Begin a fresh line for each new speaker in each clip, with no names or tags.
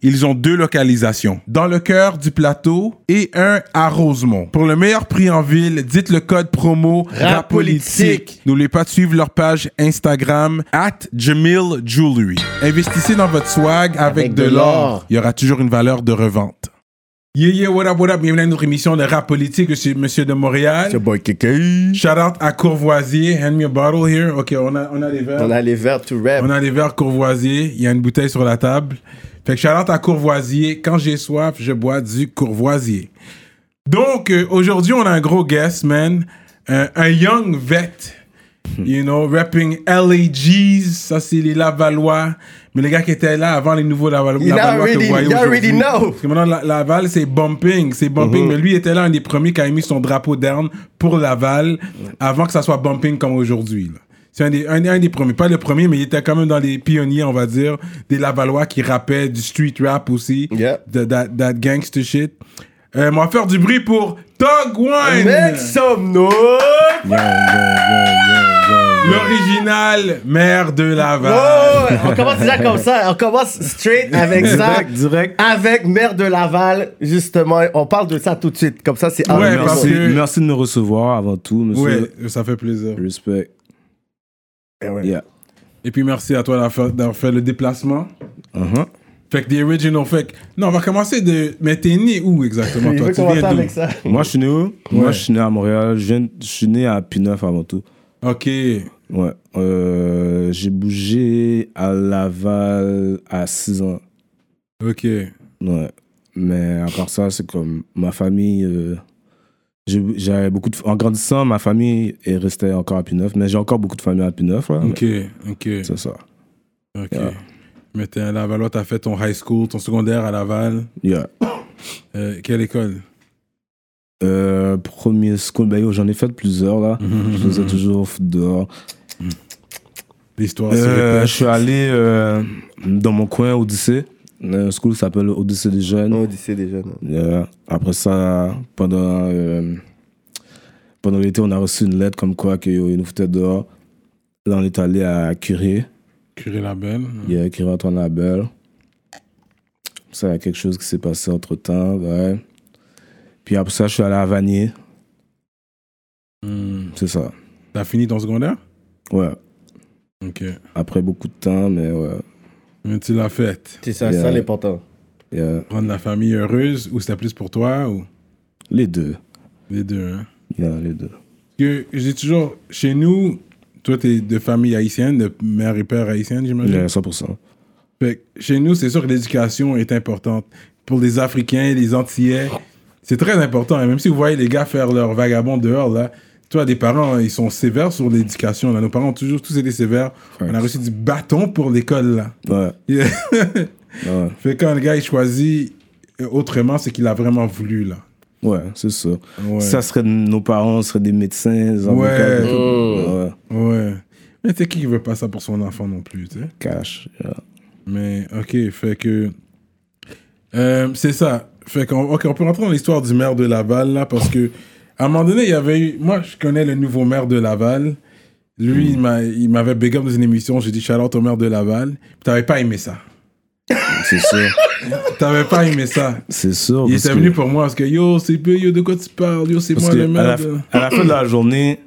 ils ont deux localisations, dans le cœur du plateau et un à Rosemont. Pour le meilleur prix en ville, dites le code promo RAPOLITIQUE. N'oubliez pas de suivre leur page Instagram at Jamil Jewelry. Investissez dans votre swag avec,
Avec
de
de
l'or.
l'or.
Il y aura toujours une valeur de revente. Yeah, yeah, what up, what up? Bienvenue à notre émission de rap politique. Je suis Monsieur de Montréal.
boy Kéké.
Shout out à Courvoisier. Hand me a bottle here. OK, on a, on a les verres.
On a les verts to rap.
On a les verres Courvoisier. Il y a une bouteille sur la table. Fait que shout out à Courvoisier. Quand j'ai soif, je bois du Courvoisier. Donc, euh, aujourd'hui, on a un gros guest, man. Un- un young vet.
Hmm.
You know, rapping LAGs. Ça, c'est les Lavalois. Mais les gars qui étaient là avant les nouveaux Lavalois.
You
Lavalois que
already-
vous voyez
you
aujourd'hui.
already know.
Parce que maintenant, la- Laval, c'est bumping. C'est bumping. Mais lui était là, un des premiers qui a mis son drapeau down pour Laval avant que ça soit bumping comme aujourd'hui. là. C'est un des, un, un des premiers. Pas le premier, mais il était quand même dans les pionniers, on va dire, des Lavalois qui rappaient du street rap aussi.
Yeah.
De, that, that gangster shit. Euh, mais on va faire du bruit pour Tog One.
Make some noise.
L'original maire de Laval.
Ouais, Oh, on commence déjà comme ça. On commence straight avec ça.
Direct, direct.
Avec Maire de Laval, justement. On parle de ça tout de suite. Comme ça, c'est un
Ouais,
numéro.
parce
Merci,
que-
merci de nous recevoir avant tout, monsieur.
Ouais, ça fait plaisir.
Respect.
Eh
Yeah.
Et puis merci à toi d'avoir fait- d'avoir fait le déplacement.
Uh-huh.
Fait que The Original, fait que... Non, on va commencer de... Mais t'es né où exactement,
Il
toi?
veut
Tu viens
commencer
d'où?
avec ça.
Moi, je suis né où Moi, je suis né à Montréal. Je, viens- je suis né à P9 avant tout.
OK.
Ouais. Euh, J'ai bougé à Laval à 6 ans.
OK.
Ouais. Mais à part ça, c'est comme ma famille. euh, j'ai- J'avais beaucoup de. En grandissant, ma famille est restée encore à P9, mais j'ai encore beaucoup de familles à P9. ouais, mais
OK. OK.
C'est ça.
OK. Mais t'es à Laval, t'as fait ton high school, ton secondaire à Laval.
Yeah.
Euh, quelle école?
Euh, premier school, bah, yo, j'en ai fait plusieurs là. Je faisais toujours foot dehors.
L'histoire
Euh, je
se
suis allé euh, dans mon coin, Odyssée. Un school qui s'appelle Odyssée des jeunes.
Non, Odyssée déjà. non.
Yeah. Après ça, pendant, euh, pendant l'été, on a reçu une lettre comme quoi qu'ils nous foutaient dehors. Là, on est allé à Curie.
répète. Curé Label.
Il y a Curie Antoine Label. Ça, il y a quelque chose qui s'est passé entre temps. Ouais. Puis après ça, je suis allé à Vanier.
Hmm.
C'est ça.
T'as fini ton secondaire?
Ouais.
OK.
Après beaucoup de temps, mais ouais.
Mais tu l'as fait.
C'est ça,
Yeah.
ça l'important.
Yeah.
Rendre la famille heureuse ou c'était plus pour toi ou
Les deux.
les deux, hein?
Yeah, les deux.
que j'ai toujours chez nous toi t'es de famille haïtienne de mère et père haïtienne j'imagine
Yeah, 100%.
Fait que chez nous c'est sûr que l'éducation est importante pour les africains les antillais c'est très important hein. même si vous voyez les gars faire leur vagabond dehors là toi des parents ils sont sévères sur l'éducation là nos parents ont toujours tous été sévères on a reçu du bâton pour l'école là
Ouais.
Yeah.
Ouais.
fait que quand le gars il choisit euh, autrement c'est qu'il a vraiment voulu là
Ouais, c'est ça.
Ouais.
Ça serait nos parents, seraient des médecins, des avocats.
Ouais.
Ouais.
ouais mais c'est qui qui veut pas ça pour son enfant non plus tu sais
Cash. yeah.
Mais ok, fait que. Euh, c'est ça. Fait qu'on ok, on peut rentrer dans l'histoire du maire de Laval, là, parce que. À un moment donné, il y avait eu. Moi, je connais le nouveau maire de Laval. Lui, il m'a- il m'avait big up dans une émission. J'ai dit shout out au maire de Laval. Puis T'avais pas aimé ça.
C'est sûr.
T'avais pas aimé ça.
C'est sûr.
Il
parce
était
que-
venu pour moi parce que yo, c'est yo, de quoi tu parles Yo, c'est moi
parce que
le
à, la,
maire. de-
f- à la fin de la journée,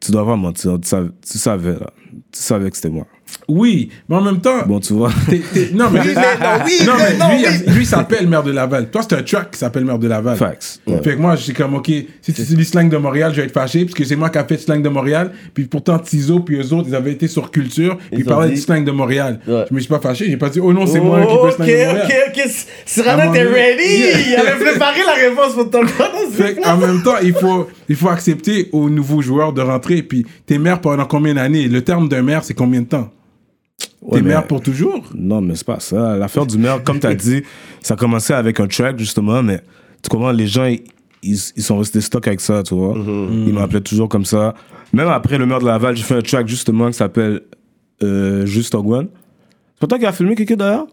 tu dois pas mentir. Tu savais, tu savais, là. Tu savais que c'était moi.
Oui, mais en même temps.
Bon, tu vois.
t'es- t'es- Non, mais, non, mais lui, il- lui s'appelle maire de Laval. Toi, c'est un track qui s'appelle maire de Laval.
Facts. Ouais.
Fait que moi, j'ai comme, OK, si tu utilises slang de Montréal, je vais être fâché, parce que c'est moi qui a fait slang de Montréal. Puis pourtant, Tizo, puis eux autres, ils avaient été sur Culture, puis ils
ont
parlaient
dit-
du slang de Montréal.
Ouais.
Je me suis pas fâché, j'ai pas dit, oh non, c'est moi qui
ok,
fais slang de Montréal.
ok, ok. Cyrano
À mon
était
avis.
ready. Il avait préparé la réponse pour ton
Fait que, en même temps, il faut, il faut accepter aux nouveaux joueurs de rentrer. Puis t'es maire pendant combien d'années Le terme d'un maire, c'est combien de temps
Ouais,
T'es
mais-
maire pour toujours
Non, mais c'est pas ça. L'affaire du maire, comme tu as dit, ça commençait avec un track, justement, mais tu comprends, les gens, ils, ils, ils sont restés stock avec ça, tu vois. Ils m'appelaient toujours comme ça. Même après le meurtre de Laval, j'ai fait un track justement qui s'appelle euh, Juste Ogwan. C'est pas toi qui as filmé quelqu'un d'ailleurs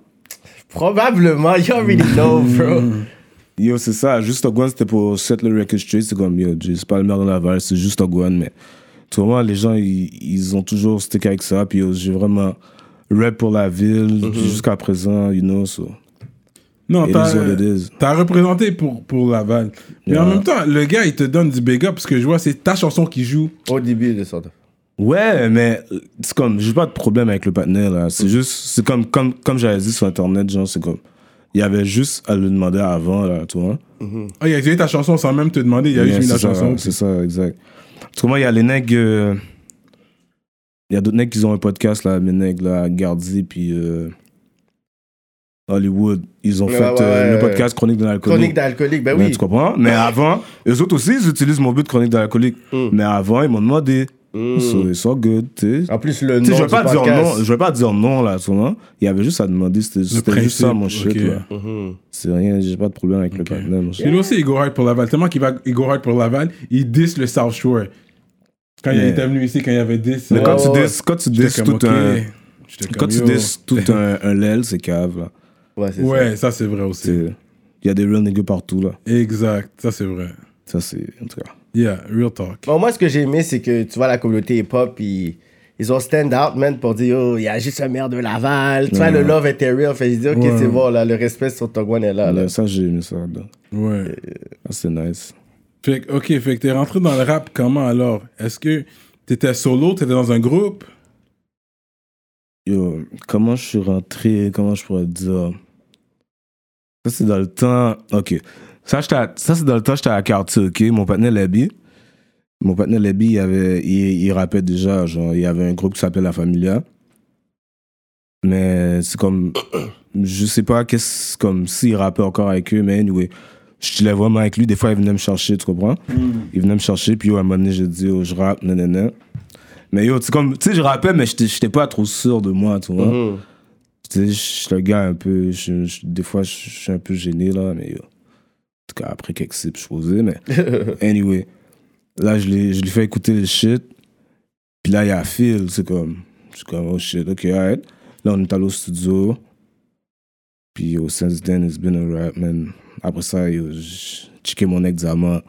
Probablement, you already know, bro.
Mm.
Yo, c'est ça. Juste Ogwan, c'était pour Settler Record Street. C'est comme, yo, c'est pas le meurtre de Laval, c'est juste Ogwan. Mais tu vois, les gens, ils, ils ont toujours stick avec ça. Puis yo, j'ai vraiment rap pour la ville jusqu'à présent, you know. So.
Non,
It
t'as
is what it is.
t'as représenté pour, pour Laval. Mais en
Yeah.
même temps, le gars, il te donne du big up parce que je vois, c'est ta chanson qui joue.
Au début de ça.
Ouais, mais c'est comme, j'ai pas de problème avec le partenaire, là. C'est juste, c'est comme, comme, comme j'avais dit sur Internet, genre, c'est comme, il y avait juste à le demander avant, là, tu vois.
Ah, il a joué ta chanson sans même te demander, il a
Yeah,
juste mis la
c'est ça,
chanson.
C'est ça, exact. Parce que moi, il y a les nègres, euh, il y a d'autres nègres qui ont un podcast, là, mes nègres, là, Gardi, puis euh, Hollywood. Ils ont
Ouais,
fait
ouais,
euh,
ouais,
le
ouais.
podcast Chronique de l'alcoolique.
Chronique d'alcoolique, ben
Mais
oui.
Tu comprends? Mais avant, eux autres aussi, ils utilisent mon but de Chronique de l'alcoolique.
Hmm.
Mais avant, ils m'ont demandé.
Mm.
So, it's all good, tu sais.
En plus, le
Tu
nom
sais, je vais
du
pas dire
podcast.
non, je vais pas dire non là, tu vois. Il y avait juste à demander, c'était c'était juste
principe,
ça mon shit
ok.
là.
Mhm.
C'est rien, j'ai pas de problème avec le partenaire, mon shit.
Il aussi, il go hard pour Laval. Tellement qu'il va il go hard pour Laval, il diss le South Shore. Quand il
Yeah.
était venu ici, quand il avait diss.
Mais
euh,
quand
Ouais,
tu
ouais,
dis, quand tu dis
j'étais comme,
tout
ok.
un,
J'étais
quand
comme,
tu
yo.
dis tout un, un lel, c'est cave là.
Ouais, c'est ça.
Ouais, ça c'est vrai aussi.
C'est- Il y a des real niggas partout là.
Exact, ça c'est vrai.
Ça c'est en tout cas.
Yeah, real talk.
Bon, moi, ce que j'ai aimé, c'est que tu vois, la communauté hip-hop, ils, ils ont stand-out, man, pour dire, oh, il y a juste un maire de Laval. Tu vois, le love était real. Fait, j'ai dit, ok, c'est bon, là, le respect sur Togwan est là. là.
Ah, Là, Ça j'ai aimé ça. là.
Ouais.
Ça, C'est nice.
Fait que, ok, fait que t'es rentré dans le rap comment alors Est-ce que t'étais solo, t'étais dans un groupe
Yo, comment je suis rentré, comment je pourrais dire. Ça, c'est dans le temps. Ok. Ça, j'étais à- ça c'est dans le temps, j'étais à quartier, ok. Mon partenaire Labi. Mon partenaire Labi, il, avait, il, il rappait déjà, genre, il y avait un groupe qui s'appelait La Familia. Mais c'est comme. Je sais pas qu'est-ce. Comme s'il rappait encore avec eux, mais anyway. Je chillais vraiment avec lui. Des fois, il venait me chercher, tu comprends? Il venait me chercher, puis yo, à un moment donné, j'ai dit, oh, je rappe, nanana. Mais yo, tu sais, comme, tu sais, je rappelle, mais j'étais j'étais pas trop sûr de moi, tu vois. Tu sais, je suis le gars un peu, je- je- des fois, je je suis un peu gêné, là, mais yo. En tout cas, après quelques sips, je posais, mais anyway. Là, je l'ai- je lui fais écouter le shit. Puis là, il y a Phil, c'est comme, je suis comme, oh shit, ok, alright. Là, on est allé au studio. Puis yo, since then, it's been a rap, man. Après ça, yo, j'ai checké mon ex Diamant.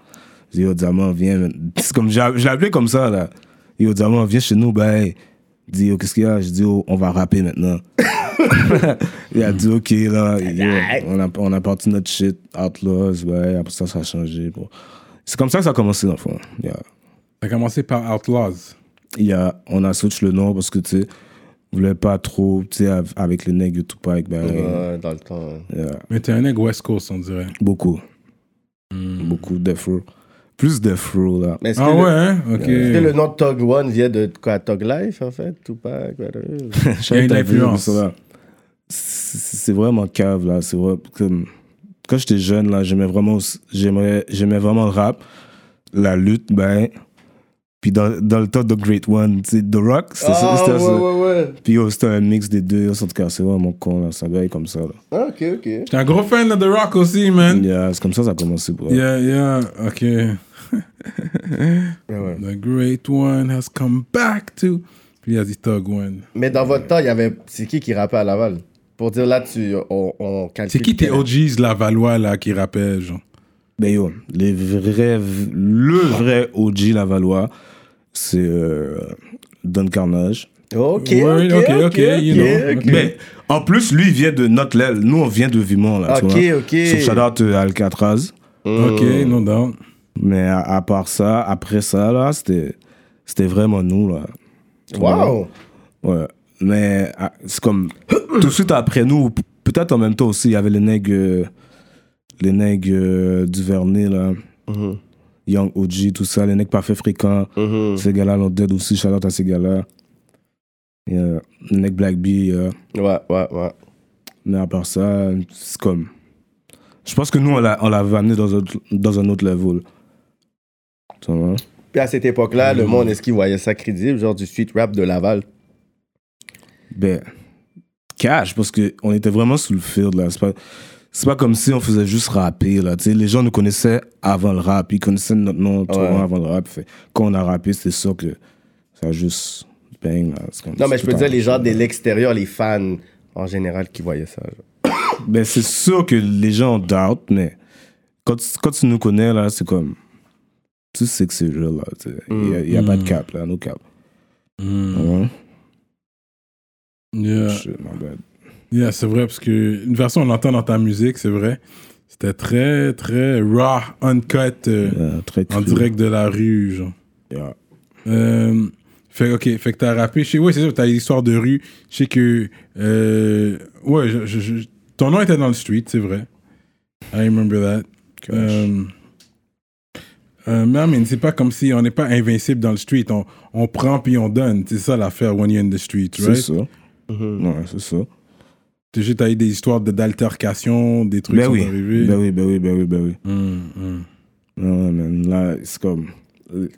J'ai dit, yo, Diamant, viens, man. C'est comme, j'ai- je l'ai appelé comme ça, là. Yo, Diamant, viens chez nous, bye. Il dit, yo, qu'est-ce qu'il y a? J'ai dit, yo, on va rapper maintenant. il a dit, ok, là. yo, on, a, on a parti notre shit, Outlaws, ouais. Après ça, ça a changé. bon. C'est comme ça que ça a commencé, dans le fond. Yeah.
T'as commencé par Outlaws.
Il y a, on a switch le nom parce que, tu sais, on voulait pas trop, tu sais, av- avec les nègres, tout pas, avec, ben,
Ouais, dans le temps. hein.
yeah.
Mais t'es un nègre West Coast, on dirait.
Beaucoup.
Hmm.
Beaucoup Death Row. Plus Death Row, là.
Mais est-ce
Ah
que,
ouais,
le,
hein? Ok.
est-ce que le nom de Tog One vient de quoi Tog Life, en fait Tupac whatever.
Il
une influence.
C'est c'est vraiment cave, là. C'est vrai, comme- Quand j'étais jeune, là, j'aimais vraiment, aussi- j'aimerais- j'aimais vraiment le rap, la lutte, ben. Puis dans, dans le temps de Great One, tu sais, The Rock, c'était ça-
Ah,
c'était
ouais,
ça.
ouais, ouais.
Puis yo, c'était un mix des deux. En tout cas, c'est vraiment con, là. Ça veille comme ça, là.
Ah, ok, ok.
J'étais un gros fan de The Rock aussi, man.
Yeah, c'est comme ça que ça a commencé pour
Yeah, yeah, ok. The great one has come back to. Puis il a dit Thug One.
Mais dans votre temps, il y avait. C'est qui qui rappait à Laval Pour dire là, tu, on, on calcule.
C'est qui tes OGs Lavalois, là, qui rappellent, genre
Ben yo, les vrais, le vrai OG Lavalois, c'est euh, Don Carnage.
Ok,
Ouais,
ok, ok,
ok, ok, you know.
ok.
Mais en plus, lui, il vient de notre l'aile. Nous, on vient de Vimont, là.
Ok,
tu vois.
ok.
So, shout out à Alcatraz.
Ok, no doubt.
Mais à, à part ça, après ça, là, c'était c'était vraiment nous, là.
Wow.
Ouais. Mais ah, c'est comme tout de suite après nous, ou p- peut-être en même temps aussi, il y avait les nègres, euh, les nègres euh, du Vernet, là. Young OG, tout ça, les nègres parfaits fréquents.
Mhm. Mm.
Ces gars-là, l'ont dead aussi, shout out à ces gars-là. Et, euh, les nègres Black Bee. euh,
Ouais, ouais, ouais.
mais à part ça, c'est comme. Je pense que nous, on l'a- on l'avait amené dans un, dans un autre level. Tu vois?
Puis à cette époque-là, le monde, est-ce qu'il voyait ça crédible, genre du street rap de Laval
Ben, cash, parce qu'on était vraiment sous le field, là. C'est pas- c'est pas comme si on faisait juste rapper, là. Tu sais, les gens nous connaissaient avant le rap. Ils connaissaient notre nom tout le
Ouais.
monde avant le rap. Fait, quand on a rappé, c'est sûr que ça a juste bang, là. C'est comme-
Non, mais je
c'est
peux
tout
dire
en-
les gens de l'extérieur, les fans en général qui voyaient ça. genre.
Ben, c'est sûr que les gens ont doubt, mais quand, tu- quand tu nous connais, là, c'est comme. Tu sais que c'est real, là. tu sais. Il y a- il y a, pas
Mm.
de cap, là, no cap. Ouais.
Hmm. Yeah.
Shit, my bad.
Yeah, c'est vrai, parce que une version, on l'entend dans ta musique, c'est vrai. C'était très, très raw, uncut, euh,
Yeah, très
en
cru.
direct de la rue, genre.
Yeah.
Euh, fait, ok, fait que t'as rappé. Je sais, ouais, c'est ça, t'as l'histoire de rue. Je sais que. euh, ouais, je- je- je- ton nom était dans le street, c'est vrai. I remember that. Euh, euh, mais I mean, c'est pas comme si on n'est pas invincible dans le street. On, on prend puis on donne. C'est ça l'affaire when you're in the street,
C'est
right?
ça.
Mm-hmm.
Ouais, c'est ça.
T'as juste t'as eu des histoires de- d'altercations, des trucs qui
Ben
sont
oui.
arrivés.
ben oui. Ben oui, ben oui, ben oui.
Hum, hum.
Ouais, man, Là, c'est comme.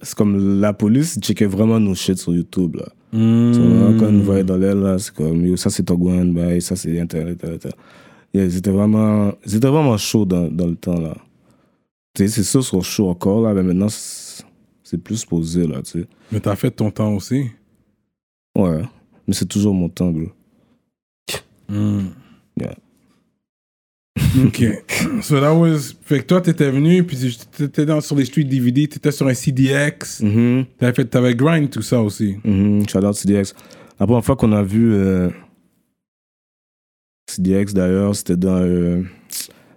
C'est comme la police checkait vraiment nos shit sur YouTube, là. Tu
Hmm. Mm.
vois, quand ils nous voyaient dans l'aile, là, c'est comme, yo, ça c'est Togwan, bah, et ça c'est Intel, Intel, Intel. Yeah, ils étaient vraiment, ils étaient vraiment chauds dans, dans le temps, là. Tu sais, c'est sûr, ils sont chauds encore, là, mais maintenant, c'est c'est plus posé, là, tu sais.
Mais t'as fait ton temps aussi.
Ouais, mais c'est toujours mon temps, bro.
Mm.
Yeah.
OK. so that was... Fait que toi, t'étais venu, puis t'étais dans, sur les streets DVD, t'étais sur un CDX.
Mhm,
T'avais, fait, t'avais grind tout ça aussi.
mhm, shout out CDX. La première fois qu'on a vu euh, CDX, d'ailleurs, c'était dans euh,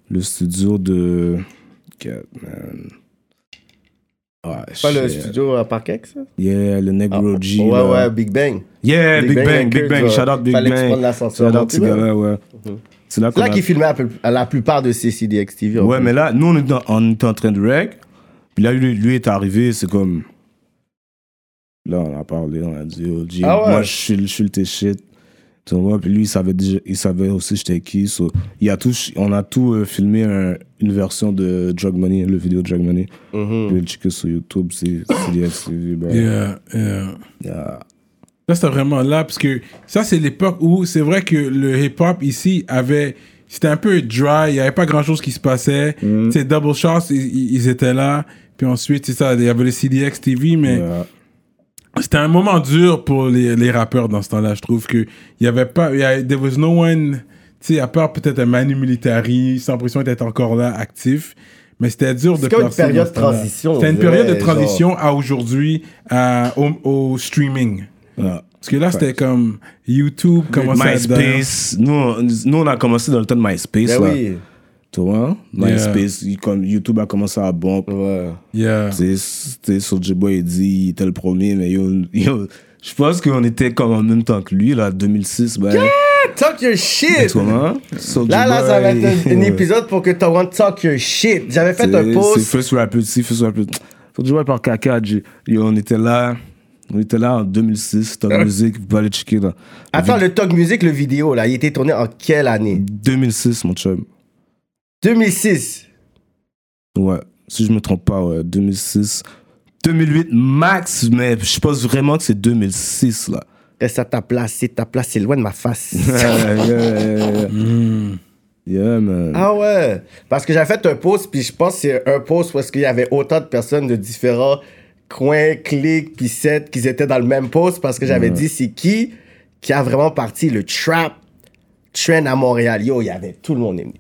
le studio de. Catman. Ah,
Pas le
shit.
studio à Parkex, ça
Yeah, le
Ah,
Negro G.
Ouais,
là.
ouais, Big Bang.
Yeah, Big, Bang,
Records,
Big Bang,
ouais.
shout out Big
Fallait que tu prennes
Bang.
l'ascenseur
Shout
dans
out ce
tout, là. Mhm.
gars-là, ouais. C'est là
C'est
qu'on
là
a-
qu'ils filmaient à peu- à la plupart de ces CDX TV. en
Ouais,
fait.
mais là, nous, on était, on était en train de rec. Puis là, lui, lui est arrivé, c'est comme. Là, on a parlé, on a dit, oh, G,
Ah ouais.
moi, je suis, le- je suis le T-shit. Tu vois, puis lui, il savait, déjà, il savait aussi j'étais qui. so, il a tout, on a tout euh, filmé un- une version de Drug Money, le vidéo Drug Money.
Mm-hmm.
Vous pouvez le checker sur YouTube, c'est CDSTV. bah,
Yeah, yeah.
yeah.
Là, c'était vraiment là, parce que ça, c'est l'époque où c'est vrai que le hip-hop ici avait. C'était un peu dry, il n'y avait pas grand-chose qui se passait.
Mm.
Tu sais, Double Shots, ils- ils, ils étaient là. Puis ensuite, c'est ça, il y avait le CDX TV, mais
Yeah.
c'était un moment dur pour les, les rappeurs dans ce temps-là. Je trouve que il y avait pas, il y a- there was no one, tu sais, à part peut-être un Manu Militari, sans pression d'être encore là, actif. Mais c'était dur de
C'est comme une
percer dans
période
ce temps-là.
de transition,
C'était une
on dirait,
période de
genre.
transition à aujourd'hui, à- au, au streaming.
Yeah.
Parce que là, c'était comme YouTube commençait à
MySpace. Nous, on- nous, on a commencé dans le temps de MySpace.
Ben
là.
oui.
Tu vois?
Yeah.
MySpace, il- comme YouTube a commencé à bon.
Ouais.
Yeah.
Tu sais, tu sais, Soulja Boy, il dit, il était le premier, mais yo, yo, je pense qu'on était comme en même temps que lui, là, 2006. Ben,
Talk your shit
tu vois? Soulja
Là, là, ça va être un-
Boy,
un épisode pour que tu want talk your shit. J'avais fait un
C'est-
post.
C'est First Rapper, si, First Rapper. Soulja Boy par caca. J- Yo, on était là. On était là en 2006, Top
Hein?
Music, vous pouvez aller checker là.
Attends, le talk music, le vidéo, là, il était tourné en quelle année
2006, mon chum.
2006.
Ouais, si je me trompe pas, ouais, 2006. 2008 max, mais je pense vraiment que c'est 2006 là.
Reste à ta place, c'est ta place, c'est loin de ma face.
yeah, yeah, yeah, yeah.
Hmm.
Yeah, man.
Ah ouais, parce que j'avais fait un post, puis je pense que c'est un post où est-ce qu'il y avait autant de personnes de différents coins, clics, puis sets qu'ils étaient dans le même post, parce que j'avais dit c'est qui qui a vraiment parti le trap train à Montréal. Yo, il y avait tout le monde aimé.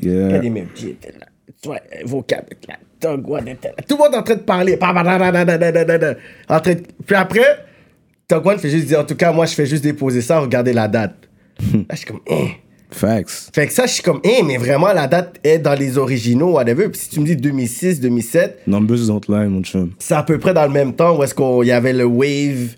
Il y
Yeah.
avait mes pieds étaient là, toi, euh, vocab était là, Tog One était là. Tout le monde en train de parler. Pa, pa, da, da, da, da, da, da, da. En train de- Puis après, Tog One fait juste dire, en tout cas, moi, je fais juste déposer ça, regardez la date.
Hmm.
Là, je suis comme, Hein.
Facts.
Fait que ça, je suis comme, eh, mais vraiment, la date est dans les originaux, whatever. Puis si tu me dis 2006, 2007,
Numbers don't lie, mon chum.
c'est à peu près dans le même temps où est-ce qu'il y avait le Wave,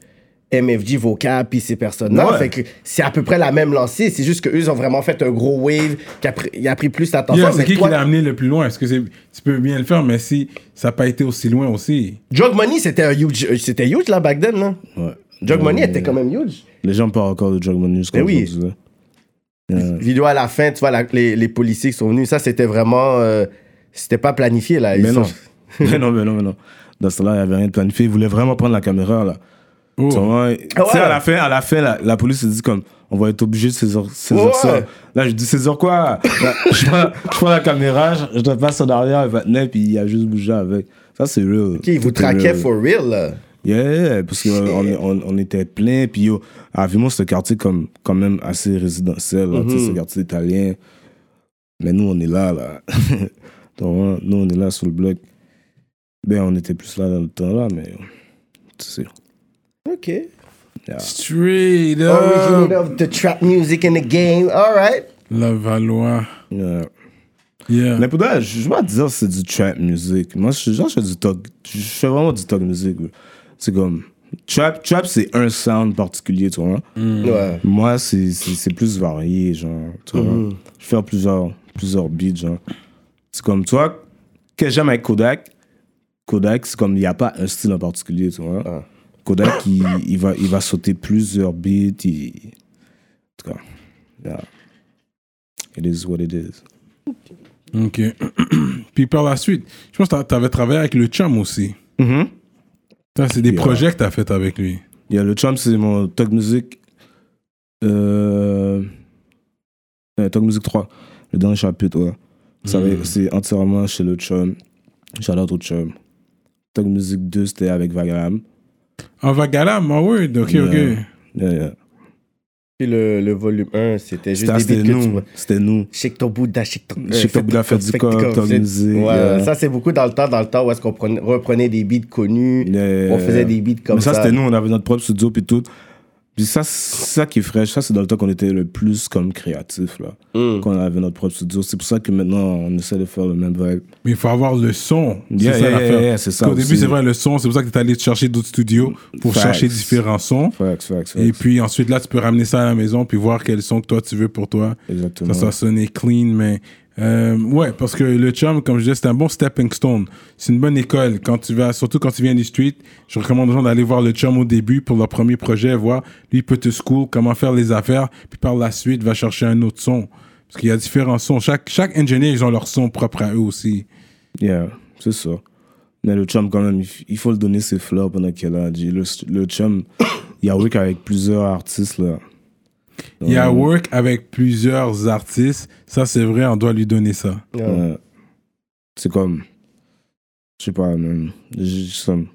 MFG, Vocab, puis ces personnes-là.
Ouais.
Fait que c'est à peu près la même lancée. C'est juste qu'eux, ils ont vraiment fait un gros Wave qui a pris, il a pris plus d'attention.
Yeah, c'est
Mais
qui
toi,
qui l'a amené le plus loin? Parce que c'est- tu peux bien le faire, mais si ça n'a pas été aussi loin aussi.
Drug Money, c'était un huge, euh, c'était huge, là, back then, là.
Ouais.
Drug
Ouais,
Money
ouais,
était
ouais.
quand même huge.
Les gens parlent encore de Drug Money jusqu'à
Ben oui.
aujourd'hui, là. Yeah.
Vidéo à la fin, tu vois, la- les, les policiers qui sont venus, ça, c'était vraiment... euh, c'était pas planifié, là. Ils
Mais non.
sont-
mais non, mais non, mais non. Dans ce là il n'y avait rien de planifié. Ils voulaient vraiment prendre la caméra, là.
Oh.
Tu vois, tu
Ah
sais, à la fin, à la fin, la, la police se dit comme, on va être obligé de saisir, saisir
Ouais.
ça. Là, je dis, saisir quoi Là, je, prends, je prends la caméra, je, je te passe en arrière, il va tenir, puis il a juste bougé avec. Ça, c'est real.
Qui vous
C'était
traquait
real.
for real, là.
Yeah, yeah, parce qu'on on, on était plein. Puis, yo, à Vimont, c'est un quartier comme, quand même assez résidentiel. là, tu sais, C'est un quartier italien. Mais nous, on est là, là. Donc, hein, nous, on est là sur le bloc. Ben, on était plus là dans le temps, là, mais tu sais.
OK.
Straight up.
Originator of the trap music in the game. All right.
La Valois.
yeah.
Yeah.
Mais pour de vrai, je je vais pas te dire c'est du trap music. Moi, je suis genre, je fais du talk. Je fais vraiment du talk music. bro. C'est comme. Trap, trap c'est un sound particulier, tu vois. hein.
Ouais.
Moi, c'est- c'est c'est plus varié, genre. Tu vois. Je fais plusieurs, plusieurs beats, genre. C'est comme, tu vois, que j'aime avec Kodak, Kodak, c'est comme, il n'y a pas un style en particulier, tu vois. Kodak, il, il va, il va sauter plusieurs beats. il- En tout cas, yeah. It is what it is.
Ok. Puis par la suite, je pense que tu avais travaillé avec le chum aussi. Ça, C'est des
Yeah.
projets que tu as fait avec lui.
Il y a le Chum, c'est mon Talk Music. Euh... euh, Talk Music 3, le dernier chapitre, ouais. Ça
Hmm.
Mm.
avait- C'est entièrement chez le Chum. J'adore au Chum. Talk Music 2, c'était avec Vagalam.
En Vagalam, ma word. Ok,
Yeah.
ok.
Yeah, yeah.
Puis le, le volume 1, c'était juste
C'était
des
c'était
beats que tu
nous.
vois.
C'était nous.
Shake ton Bouddha, shake ton
Shake ton Buddha, fais du corps,
corps,
Tom
c'est-
Zé,
Ouais,
yeah.
ça c'est beaucoup dans le temps, dans le temps où est-ce qu'on prenait- reprenait des beats connus,
Yeah.
on faisait des beats comme
Mais ça,
ça.
c'était nous. On avait notre propre studio puis tout. Puis ça, c'est ça qui est fraîche. Ça, c'est dans le temps qu'on était le plus comme créatif, là.
Mm.
Quand on avait notre propre studio. C'est pour ça que maintenant, on essaie de faire le même vibe.
Mais il faut avoir le son.
Yeah,
c'est
yeah,
ça
yeah,
l'affaire.
yeah, c'est ça
Au début,
aussi.
c'est vrai, le son. C'est pour ça que tu es allé chercher d'autres studios pour
Facts.
chercher différents sons.
Facts, facts,
Et
facts.
puis ensuite, là, tu peux ramener ça à la maison puis voir quels sons que toi tu veux pour toi.
Exactement.
Ça, ça sonnait clean, mais. euh, ouais, parce que le chum, comme je disais, c'est un bon stepping stone. C'est une bonne école. Quand tu vas, surtout quand tu viens du street, je recommande aux gens d'aller voir le chum au début pour leur premier projet, voir lui il peut te school comment faire les affaires, puis par la suite va chercher un autre son. Parce qu'il y a différents sons. Chaque, chaque engineer, ils ont leur son propre à eux aussi.
Yeah, c'est ça. Mais le chum, quand même, il f- il faut le donner ses fleurs pendant qu'il est là. J. Le, le chum, il a work avec plusieurs artistes, là.
Il y a work avec plusieurs artistes. Ça, c'est vrai, on doit lui donner ça.
Ouais.
Ouais. C'est comme... Je sais pas, même... j- j- comme-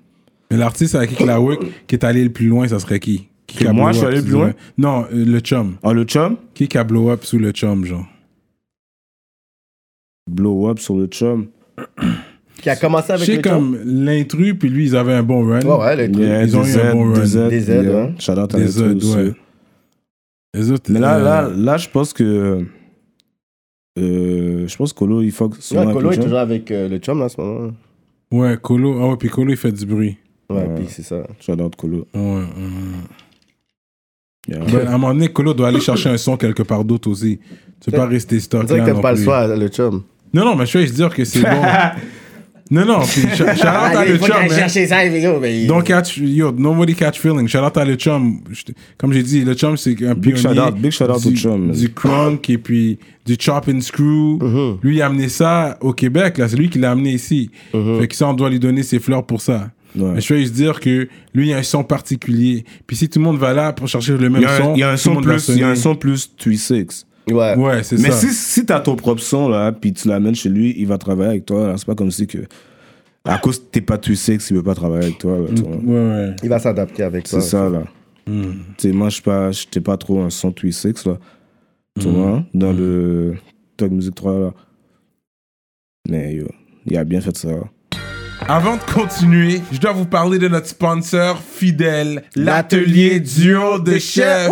Mais l'artiste avec qui il a work, qui est allé le plus loin, ça serait qui? Qui
Que
a
moi,
blow
je suis
up,
allé le
tu
plus loin?
dirais? Non, euh, le chum.
Ah, le chum?
Qui qui a blow up sous le chum, genre
Blow up sur le chum.
Qui a commencé
Je
avec
sais
le chant.
comme l'intrus, puis lui, ils avaient un bon run.
Ouais, ouais, le truc.
Yeah,
Ils ont eu
DZ,
un bon run.
DZ,
DZ,
yeah.
ouais.
Shout-out à
Les
eux
autres,
aussi.
ouais. Les autres,
Mais là,
euh,
là, là, je pense que... euh, je pense que Colo, il faut que...
Ouais, Colo est toujours avec euh, le chum là, en ce moment.
Ouais, Colo. Ah ouais, puis Colo, il fait du bruit.
Ouais,
Ouais.
puis c'est ça.
Shout-out Colo.
Ouais, ouais.
Yeah.
Ben, à un moment donné, Colo doit aller chercher un son quelque part d'autre aussi. Tu peux pas rester
On
stocké
dirait
là
que t'aimes
non
pas le
plus.
choix, le chum.
Non, non, mais je vais se dire que c'est bon. Non, non, puis shout shout out à le
il faut
chum,
qu'elle
hein.
cherche ça, mais yo, mais.
Don't catch, yo, nobody catch feeling. Shout out à le chum. Je- Comme j'ai dit, le chum, c'est un
Big
pionnier.
shout out, big shout out
du,
au chum, man.
Du crunk et puis du chop and screw.
Uh-huh.
Lui, il a amené ça au Québec, là. C'est lui qui l'a amené ici.
Uh-huh.
Fait que ça, on doit lui donner ses fleurs pour ça.
Ouais.
Mais je vais juste dire que lui, il a un son particulier. Puis si tout le monde va là pour chercher le même
Il y a
son,
un- il y a un
tout le
son
monde va
plus... Il y a un
sonner.
son plus 3-6.
Ouais.
Ouais, c'est
Mais
ça.
si, si t'as ton propre son, là, puis tu l'amènes chez lui, il va travailler avec toi. là. C'est pas comme si que. À cause que t'es pas tu sexe, il veut pas travailler avec toi. là, tu vois.
Ouais, ouais. Hmm.
Il va s'adapter avec
C'est
toi.
ça, là. Tu sais, moi, je suis pas, j'étais pas trop un son tu sexe, là.
Mm.
Tu vois, dans le Talk Music 3, là. Mais yo, il a bien fait ça.
Avant de continuer, je dois vous parler de notre sponsor fidèle, l'atelier duo de chef.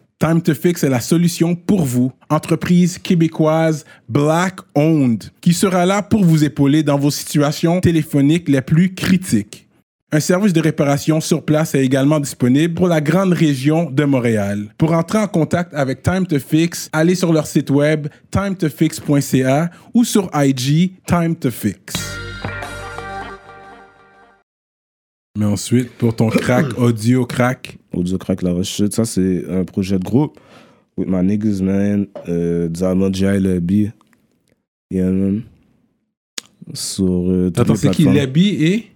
Time to Fix est la solution pour vous, entreprise québécoise Black Owned, qui sera là pour vous épauler dans vos situations téléphoniques les plus critiques. Un service de réparation sur place est également disponible pour la grande région de Montréal. Pour entrer en contact avec Time to Fix, allez sur leur site web timetofix.ca ou sur IG Time to Fix. Mais ensuite, pour ton crack, audio crack,
Audio Crack La Rechute. Ça, c'est un projet de groupe. With my niggas, man. Euh, Diamond J. Lobby. Yeah, man. Sur euh, toutes
attends,
les
c'est qui
plateformes.
Lebby et.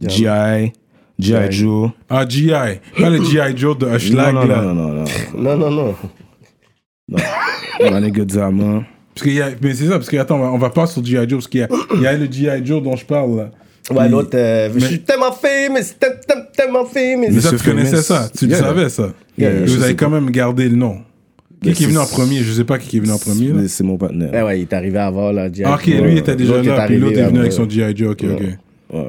G.I. G.I. Joe.
Ah, G.I. Pas le G.I. Joe de Hushlag,
non, non,
là.
non, non, non.
Non, non, non.
non. my nigga Diamond.
Parce qu'il y a- mais c'est ça, parce que attends, on va- on va pas sur G.I. Joe, parce qu'il y a, il y a le G.I. Joe dont je parle, là.
Ouais,
Puis-
l'autre, euh, je suis tellement famous, t'es- t'es- tellement famous.
Mais ça,
Monsieur
tu connaissais
Famous.
ça, tu le
Yeah.
savais ça.
Yeah,
Et
je
vous avez
sais
quand même gardé le nom. Qui,
Mais
qui est venu en
c'est-
premier Je sais pas qui, est venu en premier. là.
Mais C'est mon partenaire.
Eh Ouais, ouais, il est arrivé avant, là, Jack.
Ah, ok, lui il était déjà
L'autre est
là, puis
arrivé
l'autre est venu
avant.
avec son G.I. Joe, ok, ok.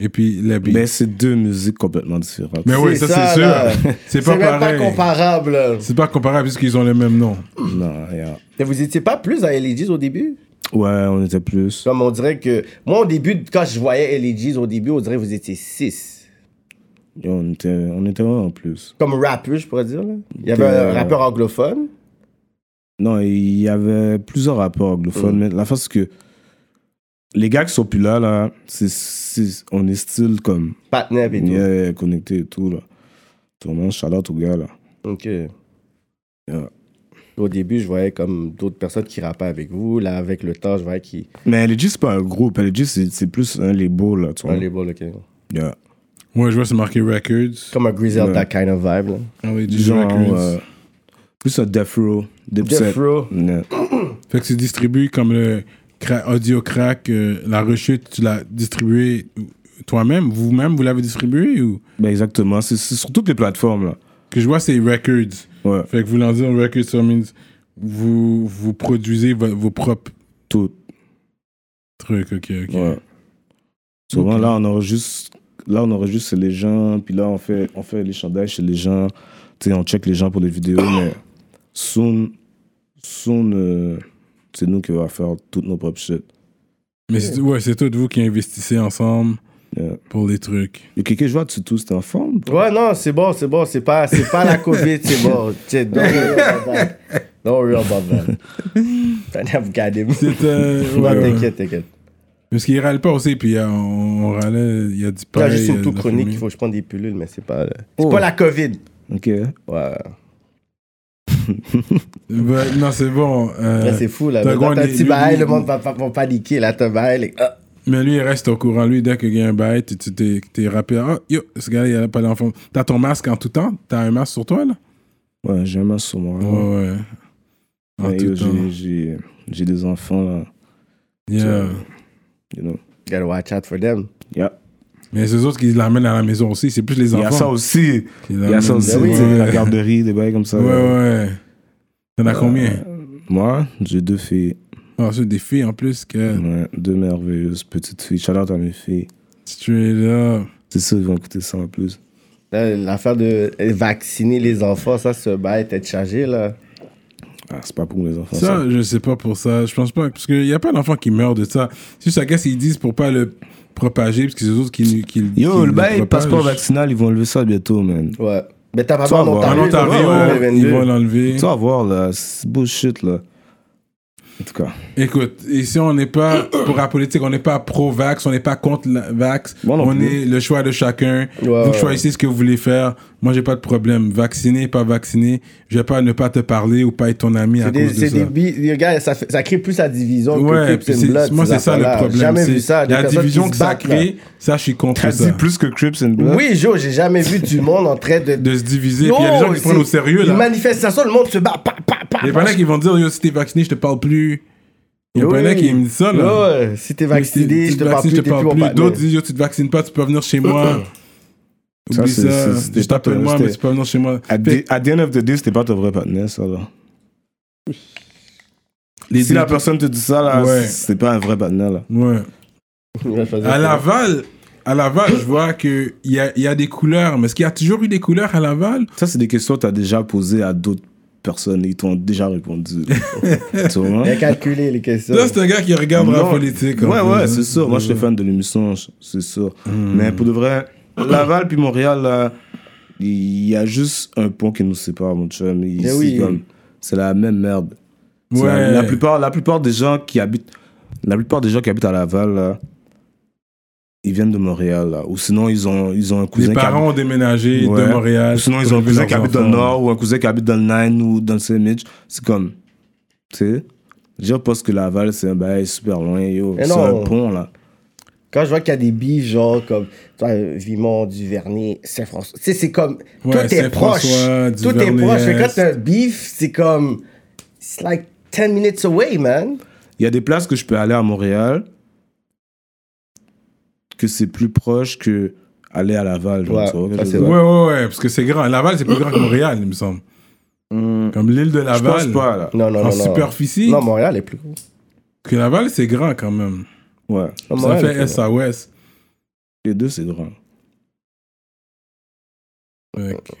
Et puis la B.
Mais c'est deux musiques complètement différentes.
Mais oui,
C'est
ça,
ça, là.
c'est sûr. C'est
C'est
pas
même
pareil.
pas comparable. là.
C'est pas comparable puisqu'ils ont le même nom.
Non, yeah.
Mais Vous étiez pas plus à LEDs au début?
Ouais, on était plus.
Comme on dirait que. Moi, au début, quand je voyais LEDs au début, on dirait que vous étiez 6.
Yo, on, était, on était vraiment plus.
Comme rappeur, je pourrais dire. Là. Il y avait un
Euh,
rappeur anglophone.
Non, il y avait plusieurs rapports
Mm.
anglophones. Mais la face que les gars qui sont plus là, là, c'est- c'est- on est style comme
Patnep et tout.
yeah, connecté et tout. Là. Tout le monde, shout-out aux gars. Là.
Ok.
Yeah.
Au début, je voyais comme d'autres personnes qui rappaient avec vous. Là, avec le temps, je voyais qui.
Mais LG, c'est pas un groupe. LG, c'est c'est plus un label. Là, tu vois.
Un label, ok.
Yeah.
Moi, je vois, c'est marqué Records.
Comme un Griselda
Ouais.
kind of vibe. Là.
Ah oui, du
Genre,
Records.
euh, plus un Death Row. Dipset.
Death Row.
Yeah.
Fait que c'est distribué comme le cra- audio crack, euh, la rechute, tu l'as distribué toi-même, vous-même, vous l'avez distribué ou
Ben, exactement. C'est c'est sur toutes les plateformes. Là.
que je vois c'est Records.
Ouais.
Fait que vous lancez un record, ça means vous, vous produisez vo- vos propres
Toutes.
trucs, ok, ok.
Ouais. Souvent, là, on enregistre, là, on enregistre chez les gens, puis là, on fait, on fait les chandails chez les gens. Tu sais, on check les gens pour les vidéos, mais soon, soon, euh, c'est nous qui va faire toutes nos propres shit.
Mais c'est ouais, c'est tous vous qui investissez ensemble
Yeah.
pour les trucs.
Et quelqu'un, je vois, tu tous, t'es en forme?
Ouais, non, c'est bon, c'est bon. C'est pas, c'est pas la COVID, c'est bon. T'sais, Don't worry about that. Don't worry about that. T'en as regardé.
C'est, euh,
Non,
ouais, ouais.
t'inquiète, t'inquiète.
Parce qu'ils râlent pas aussi, puis euh, on, on râlait, il y a du
Il y
pain.
a juste
il y
une
a
toux
de la
chronique,
fumée.
il faut que je prenne des pilules, mais c'est pas, euh, c'est
Oh.
pas la COVID.
Ok.
Ouais.
Bah, non, c'est bon. euh,
Là, c'est fou, là.
t'as
Maintenant,
gagné-
T'as un petit
lui-
bail,
lui-
le monde va, va, va paniquer, là. T'as un bail, les- ah.
mais lui, il reste au courant. Lui, dès qu'il y a un bail, tu tu t'es t'es rappelé. Ah, yo, ce gars-là, il a pas d'enfant. T'as ton masque en tout temps T'as un masque sur toi, là
Ouais, j'ai un masque sur moi.
Ouais, ouais. En
Mais
tout
yo,
temps.
j'ai- j'ai- j'ai des enfants, là.
Yeah.
You know.
Gotta watch out for them.
Yeah.
Mais c'est eux autres qui l'amènent à la maison aussi. C'est plus les
Il y a ça
enfants.
aussi.
qui
Il y a
l'amènent.
ça aussi.
oui.
tu sais, La garderie, des bails comme ça.
Ouais, ouais. T'en
Euh,
as combien
Moi, j'ai deux filles.
Ensuite, des filles en plus que
Ouais, deux merveilleuses petites filles. Shout out à mes filles.
straight up.
C'est sûr, ils vont écouter ça en plus.
Là, L'affaire de euh, vacciner les enfants, ça, ce bail était chargé, là.
Ah, c'est pas pour les enfants. Ça,
Ça, je sais pas pour ça. Je pense pas. Parce qu'il y a pas d'enfants qui meurent de ça. C'est juste, I guess, ils disent pour pas le propager. Parce que c'est eux autres qui, qui,
Yo,
qui
le bail,
propagent.
passeport vaccinal, ils vont lever ça bientôt, man.
Ouais. Mais t'as pas
Ça
en
va,
En
Ontario. euh,
Ontario,
ouais, ouais,
ils
22.
vont l'enlever.
Tu vas voir, là, c'est bullshit, là. En tout cas,
Écoute, ici, on n'est pas, pour la politique, on n'est pas pro-vax, on n'est pas contre la vax.
Moi non
on
plus.
est le choix de chacun.
Ouais,
vous
ouais.
choisissez ce que vous voulez faire. Moi, j'ai pas de problème. Vacciner, pas vacciner. Je vais pas ne pas te parler ou pas être ton ami à
C'est des,
cause de
c'est
ça.
des bi- les gars, ça, fait- ça crée plus la division
Ouais,
que
puis
Crips and
c'est-
Blood.
moi
ces
c'est ça le
affaires-là.
problème.
Jamais
c'est
vu ça. Des
La
personnes qui
division
se
que ça
battent, là.
crée, ça je suis contre
t'as
ça.
dit plus que Crips and Blood.
Oui, Jo, j'ai jamais vu du monde en train de.
De se diviser, puis il y a des gens qui se prennent au sérieux
Une
là.
manifestation, le monde se bat. Pa, pa, pa,
Il y a
pa.
pas là qui vont dire yo si t'es vacciné je te parle plus. Il y a pas
Oui.
là qui me dit ça là.
Ouais, si t'es
Ah, Si
vacciné,
t'es-
je
tu
te parle
vaccines,
plus. t'es plus mon partenaire.
D'autres disent yo tu te vaccines pas tu peux venir chez moi.
Ça,
Oublie ça.
c'est- c'est- c'était
Je t'appelle
pas-
moi mais
c'était-
tu peux venir chez moi.
At
Fait-
the, at the end of the day, c'était pas ton vrai partenaire, ça, là.
Les
si la
deux-
personne te dit ça, là,
Ouais.
c'est pas un vrai partenaire, là.
Ouais.
Il va choisir
À
ça.
Laval. À Laval, je vois qu'il
Euh,
y a, il y a des couleurs, mais est-ce qu'il y a toujours eu des couleurs à Laval
Ça, c'est des questions que t'as déjà posées à d'autres personnes, ils t'ont déjà répondu. tu vois?
Bien calculé les questions.
Là, c'est un gars qui regarde la
Non.
politique. en
Ouais,
fait,
ouais,
hein. Hmm.
c'est sûr. Moi, je suis fan de l'émission, je- c'est sûr. Mais pour de vrai, Laval puis Montréal, là, il y a juste un pont qui nous sépare, mon chum. Ici,
Eh oui.
comme, c'est la même merde. C'est
Ouais.
La, la plupart, la plupart des gens qui habitent, la plupart des gens qui habitent à Laval, là, ils viennent de Montréal, là. Ou sinon, ils ont, ils ont un cousin
Les
qui habite-
parents ont déménagé
Ouais.
de Montréal.
Ou sinon, ils ont un
pour
cousin
leurs
qui habite dans le
enfants.
Nord ou un cousin qui habite dans le Nine ou dans le Saint-Mitch. C'est comme. Tu sais? Je pense que Laval, c'est un bail super loin, yo.
Mais
C'est un
non.
pont, là.
Quand je vois qu'il y a des billes, genre comme toi, Vimont, Duvernay, Saint-François. Tu sais, c'est comme.
Ouais,
tout est proche.
Saint-François,
Tout est
Duvernay,
proche. Mais quand
Est.
t'as un beef, c'est comme. It's like 10 minutes away, man.
Il y a des places que je peux aller à Montréal que c'est plus proche que aller à Laval. genre,
Ouais,
tu vois,
ça,
quelque
c'est
chose.
Ouais, ouais, ouais, parce que c'est grand. Laval, c'est plus grand que Montréal, il me semble. Comme l'île de
Je
Mm. Laval.
pense pas, là.
Non, non,
En
non. non.
superficie.
Non, Montréal est plus gros.
Que Laval, c'est grand quand même.
Ouais.
Ça
Non, Montréal
fait
est plus
Est à Ouest.
Les deux, c'est grand.
Fait que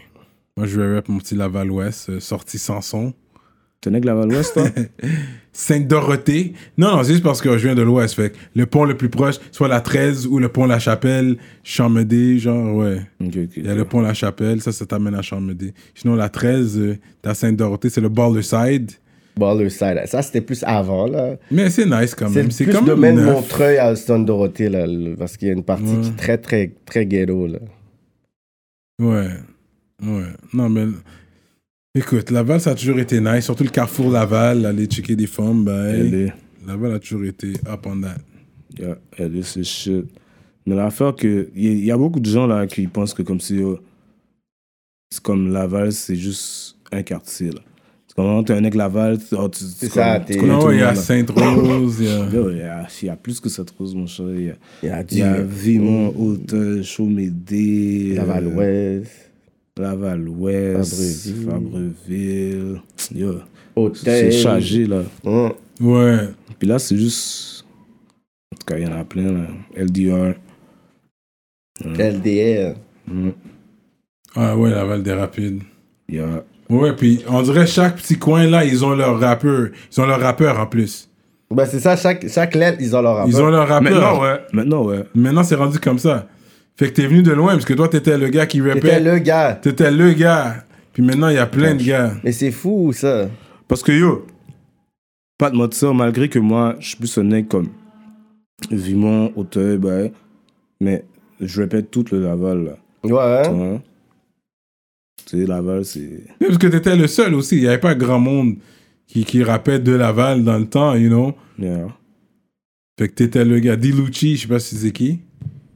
Moi, je vais rap mon petit Laval Ouest, euh, sorti sans son.
T'es né que Laval-Ouest, toi
Sainte-Dorothée. Non, non, c'est juste parce que je viens de l'Ouest. Fait que le pont le plus proche, soit la 13 ou le pont La Chapelle, Chamédé, genre, ouais.
Ok, ok.
Il y a le pont La Chapelle, ça, ça t'amène à Chamédé. Sinon, la 13, euh, t'as Sainte-Dorothée, c'est le Barleside.
Baller side. Ça, c'était plus avant, là.
Ah, Mais c'est nice quand
C'est
même. C'est
plus
comme
domaine
neuf.
Montreuil à Stone Dorothée, là, le- parce qu'il y a une partie qui est très, très, très ghetto, là.
Ouais. Ouais. Non, mais. Écoute, Laval, ça a toujours été nice. Surtout le carrefour Laval, aller checker des femmes. Ben,
LA.
Laval a toujours été up on that.
Yeah, LA, c'est shit. Mais l'affaire que. Il y, a- il y a beaucoup de gens, là, qui pensent que comme si. euh, c'est comme Laval, c'est juste un quartier, là. C'est comme, t'es un mec Laval, tu, oh, tu, tu
C'est ça,
connais- tu
t'es-
connais
Non,
tout le
il y a
monde, là.
Sainte-Rose, il y a.
Yo, Il y, a, il y a plus que cette rose, mon cher. Il y a-
Il y a
Il y a
du. euh,
Vimont, Hôtel, Chaumédé, euh,
Laval-Ouest,
Laval-Ouest,
Fabreville.
Fabreville. Yo,
Hôtel.
C'est chargé là.
Hum.
Ouais.
Puis là, c'est juste. En tout cas, il y en a plein là. LDR.
LDR.
Mm.
Ah ouais, Laval des Rapides.
Il y a.
Ouais, puis on dirait chaque petit coin là, ils ont leur rappeur. Ils ont leur rappeur en plus.
Ben, c'est ça, chaque, chaque lettre, ils ont leur rapport.
Ils ont leur rappeur.
Ah ben, Maintenant, ouais. Maintenant, ouais.
Maintenant, c'est rendu comme ça. Fait que t'es venu de loin, parce que toi, t'étais le gars qui
C'était
rappait.
le gars.
T'étais le... gars. Puis maintenant, il y a plein de gars.
Mais c'est fou, ça.
Parce que yo, pas de mode ça, malgré que moi, je suis plus un nec comme Vimont, Hôtel, bah, mais je répète tout le Laval là.
Ouais, hein?
Ouais. Tu sais, Laval, c'est.
Oui, Parce que t'étais le seul aussi. Il n'y avait pas grand monde qui, qui rappait de Laval dans le temps, you know.
Yeah.
Fait que t'étais le gars. Dilucci, je sais pas si c'est qui.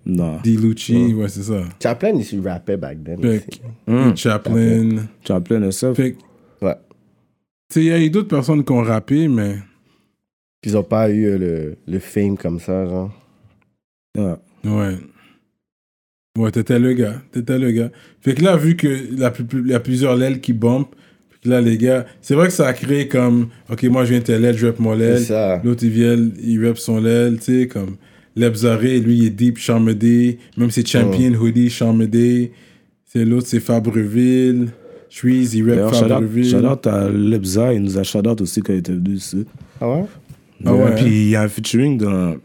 Non.
Dilucci, ouais, c'est ça.
Chaplin, il se rappait back then.
Fait
aussi.
que
Hmm.
Chaplin.
Hum. Tu as plein de ça.
Fait que, tu
Ouais.
sais, il y a eu d'autres personnes qui ont rappé, mais.
Puis ils ont pas eu euh, le, le fame comme ça, genre.
Ouais.
Ouais. Ouais, t'étais le gars. T'étais le gars. Fait que là, vu qu'il y a plus- plus- y a plusieurs lèvres qui bumpent, puis que là, les gars, c'est vrai que ça a créé comme, OK, moi, je viens de telle l'aile, je rep mon
C'est
l'aile.
ça.
L'autre, il vient, il rep son l'aile, tu sais, comme Lebzaré, lui, il est deep, Charmedé. Même si Champion,
Oh.
Hoodie, Charmedé. C'est l'autre, c'est Fabreville. Suisse, il rep
D'ailleurs,
Fabreville.
Charlotte à Lebza, il nous a Charlotte aussi quand il était venu ici.
Ah ouais?
Ah ouais,
Puis il y a un featuring dans.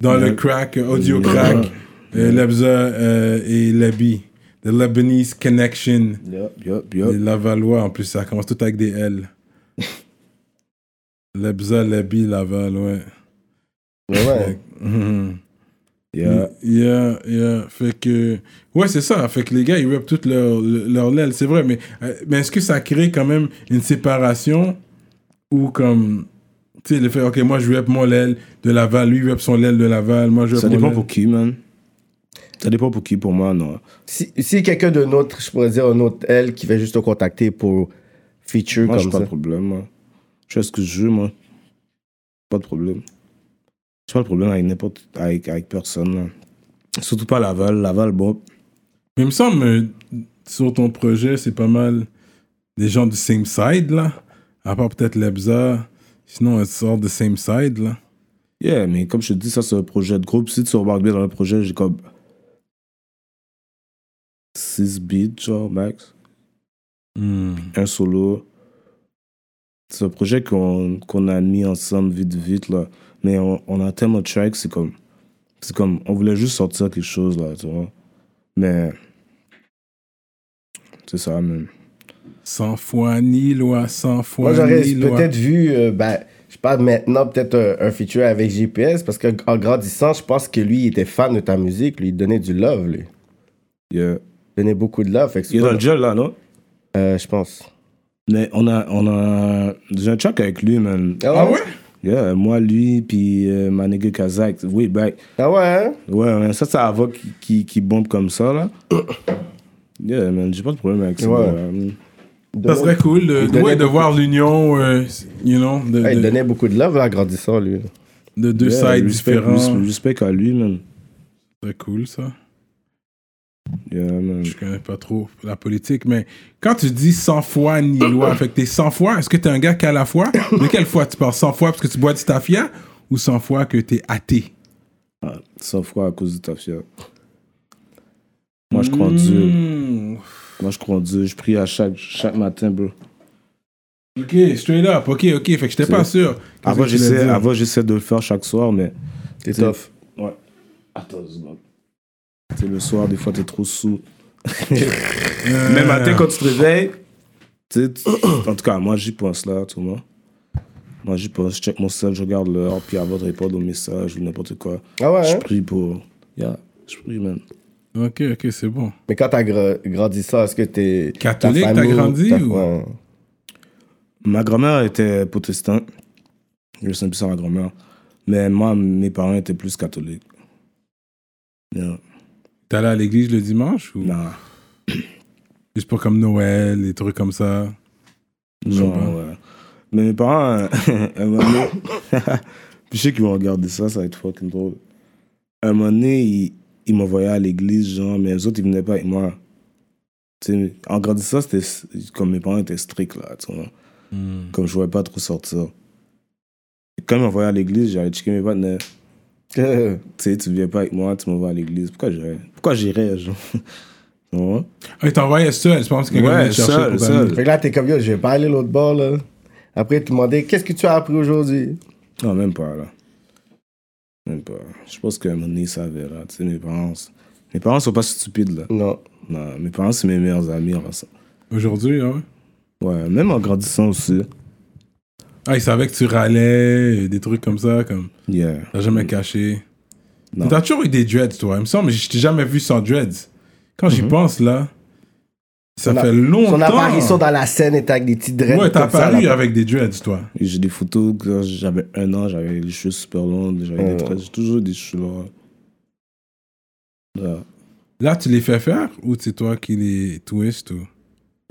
Dans le
Le-
crack, euh, audio crack, euh, Lebza euh, et Lebi. The Lebanese Connection.
Yup, yup,
Les
yup.
Lavalois, en plus, ça commence tout avec des L. Lebza, Lebi, Laval, ouais.
Mais ouais.
Mm-hmm.
Mhm.
Yeah.
Euh, Yeah, yeah. Fait que. Ouais, c'est ça. Fait que les gars, ils rappent toutes leurs leur l'aile, c'est vrai. Mais, euh, mais est-ce que ça crée quand même une séparation ou comme. Tu sais, le fait, ok, moi je rappe mon l'aile de Laval, lui il rappe son l'aile de Laval, moi je rappe
Ça
mon
dépend
l'aile.
pour qui, man. Ça dépend pour qui, pour moi, non.
Si, si quelqu'un de notre, je pourrais dire un autre L qui va juste te contacter pour feature
Moi, j'ai
comme
pas de
ça.
problème, moi. Je fais ce que je veux, moi. Pas de problème. J'ai pas de problème avec n'importe. avec, avec personne, là. Surtout pas Laval. Laval, bon.
Mais il me semble, euh, sur ton projet, c'est pas mal des gens du same side, là. À part peut-être Lebza. Sinon, elle sort de same side, là.
Yeah, mais comme je te dis, ça, c'est un projet de groupe. Si tu remarques bien dans le projet, j'ai comme. 6 beats, genre, max. un solo. C'est un projet qu'on qu'on a mis ensemble vite, vite, là. Mais on, on a tellement de tracks, c'est comme. C'est comme. On voulait juste sortir quelque chose, là, tu vois. Mais. C'est ça, même.
100 fois ni loi, 100 fois
Moi, j'aurais
ni loi.
peut-être vu, euh, ben, je parle maintenant, peut-être un, un feature avec GPS, parce qu'en grandissant, je pense que lui, il était fan de ta musique, lui, il donnait du love, lui.
Yeah.
Il donnait beaucoup de love, fait que c'est
Il est
pas-
dans le gel, là, non?
Euh, je pense.
Mais on a. On a J'ai un track avec lui, man.
Ah ouais?
Yeah, moi, lui, puis euh, ma nigga Kazakh. Oui, back.
Ah ouais, hein?
Ouais, man, ça, c'est Ava qui, qui, qui bombe comme ça, là. Yeah, man, j'ai pas de problème avec ça.
Ouais.
là.
Ça serait cool de,
Il donnait
ouais, de
beaucoup-
voir l'union, euh, you know, de,
Ah, il
de-
donnait beaucoup de love en grandissant, lui.
de deux
Yeah,
sides
respect-
différents.
res-
Ça
Respect à lui, man.
serait cool, ça.
Hmm. Yeah, man.
Je connais pas trop la politique, mais quand tu dis 100 fois ni loi, fait que t'es 100 fois, est-ce que t'es un gars qui a la foi De quelle fois tu parles 100 fois parce que tu bois du tafia ou 100 fois que t'es athée
Ah, Sans foi à cause de ta fière. Moi, je crois en Dieu.
Hmm.
Moi, je crois en Dieu. Je prie à chaque, chaque matin, bro.
Ok, straight up, ok, ok, fait que j'étais
C'est-
pas sûr. Qu'est-ce
Avant,
que tu voulais
j'essaie
dire?
avant, j'essaie de le faire chaque soir, mais.
T'es
C'est-
tough.
Ouais. Attends une seconde. C'est le soir, des fois, t'es trop sous.
Euh,
Même matin, quand tu te réveilles, tu sais, tu- en tout cas, moi, j'y pense là, tout le monde. Moi, j'y pense, je check mon sel, je regarde l'heure, puis avant de répondre au message ou n'importe quoi,
Ah ouais,
je
hein?
prie pour. Yeah, je prie, man.
Ok, ok, c'est bon.
Mais quand t'as gra- grandi ça, est-ce que t'es.
Catholique,
ta
t'as
famille,
grandi
ta-
ou-
ouais.
Ma grand-mère était protestante. Je sais plus ça, ma grand-mère. Mais moi, mes parents étaient plus catholiques. Yeah.
T'es allé à l'église le dimanche ou
Nah.
juste pour comme Noël, des trucs comme ça
Genre,
pas.
ouais. Mais mes parents, euh, à un moment donné, puis je sais qu'ils vont regarder ça, ça va être fucking drôle. À un moment donné, ils, ils m'envoyaient à l'église, genre, mais eux autres, ils venaient pas avec moi. Tu sais, en grandissant, c'était comme mes parents étaient stricts, là, tu vois. Comme je voulais pas trop sortir. Et quand ils m'envoyaient à l'église, j'allais checker mes partenaires.
Que-
Tu sais, tu viens pas avec moi, tu m'envoies à l'église. Pourquoi j'irais Pourquoi j'irais, genre Tu vois?
Ah, ils t'envoyaient seul, je pense que quelqu'un
Ouais,
venait te chercher
seul,
pour
seul.
t'amener.
Fait que là, t'es comme yo, je vais pas aller l'autre bord, là. Après, tu demandais, qu'est-ce que tu as appris aujourd'hui?
Non, même pas, là. Même pas. Je pense qu'à un moment donné, ils savaient, là. Tu sais, mes parents... Mes parents sont pas stupides, là.
Non.
Non, mes parents, c'est mes meilleurs amis. en passant.
Aujourd'hui, hein?
Ouais, même en grandissant aussi.
Ah, ils savaient que tu râlais, euh, des trucs comme ça, comme.
Yeah.
T'as jamais caché.
Non.
Mais T'as toujours eu des dreads, toi, il me semble, mais je t'ai jamais vu sans dreads. Quand j'y pense, là, ça
Son a-
fait longtemps.
Son apparition dans la scène était avec des petites dreads.
Ouais, t'as
comme ça,
apparu
là.
avec des dreads, toi.
Et J'ai des photos quand j'avais un an, j'avais les cheveux super longs, j'avais
Ouais.
des traits. J'ai toujours des cheveux longs. Là.
Là, tu les fais faire ou c'est toi qui les twist ou.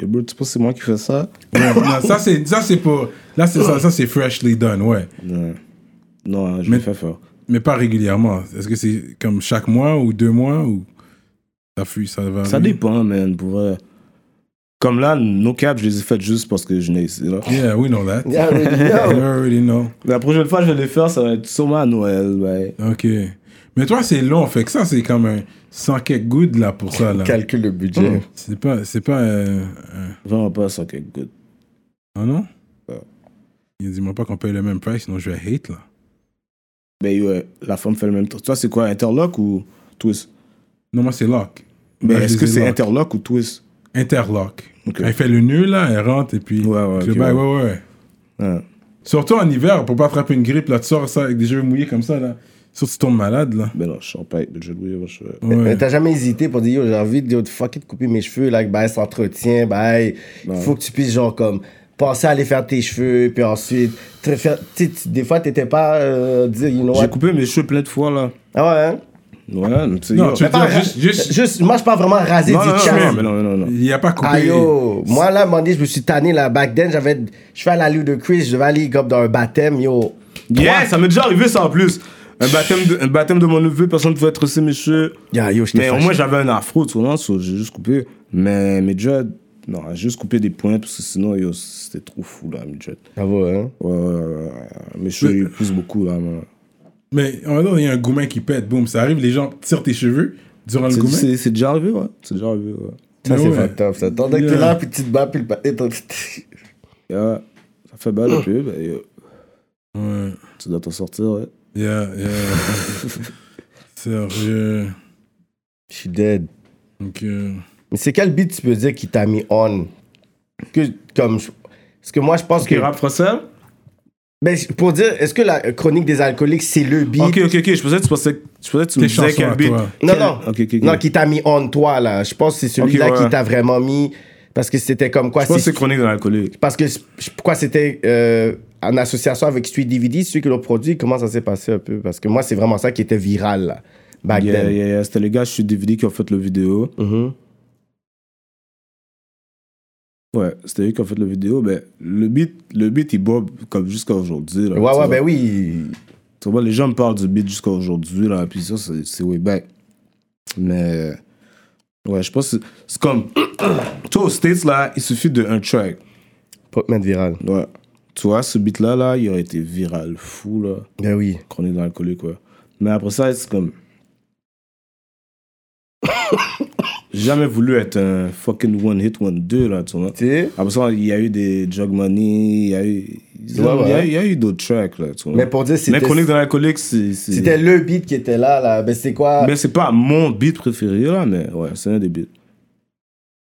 Et bro, tu penses que c'est moi qui fais ça?
Ouais, non, ça, c'est ça, c'est pour. Là, c'est ça, ça, c'est freshly done, ouais.
Non. Non, hein, je
Mais-
le fais faire.
Mais pas régulièrement. Est-ce que c'est comme chaque mois ou deux mois ou. Ça fuit, ça va.
Ça dépend, man, pour vrai. Comme là, nos caps, je les ai faites juste parce que je n'ai ici, là.
Yeah, we know that.
Yeah, really,
We
yo.
already know.
La prochaine fois, je vais les faire, ça va être sûrement à Noël, ouais.
Ok. Mais toi, c'est long, fait que ça, c'est comme un 100 quelques good là pour ça. là.
Calcule le budget.
Mm,
C'est pas. C'est pas. euh, euh,
Vraiment pas ça quelque good.
Ah non?
Ouais.
Il dis-moi pas qu'on paye le même price, sinon je vais hate là.
Ben ouais, la femme fait le même truc. Toi, c'est quoi, interlock ou twist
Non, moi, c'est lock.
Mais
Là, Bah, je
est-ce que
les ai
c'est
lock.
interlock ou twist
Interlock.
Ok.
Elle fait le nœud là, elle rentre et puis.
Ouais, ouais,
le
ok,
bail,
ouais.
ouais, ouais, ouais.
Hein.
Surtout en hiver, pour pas attraper une grippe, là, tu sors ça avec des cheveux mouillés comme ça, là. Surtout tu tombes malade, là.
Ben non, je sors pas avec le jeu de Wii, moi, je-
Mais
Ouais.
T'as jamais hésité pour dire, yo, j'ai envie de, yo, de fucking couper mes cheveux, là, que, ben, ça entretient, ben, il faut que tu puisses, genre, comme, penser à aller faire tes cheveux, puis ensuite, te faire, tu sais, tu- des fois, t'étais pas, euh, dire, you know
J'ai
what.
coupé mes cheveux plein de fois, là.
Ah ouais, hein?
Ouais, mais tu sais,
Non,
yo-
tu veux
Pas
dire juste.
juste...
juste-
moi, je suis pas vraiment rasé
non, non,
du
non,
chest.
non, mais non, mais non, non. oh.
Il n'y a pas coupé.
Ah yo, moi là, à un moment donné, je me suis tanné là, back then, j'avais, je fais à la lieu de Chris, je devais aller comme dans un baptême, yo.
Yeah, ça m'est déjà arrivé, ça, en plus. Un baptême de, un baptême de mon neveu, personne ne pouvait tresser mes cheveux.
Yeah, yo, j'étais
Mais au
fâché.
moins, j'avais un afro, tu vois, so, j'ai juste coupé. Mais mes dreads, non, j'ai juste coupé des points, parce que sinon, yo, c'était trop fou, là, mes dreads.
Ça va, hein?
Ouais, ouais, ouais, ouais. Mes cheveux, ils poussent beaucoup, là, man.
Mais en même temps, il y a un goumin qui pète, boum, ça arrive, les gens tirent tes cheveux durant le
C'est-
goumin.
C'est c'est déjà arrivé, ouais. C'est déjà arrivé, ouais.
Ça, c'est
ouais.
fucked up, ça. T'entends que t'es
Yeah.
là, puis tu te bats, puis le pa- et t'en-
Yeah. Ça fait mal un peu, mais yo,
Ouais.
tu dois t'en sortir, ouais.
Yeah, yeah. Sérieux. euh,
Je suis dead.
Ok.
Mais c'est quel beat tu peux dire qui t'a mis on que, comme, je- Parce que moi, je pense que.
Ok, rap français
Ben, je- pour dire, est-ce que la chronique des alcooliques, c'est le beat
Ok, ok, ok. Je pensais que tu, pensais, je pensais que tu me
Tes
disais
chansons
quel
à
beat.
toi.
Non,
Quel-
non.
Ok, ok, ok.
Non, qui t'a mis on, toi, là. Je pense que c'est celui-là
Ok, ouais.
qui t'a vraiment mis. Parce que c'était comme quoi
Je pense que
c'est-
c'est chronique dans l'alcoolique.
Parce que je- pourquoi c'était euh, en association avec Street DVD, celui qui l'ont produit, comment ça s'est passé un peu Parce que moi, c'est vraiment ça qui était viral, là, back
Yeah,
then.
yeah, yeah. C'était les gars, je suis DVD qui ont fait le vidéo.
Mhm.
Ouais, c'était eux qui ont fait le vidéo. Ben, le beat, le beat il bob comme jusqu'à aujourd'hui. là,
Ouais,
tu
ouais,
vois.
ben oui.
Tu vois, les gens me parlent du beat jusqu'à aujourd'hui, là, puis ça, c'est c'est way back. Mais, ouais, je pense que c'est- c'est comme. Toi, aux States, là, il suffit de un track.
Pour te mettre viral.
Ouais. Tu vois, ce beat-là, là, il aurait été viral fou, là,
Ben oui.
qu'on est dans l'alcoolique, ouais. Mais après ça, c'est comme. J'ai jamais voulu être un fucking one-hit, one-deux, là, tu vois.
Tu sais
Après ça, il y a eu des Jug Money, il y a eu. ils
Ouais,
ont-
ouais.
Il y a, il y a eu d'autres tracks, là, tu vois.
Mais pour dire, c'était-
Mais Chronique de l'alcoolique, c'est. c'est-
C'était le beat qui était là, là. Ben c'est quoi
Mm. Mais c'est pas mon beat préféré, là, mais ouais, c'est un des beats.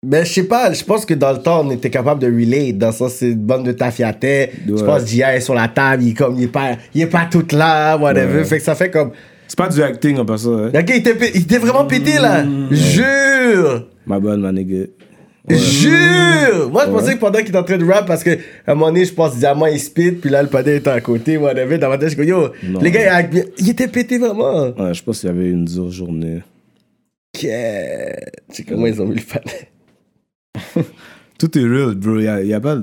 Ben je sais pas, je pense que dans le temps, on était capable de relate. Dans le sens, c'est une bande de tafiatais. Je
Ouais.
pense Dia est sur la table, il est comme, il est pas, il est pas tout là, whatever.
Ouais.
Fait que ça fait comme.
C'est pas du acting en passant, hein.
Le gars, il était, pé- il était vraiment pété, là.
Mm.
Jure!
Ma bonne, ma nigga.
Jure! Moi, je pensais
Ouais.
que pendant qu'il était en train de rap, parce que à un moment donné, je pense Diamant il spit, puis là, le padel était à côté, whatever. Dans ma tête, je dis, yo,
Non.
les gars, il, a- il était pété vraiment.
Ouais, je pense qu'il y avait une dure journée.
Ok. Tu sais comment ils ont mis le padel.
Tout est real, bro. Y a, y a pas.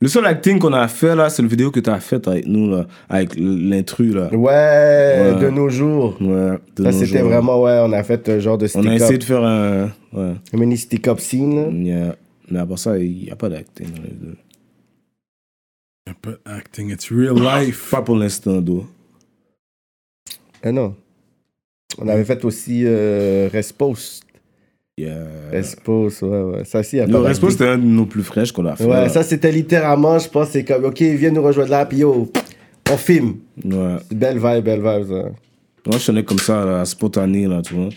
Le seul acting qu'on a fait, là, c'est le vidéo que t'as fait avec nous, là. Avec l'intrus, là.
Ouais, de nos jours.
Ouais. de
Ça,
nos
c'était
jours.
vraiment, ouais, on a fait un genre de
On a
stick-up.
essayé de faire un. Ouais.
Un mini stick-up scene. là.
Yeah. Mais à part ça, il n'y a pas d'acting dans les deux.
Y a pas acting, it's real life.
Pas pour l'instant, d'où.
Ah non. On avait fait aussi euh, Respost.
Yeah.
Respost, ouais, ouais. Ça, si, il y a
euh, Le
pas
Respo,
d'acting.
c'était un de nos plus fraîches qu'on a fait.
Ouais,
là.
ça, c'était littéralement, je pense, c'est comme, ok, viens nous rejoindre là, puis yo, on filme.
Ouais.
C'est Belle vibe, belle vibe, ça.
Moi, je sonnais comme ça, là, spontané, là, tu vois.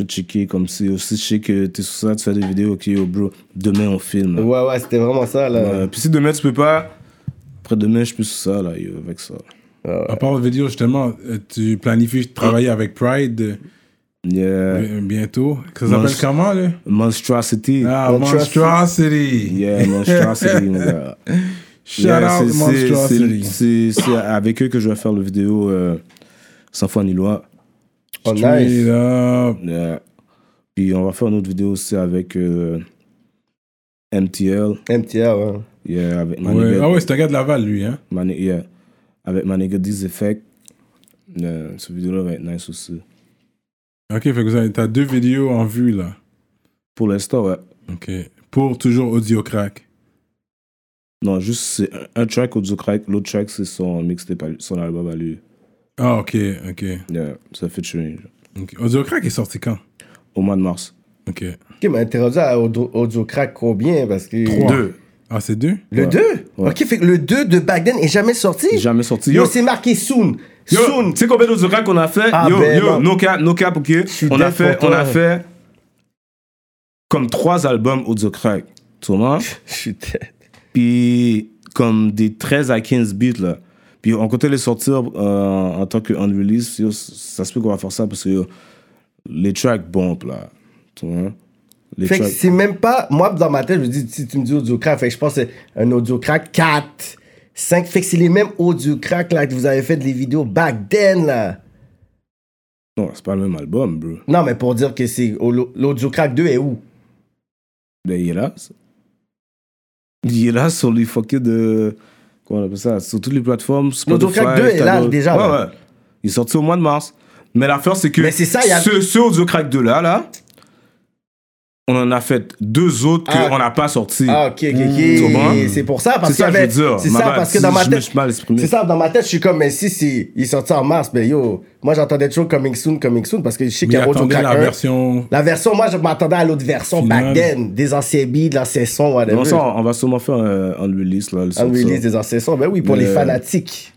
Je checker comme si aussi, je sais que t'es sur ça, tu fais des vidéos, ok, yo, bro, demain on filme. là.
Ouais, ouais, c'était vraiment ça, là.
Ouais, Puis si demain tu peux pas, après demain je suis plus sur ça, là, yo, avec ça.
À part la vidéo, justement, euh, tu planifies de
Ah.
travailler avec Pride euh,
Yeah.
euh, bientôt. Ça
Moi,
s'appelle
je-
comment, là
Monstrosity.
Ah,
Monstrosity.
Monstrosity.
Yeah, Monstrosity, mon gars.
Shout
Yeah,
out
c'est- c'est-
Monstrosity.
c'est- C'est c'est avec eux que je vais faire le vidéo euh, Sans foi ni loi.
Oh,
Straight
nice.
up.
Yeah. Puis on va faire une autre vidéo aussi avec euh, MTL.
MTA, ouais.
Yeah, avec ma
Ouais.
nigga-
Ah ouais, c'est un gars de Laval, lui, hein.
Ma ni- yeah. Avec ma nigga Diz Effect. Euh, ce vidéo-là va être nice aussi.
Ok, fait que vous avez- t'as deux vidéos en vue, là.
Pour l'instant, ouais.
Ok. Pour toujours Audio Crack.
Non, juste c'est un, un track audio crack, l'autre track c'est son mixtape, à lui- son album à lui.
Ah, ok, ok.
Yeah, ça fait tuer.
Ok. Audio Crack est sorti quand
Au mois de mars.
Ok.
Ok, mais interrompu à Audio, Audio Crack combien Parce que.
Trois.
Deux.
Ah, c'est deux
Le
Ouais.
2
Ouais.
Ok, fait que le 2 de Back Then est jamais sorti.
Jamais sorti.
Yo,
Yo,
c'est marqué soon.
yo,
Soon.
tu sais combien d'autres crack qu'on a fait
Ah,
Yo,
ben,
yo,
non.
no cap, no cap, ok.
suis
On a
dead
fait,
pour
on
toi.
a fait comme trois albums audio crack. Tu vois
Je suis tête.
Puis comme des 13 à 15 beats là. Puis on comptait les sortir euh, en tant que unrelease. Yo, ça se peut qu'on va faire ça parce que yo, les tracks bombent là. Tu vois Les
Fait que
tracks-
c'est même pas. Moi, dans ma tête, je me dis, si tu me dis Audio Crack, fait que je pense que c'est un Audio Crack 4, 5. Fait que c'est les mêmes Audio Crack, là, que vous avez fait des vidéos Back Then, là.
Non, c'est pas le même album, bro.
Non, mais pour dire que c'est. oh, L'Audio Crack 2 est où
Ben, il est là. Il est là sur les fucking de. Comment on appelle ça Sur toutes les plateformes.
L'Audio
Spotify,
Crack 2 est
t'as
là,
d'autres-
déjà,
Ouais,
là.
ouais. Il est sorti au mois de mars. Mais l'affaire, c'est que.
Mais c'est ça, il y a-
Ce, ce Audio Crack 2 là, là. on en a fait deux autres
Ah.
qu'on n'a pas sortis.
Ah, ok, ok,
Tu comprends?
ok. C'est pour ça, parce
C'est ça
qu'il
que
y
je veux
avait-
dire.
C'est
Ma
ça,
bad,
parce que
si
dans ma
je me
tête.
suis mal exprimé.
C'est ça, dans ma tête, je suis comme, mais si, si il est sorti en mars, mais yo, moi j'entendais toujours Coming Soon, Coming Soon, parce que je sais qu'il
Mais
y a autre
attendez la
cracker.
version.
La version, moi je m'attendais à l'autre version
Finale.
back then, des anciens beats, de l'ancien son, whatever.
Bon, ça, on on va sûrement faire euh, un release là. le
Un
sort,
release
ça.
des anciens sons, ben oui, pour les
Euh,
fanatiques.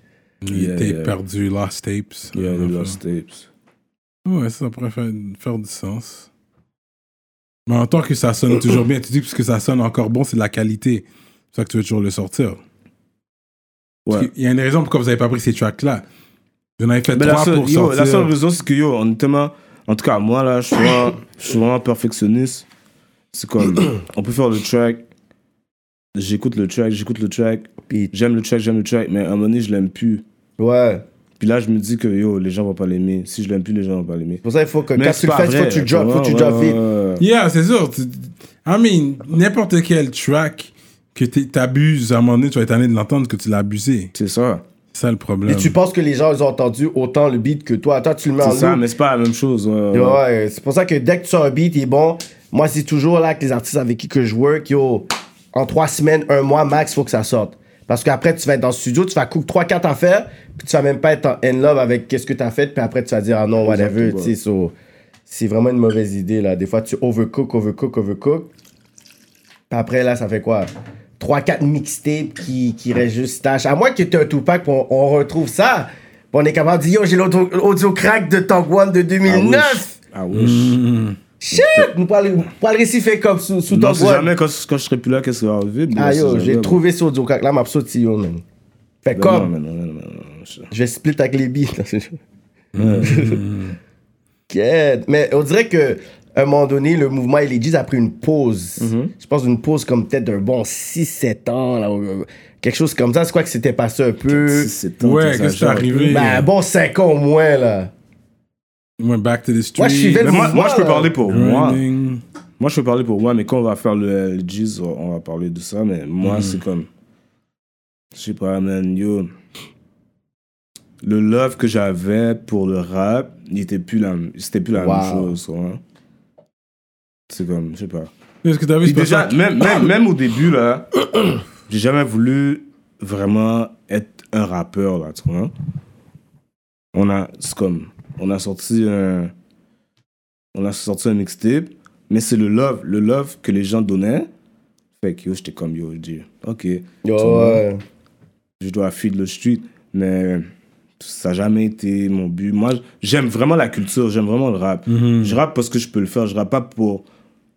Il
Yeah,
était
yeah.
perdu, Lost Tapes. Ah,
Yeah, the Lost Tapes.
Ouais, ça pourrait faire, faire du sens. Mais en tant que ça sonne toujours bien, tu dis que parce que ça sonne encore bon, c'est de la qualité. C'est pour ça que tu veux toujours le sortir. Parce
Ouais.
qu'il y a une raison pourquoi vous n'avez pas pris ces tracks-là. J'en avais fait
Ben, la,
trois
seule,
pour
yo,
sortir.
la seule raison, c'est que yo, on est tellement. En tout cas, moi là, je suis vraiment, je suis vraiment perfectionniste. C'est comme. on peut faire le track. J'écoute le track, j'écoute le track.
Puis,
J'aime le track, j'aime le track, mais à un moment donné, je l'aime plus.
ouais.
Puis là, je me dis que yo, les gens vont pas l'aimer. Si je l'aime plus, les gens vont pas l'aimer.
C'est pour ça qu'il faut que
Mais
quand
c'est
tu le
pas
fais,
vrai,
faut que tu drop, faut que tu
ouais,
drop
ouais,
vite.
ouais, ouais.
Yeah, c'est sûr. tu- I mean, n'importe quel track que t'es- t'abuses, à un moment donné, tu vas être tanné de l'entendre que tu l'as abusé.
C'est ça.
C'est ça le problème.
Et tu penses que les gens, ils ont entendu autant le beat que toi. Toi, tu le mets en
C'est ça,
loop.
mais c'est pas la même chose. ouais,
Yo,
ouais.
ouais, c'est pour ça que dès que tu as un beat, il est bon. Moi, c'est toujours là que les artistes avec qui que je work, yo, en trois semaines, un mois max, faut que ça sorte. Parce qu'après, tu vas être dans le studio, tu vas cook 3-4 affaires, puis tu vas même pas être en in love avec qu'est-ce que tu as fait, puis après, tu vas dire, ah non, whatever,
Exactement.
tu sais, so, c'est vraiment une mauvaise idée, là. Des fois, tu overcook, overcook, overcook. Puis après, là, ça fait quoi? 3-4 mixtapes qui, qui restent juste tâche. À moins que tu aies un Tupac, puis on, on retrouve ça. Puis on est capable de dire, yo, j'ai l'audio audio crack de Tank One de
I wish.
2009.
I wish.
Shit! Nous parlons ici fait comme sous, sous
Non,
ton
c'est
boîte.
jamais quand, quand je serai plus là qu'est-ce qui va arriver. mais
Ah
c'est
yo,
jamais,
j'ai
mais-
trouvé sur du Là, m'a sauté yo, man. Fait
Ben
comme,
non, mais non, mais non, mais non, mais non, je-
je vais split avec les billes. Quête. Mais on dirait que, à un moment donné, le mouvement Elegies a pris une pause.
Mm-hmm.
Je pense une pause comme peut-être d'un bon 6-7 ans, là, ou, euh, quelque chose comme ça. C'est quoi que c'était passé un peu?
Si c'est tant,
Ouais,
ça
qu'est-ce qui est
gère.
arrivé?
Ben, un bon 5 ans au moins, là.
Went back to the street.
Moi, je suivais le
Mais moi, moi, je peux
Voilà.
parler
euh,
pour moi.
Grinding.
Moi, je peux parler pour moi, mais quand on va faire le le G's, on on va parler de ça. Mais moi, c'est comme. Je sais pas, man, yo. Le love que j'avais pour le rap, il était plus la, c'était plus la même
Wow.
chose. ouais. C'est comme, je sais pas.
Est-ce que t'as vu
Puis
ce
déjà,
passage?
même, même, même au début, là, j'ai jamais voulu vraiment être un rappeur, là, tu vois. On a, c'est comme, on a sorti un, on a sorti un mixtape, mais c'est le love, le love que les gens donnaient. Fait que yo, j'étais comme, yo, je dis, ok,
Yo, euh,
Tout le monde.
ouais.
je dois feed le street, mais ça n'a jamais été mon but. Moi, j'aime vraiment la culture, j'aime vraiment le rap. Je rappe parce que je peux le faire, je rappe pas pour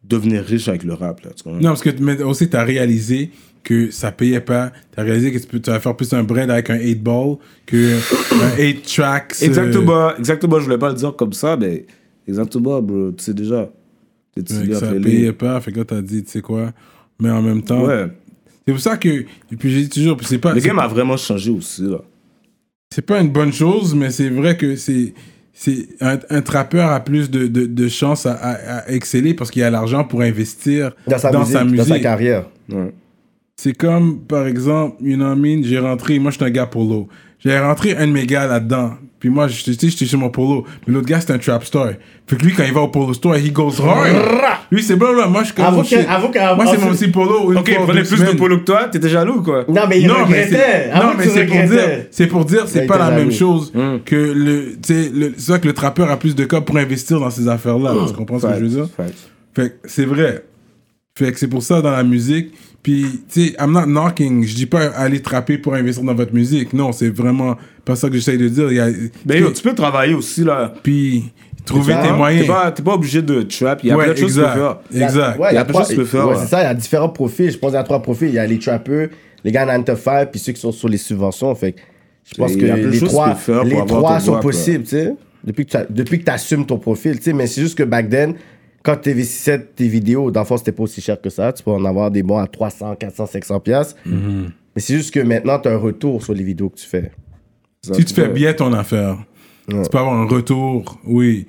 devenir riche avec le rap, là, tu comprends?
Non, parce que mais aussi, t'as réalisé que ça payait pas. T'as réalisé que tu, peux, tu vas faire plus un bread avec un 8-ball que un euh, 8-track.
Exactement, exactement, je voulais pas le dire comme ça, mais exactement, bro, tu sais déjà. T'es petit gars,
ça
fais-le.
payait pas. Fait que là, t'as dit, tu sais quoi. Mais en même temps,
Ouais.
c'est pour ça que. Et puis, j'ai dit toujours, puis c'est pas.
Le
Ah, c'est
game a vraiment changé aussi, là.
c'est pas une bonne chose, mais c'est vrai que c'est. c'est un, un trappeur a plus de, de, de chances à, à- à exceller parce qu'il a l'argent pour investir
Dans sa musique, dans sa carrière.
Ouais.
C'est comme, par exemple, you know what I mean, j'ai rentré, moi je suis un gars polo. J'ai rentré un de mes gars là-dedans. Puis moi, je- tu sais, j'étais chez mon polo. Mais l'autre gars, c'est un trap store. Fait que lui, quand il va au polo store, he goes hard. Lui, c'est blablabla. Moi, je suis comme.
Avoue
oh, shit.
que- avoue que-
Moi, c'est
avoue-
mon petit polo. une
Ok,
fois
il
en
prenait
deux
plus de
semaines.
polo que toi, t'étais jaloux ou quoi?
Non, mais il
Non, mais
regrettait.
c'est, non,
Avoue
mais
que tu
c'est pour dire,
regrettais.
c'est pour dire,
Il
c'est pas
était
la même
jaloux.
chose
Hmm.
que le, tu sais, le- c'est vrai que le trappeur a plus de cas pour investir dans ces affaires-là.
Hmm.
Tu comprends ce que je veux dire?
Fact.
Fait que c'est vrai. Fait que c'est pour ça dans la musique. Puis, tu sais, I'm not knocking. Je dis pas aller trapper pour investir dans votre musique. Non, c'est vraiment pas ça que j'essaye de dire. Il y a-
Ben
Mais yo, tu peux travailler aussi, là.
Puis, trouver
Hein?
tes moyens.
T'es pas, t'es pas obligé de trap, il y a
Ouais,
plein de choses à
exact.
faire.
Et- Exact.
Ouais,
Il y a
a
plein de
trois-
choses que tu peux faire,
ouais,
ouais.
c'est ça, il y a différents profils. Je pense qu'il y a trois profils. Il y a les trappeurs, les gars 9 to 5, puis ceux qui sont sur les subventions. Fait que je pense
Il y
que
a plein de
les
choses
trois,
qu'il faut faire pour
les
avoir
trois
ton
sont
droit, quoi.
possibles, tu sais. Depuis que tu as- depuis que assumes ton profil, tu sais. Mais c'est juste que back then, quand tu investissais tes vidéos, dans le fond, c'était pas aussi cher que ça. Tu peux en avoir des bons à 300, 400, 500 piastres.
Mhm.
Mais c'est juste que maintenant, tu as un retour sur les vidéos que tu fais.
Si tu fais bien ton affaire, tu peux avoir un retour, oui,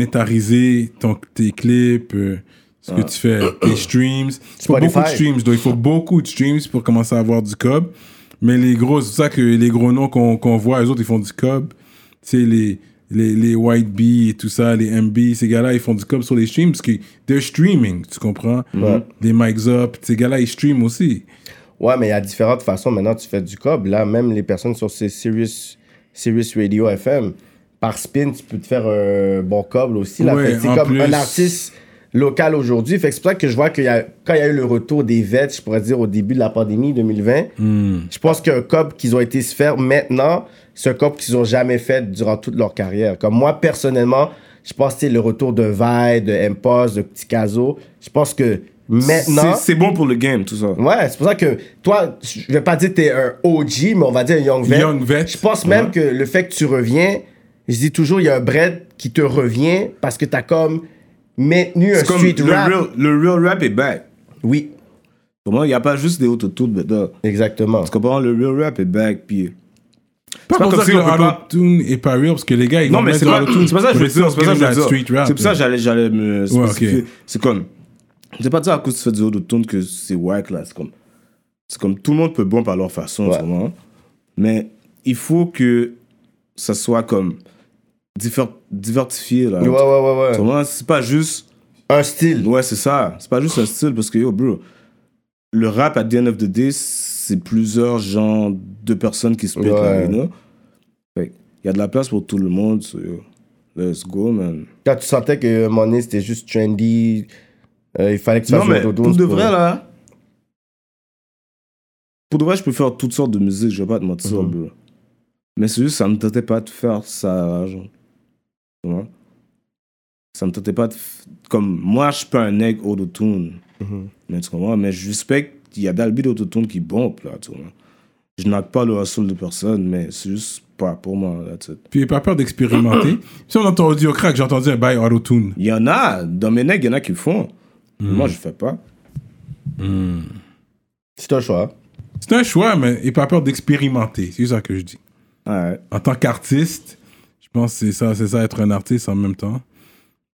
monétariser ton, tes clips, euh, ce que tu fais, tes streams. Il faut
Spotify.
beaucoup de streams, donc il faut beaucoup de streams pour commencer à avoir du cob. Mais les gros, c'est pour ça que les gros noms qu'on qu'on voit, les autres, ils font du cob. C'est les les, les White Bee et tout ça, les MB, ces gars-là, ils font du com sur les streams parce que they're streaming, tu comprends? Les mics up, ces gars-là, ils streament aussi.
Ouais, mais il y a différentes façons. Maintenant, tu fais du cob. Là, même les personnes sur ces Sirius, Sirius Radio FM, par spin, tu peux te faire un bon cob aussi. Là,
Ouais,
Fait que c'est
en
comme
plus.
un artiste local aujourd'hui. Fait que c'est pour ça que je vois qu'il y a, quand il y a eu le retour des vets, je pourrais dire au début de la pandémie 2020,
Hmm.
je pense qu'un cob qu'ils ont été se faire maintenant, c'est un cob qu'ils ont jamais fait durant toute leur carrière. Comme moi, personnellement, je pense que c'est le retour de Vaille, de M-Post, de Petit Caso. Je pense que maintenant.
C'est- C'est bon pour le game, tout ça.
Ouais, c'est pour ça que toi, je vais pas dire que t'es un OG, mais on va dire un young vet.
Young vet.
Je pense même que le fait que tu reviens, je dis toujours, il y a un bread qui te revient parce que t'as comme maintenu un
C'est comme
street
le,
rap.
Real, le real rap est back.
Oui,
Pour moi, il n'y a pas juste des autotunes, mais là,
exactement.
tu comprends, le real rap est back, puis...
Pas
pas
pour
comme
ça
si
que le
on peut pas-
auto-tune est pas real parce que les gars, ils
Non,
vont
mais
mettre
c'est
du
pas,
auto-tune.
c'est pas ça que je
Mais
veux dire. C'est pour ça que je
c'est
veux
street
dire.
rap.
C'est pour ça
là.
que j'allais, j'allais me
Ouais,
spécifier.
ok.
C'est comme. Je vais pas dire à cause que tu fais du autotune que c'est whack là. C'est comme. C'est comme tout le monde peut bon par leur façon en
Ouais.
ce moment. hein. Mais il faut que ça soit comme. diffé- diversifié là.
Ouais, ouais, ouais, ouais.
Vraiment, c'est pas juste.
Un style.
Ouais, c'est ça. C'est pas juste un style parce que yo, bro. Le rap, at the end of the day, c'est plusieurs genres de personnes qui se pètent là,
Ouais.
you know? Fait que, y a de la place pour tout le monde. so, yo, let's go, man.
Quand tu sentais que mon nez, c'était juste trendy, euh, il fallait que tu
Non,
fasses
mais
une auto-tune
pour de vrai, là. Pour de vrai, je peux faire toutes sortes de musique, je vais pas te mentir,
Mhm.
bro. Mais c'est juste, ça me tentait pas de faire ça, genre. Tu vois? Ça me tentait pas de. f- Comme moi, je suis pas un nègre autotune.
Mhm.
Mais tu comprends? Mais je respecte, il y a d'albi d'autotune qui bombe, là, tu vois? Je n'attaque pas le hustle de personne, mais c'est juste pas pour moi, là, tu
Puis pas peur d'expérimenter. si on entend audio crack, j'ai entendu un bail auto-tune.
Il y en a, dans mes nègres, il y en a qui font. Moi,
Mhm.
je fais pas.
C'est un choix. hein.
C'est un choix, mais et pas peur d'expérimenter. C'est ça que je dis.
Ouais.
en tant qu'artiste, je pense que c'est ça, c'est ça être un artiste en même temps.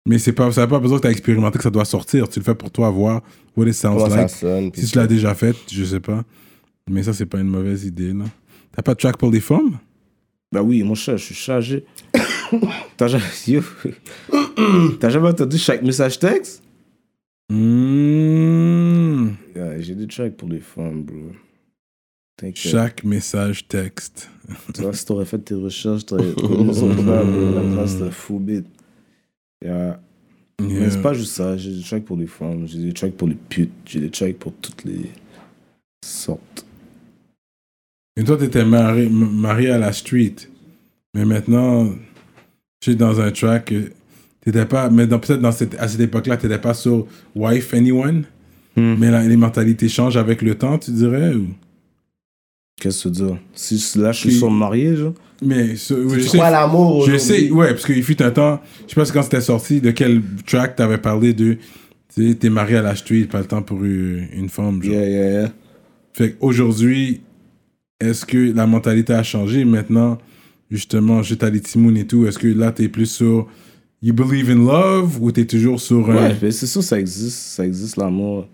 Mais c'est pas, ça n'a pas besoin que tu expérimenté que ça doit sortir. Tu le fais pour toi, voir what it sounds
Comment ça
like.
sonne. puis
si tu l'as déjà fait, je sais pas. Mais ça, c'est pas une mauvaise idée, là. T'as pas de track pour les femmes
Bah oui, mon chat, je suis chargé. T'as jamais... Yo. T'as jamais entendu chaque message texte
Mmh.
Yeah, J'ai des tracks pour les femmes, bro. T'inquiète.
Chaque message texte.
Toi, si t'aurais fait tes recherches, t'aurais connu son frère, bro. La trace de fou bit. Yeah. Mais
Yeah.
c'est pas juste ça. J'ai des tracks pour les femmes, j'ai des tracks pour les putes, j'ai des tracks pour toutes les sortes.
Et toi, t'étais marié, m- marié à la street. Mais maintenant, tu es dans un track. euh, T'étais pas. Mais dans- peut-être dans cette, à cette époque-là, t'étais pas sur Wife Anyone. Mais la- les mentalités changent avec le temps, tu dirais ou-
Qu'est-ce que tu veux dire Si là, je suis
Puis-
sur marié, genre.
Mais ce- oui, je
Tu
sais.
crois à l'amour
Je
aujourd'hui.
sais, ouais, parce qu'il fut un temps. Je sais pas si quand c'était sorti, de quel track t'avais parlé de. Tu sais, t'es marié à la street, pas le temps pour euh, une femme. Genre.
Yeah, yeah, yeah.
Fait qu'aujourd'hui, est-ce que la mentalité a changé maintenant, justement, j'étais à les timounes et tout, est-ce que là, t'es plus sur You believe in love ou t'es toujours sur euh, un-
Ouais, mais c'est sûr, ça existe. Ça existe, l'amour.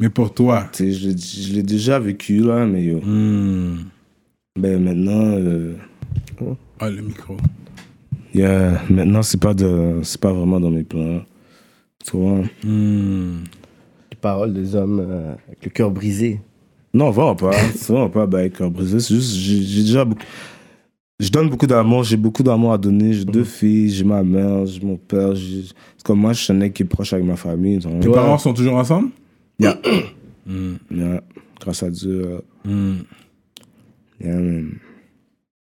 Mais pour toi.
Tu sais, je l'ai- je l'ai déjà vécu là, mais yo.
Hmm.
Ben maintenant, euh,
Ah, le micro.
y a- maintenant c'est pas de, c'est pas vraiment dans mes plans. Tu vois.
Hmm.
Les paroles des hommes euh, avec le cœur brisé.
Non, vraiment pas. c'est vraiment pas avec cœur brisé. C'est juste, j'ai j'ai déjà beaucoup. Je donne beaucoup d'amour, j'ai beaucoup d'amour à donner. J'ai deux filles, j'ai ma mère, j'ai mon père. j'ai- C'est comme moi, je suis un mec qui est proche avec ma famille. donc-
Tes parents sont toujours ensemble
Yeah.
Hmm.
Yeah. Grâce à Dieu.
Hmm.
euh, yeah, man.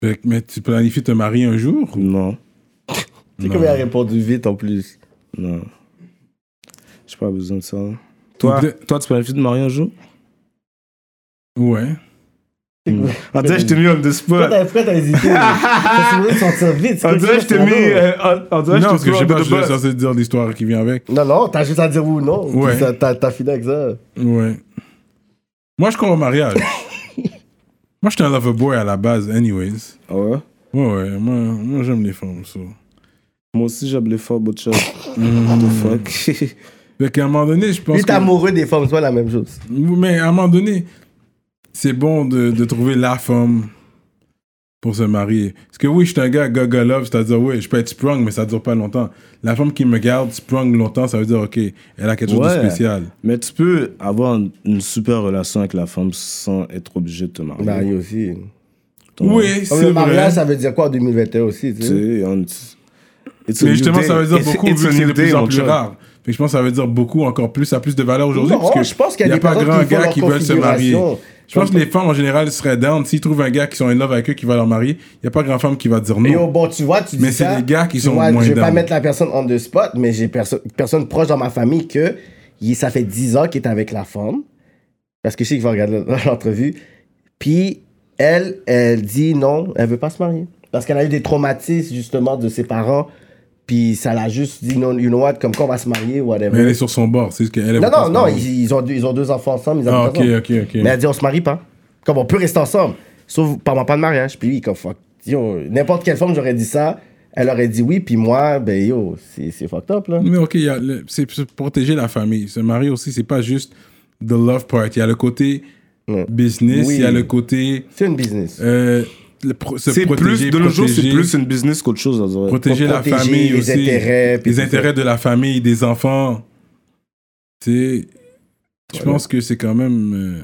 Fait que- mais tu planifies te marier un jour ou-
Non,
Tu sais comme il a répondu vite en plus.
non. J'ai pas besoin de ça. Toi,
Vous êtes-
toi tu planifies de marier un jour
Ouais.
En tout cas, je t'ai mis on
Pourquoi
the spot.
t'as- pourquoi t'as hésité T'as voulu sortir vite. c'est
On
quoi
dirait
le
que je t'ai
ton
mis.
nom, là?
euh, On on dirait
Non,
que
parce que je sais pas, je
je
suis censé dire l'histoire qui vient avec.
Non, non, t'as juste à dire oui ou non.
Ouais.
Puis t'as- T'as t'as fini avec ça.
Ouais. Moi, je crois au mariage. Moi, j'étais un lover boy à la base, anyways.
Ah Ouais.
Ouais, ouais, moi, moi j'aime les femmes, ça.
Moi aussi, j'aime les femmes, autre chose.
Hmm.
What the fuck.
Fait qu'à un moment donné, je pense
Lui, t'es
que...
amoureux des femmes, c'est pas la même chose.
Mais à un moment donné, c'est bon de, de trouver la femme pour se marier. Parce que oui, je suis un gars gaga love, c'est-à-dire, oui, je peux être sprung, mais ça dure pas longtemps. La femme qui me garde sprung longtemps, ça veut dire, OK, elle a quelque chose de
Ouais.
spécial.
Mais tu peux avoir une- une super relation avec la femme sans être obligé de te marier.
Bah,
Marié aussi.
Ton-
Oui,
Comme
c'est
le
vrai.
mariage, ça veut dire quoi en 2021 aussi, tu
Tu
sais?
sais, on- it's a
Mais
new
justement,
day.
ça veut dire
It's-
beaucoup,
it's
vu
a
que c'est
new
de
day,
plus en
mon
plus
chum.
rare. Fait que je pense que ça veut dire beaucoup, encore plus, ça a plus de valeur aujourd'hui.
Non,
parce que
je pense qu'il y a
y
des
pas
personnes
grand
qui font
gars
leur
qui veulent se marier.
configuration.
Je pense que les femmes, en général, seraient down. S'ils trouvent un gars qui sont in love avec eux, qui va leur marier, il n'y a pas grand femme qui va dire non.
Et oh, bon, tu vois, tu dis
Mais c'est
ça,
les gars qui
tu
sont
vois,
moins
Je vais pas
down.
mettre la personne on the spot, mais j'ai perso- personne proche dans ma famille que il- ça fait 10 ans qu'il est avec la femme. Parce que je sais qu'il va regarder l'entrevue. Puis, elle, elle dit non, elle veut pas se marier. Parce qu'elle a eu des traumatismes, justement, de ses parents. Puis, ça l'a juste dit non, you know what, comme quoi on va se marier, whatever.
Mais elle est sur son bord. C'est ce qu'elle
non, non, non, ils, ils ont deux, ils ont deux enfants ensemble. Ils
Ah,
habitent
ok,
ensemble.
ok, ok.
Mais elle dit, on se marie pas. Comme on peut rester ensemble. Sauf par moi, pas de mariage. Puis lui, comme fuck. Yo, n'importe quelle femme, j'aurais dit ça. Elle aurait dit oui. Puis moi, ben yo, c'est c'est fucked up, là.
Mais ok, il y a le- c'est c'est protéger la famille. Se marier aussi, c'est pas juste the love part. Il y a le côté
Ouais.
business, il
Oui.
y a le côté
C'est une business.
euh, le pro- se
C'est
protéger,
plus, de nos jours, c'est
protéger,
plus une business qu'autre chose. on dirait.
protéger
Pour
la
protéger
famille
les
aussi.
intérêts, puis
les
tout ça.
intérêts de la famille, des enfants. Tu sais, je pense que c'est quand même euh,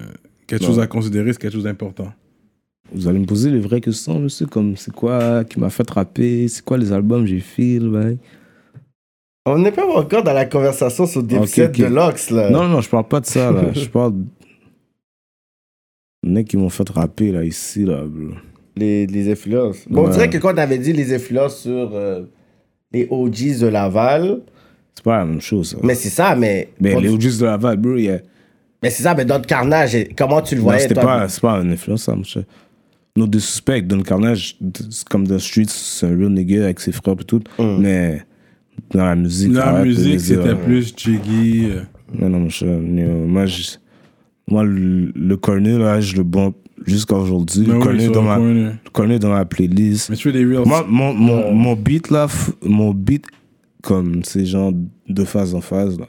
quelque chose à considérer, c'est quelque chose d'important.
Vous allez me poser les vraies questions, monsieur, comme c'est quoi qui m'a fait rapper, c'est quoi les albums que j'ai fait, le bail.
On n'est pas encore dans la conversation sur le déficit
Ok, ok.
de l'Ox, là.
Non, non, je parle pas de ça, là. je parle. Les mecs qui m'ont fait rapper, là, ici, là, bro.
Les, les influences. Bon, on
Ouais.
dirait que quand on avait dit les influences sur euh, les OGs de Laval,
C'est pas la même chose, ça.
mais c'est ça, mais.
Mais
quand
les
tu-
OGs de Laval, bro, yeah.
mais c'est ça, mais dans le carnage, et comment tu le
Non,
voyais,
c'était
toi?
pas, c'est pas un influence, ça, monsieur. Nos deux suspects, Don Carnage, c'est comme The Streets, c'est un real nigga avec ses frères et tout.
Mm.
Mais dans la musique,
La
arrête de
musique,
niaiser,
c'était
là.
plus jiggy. euh,
Non, non, monsieur, non, euh, moi, je- moi, le, le cornet, là, je le bombe jusqu'à aujourd'hui.
mais
Le
Ben oui,
cornet
sur
dans,
le
ma-
coin, là.
le cornet dans ma playlist.
Mais tu fais des reels.
Moi, mon, mon, mon beat, là, f- mon beat, comme ces gens de phase en phase, là.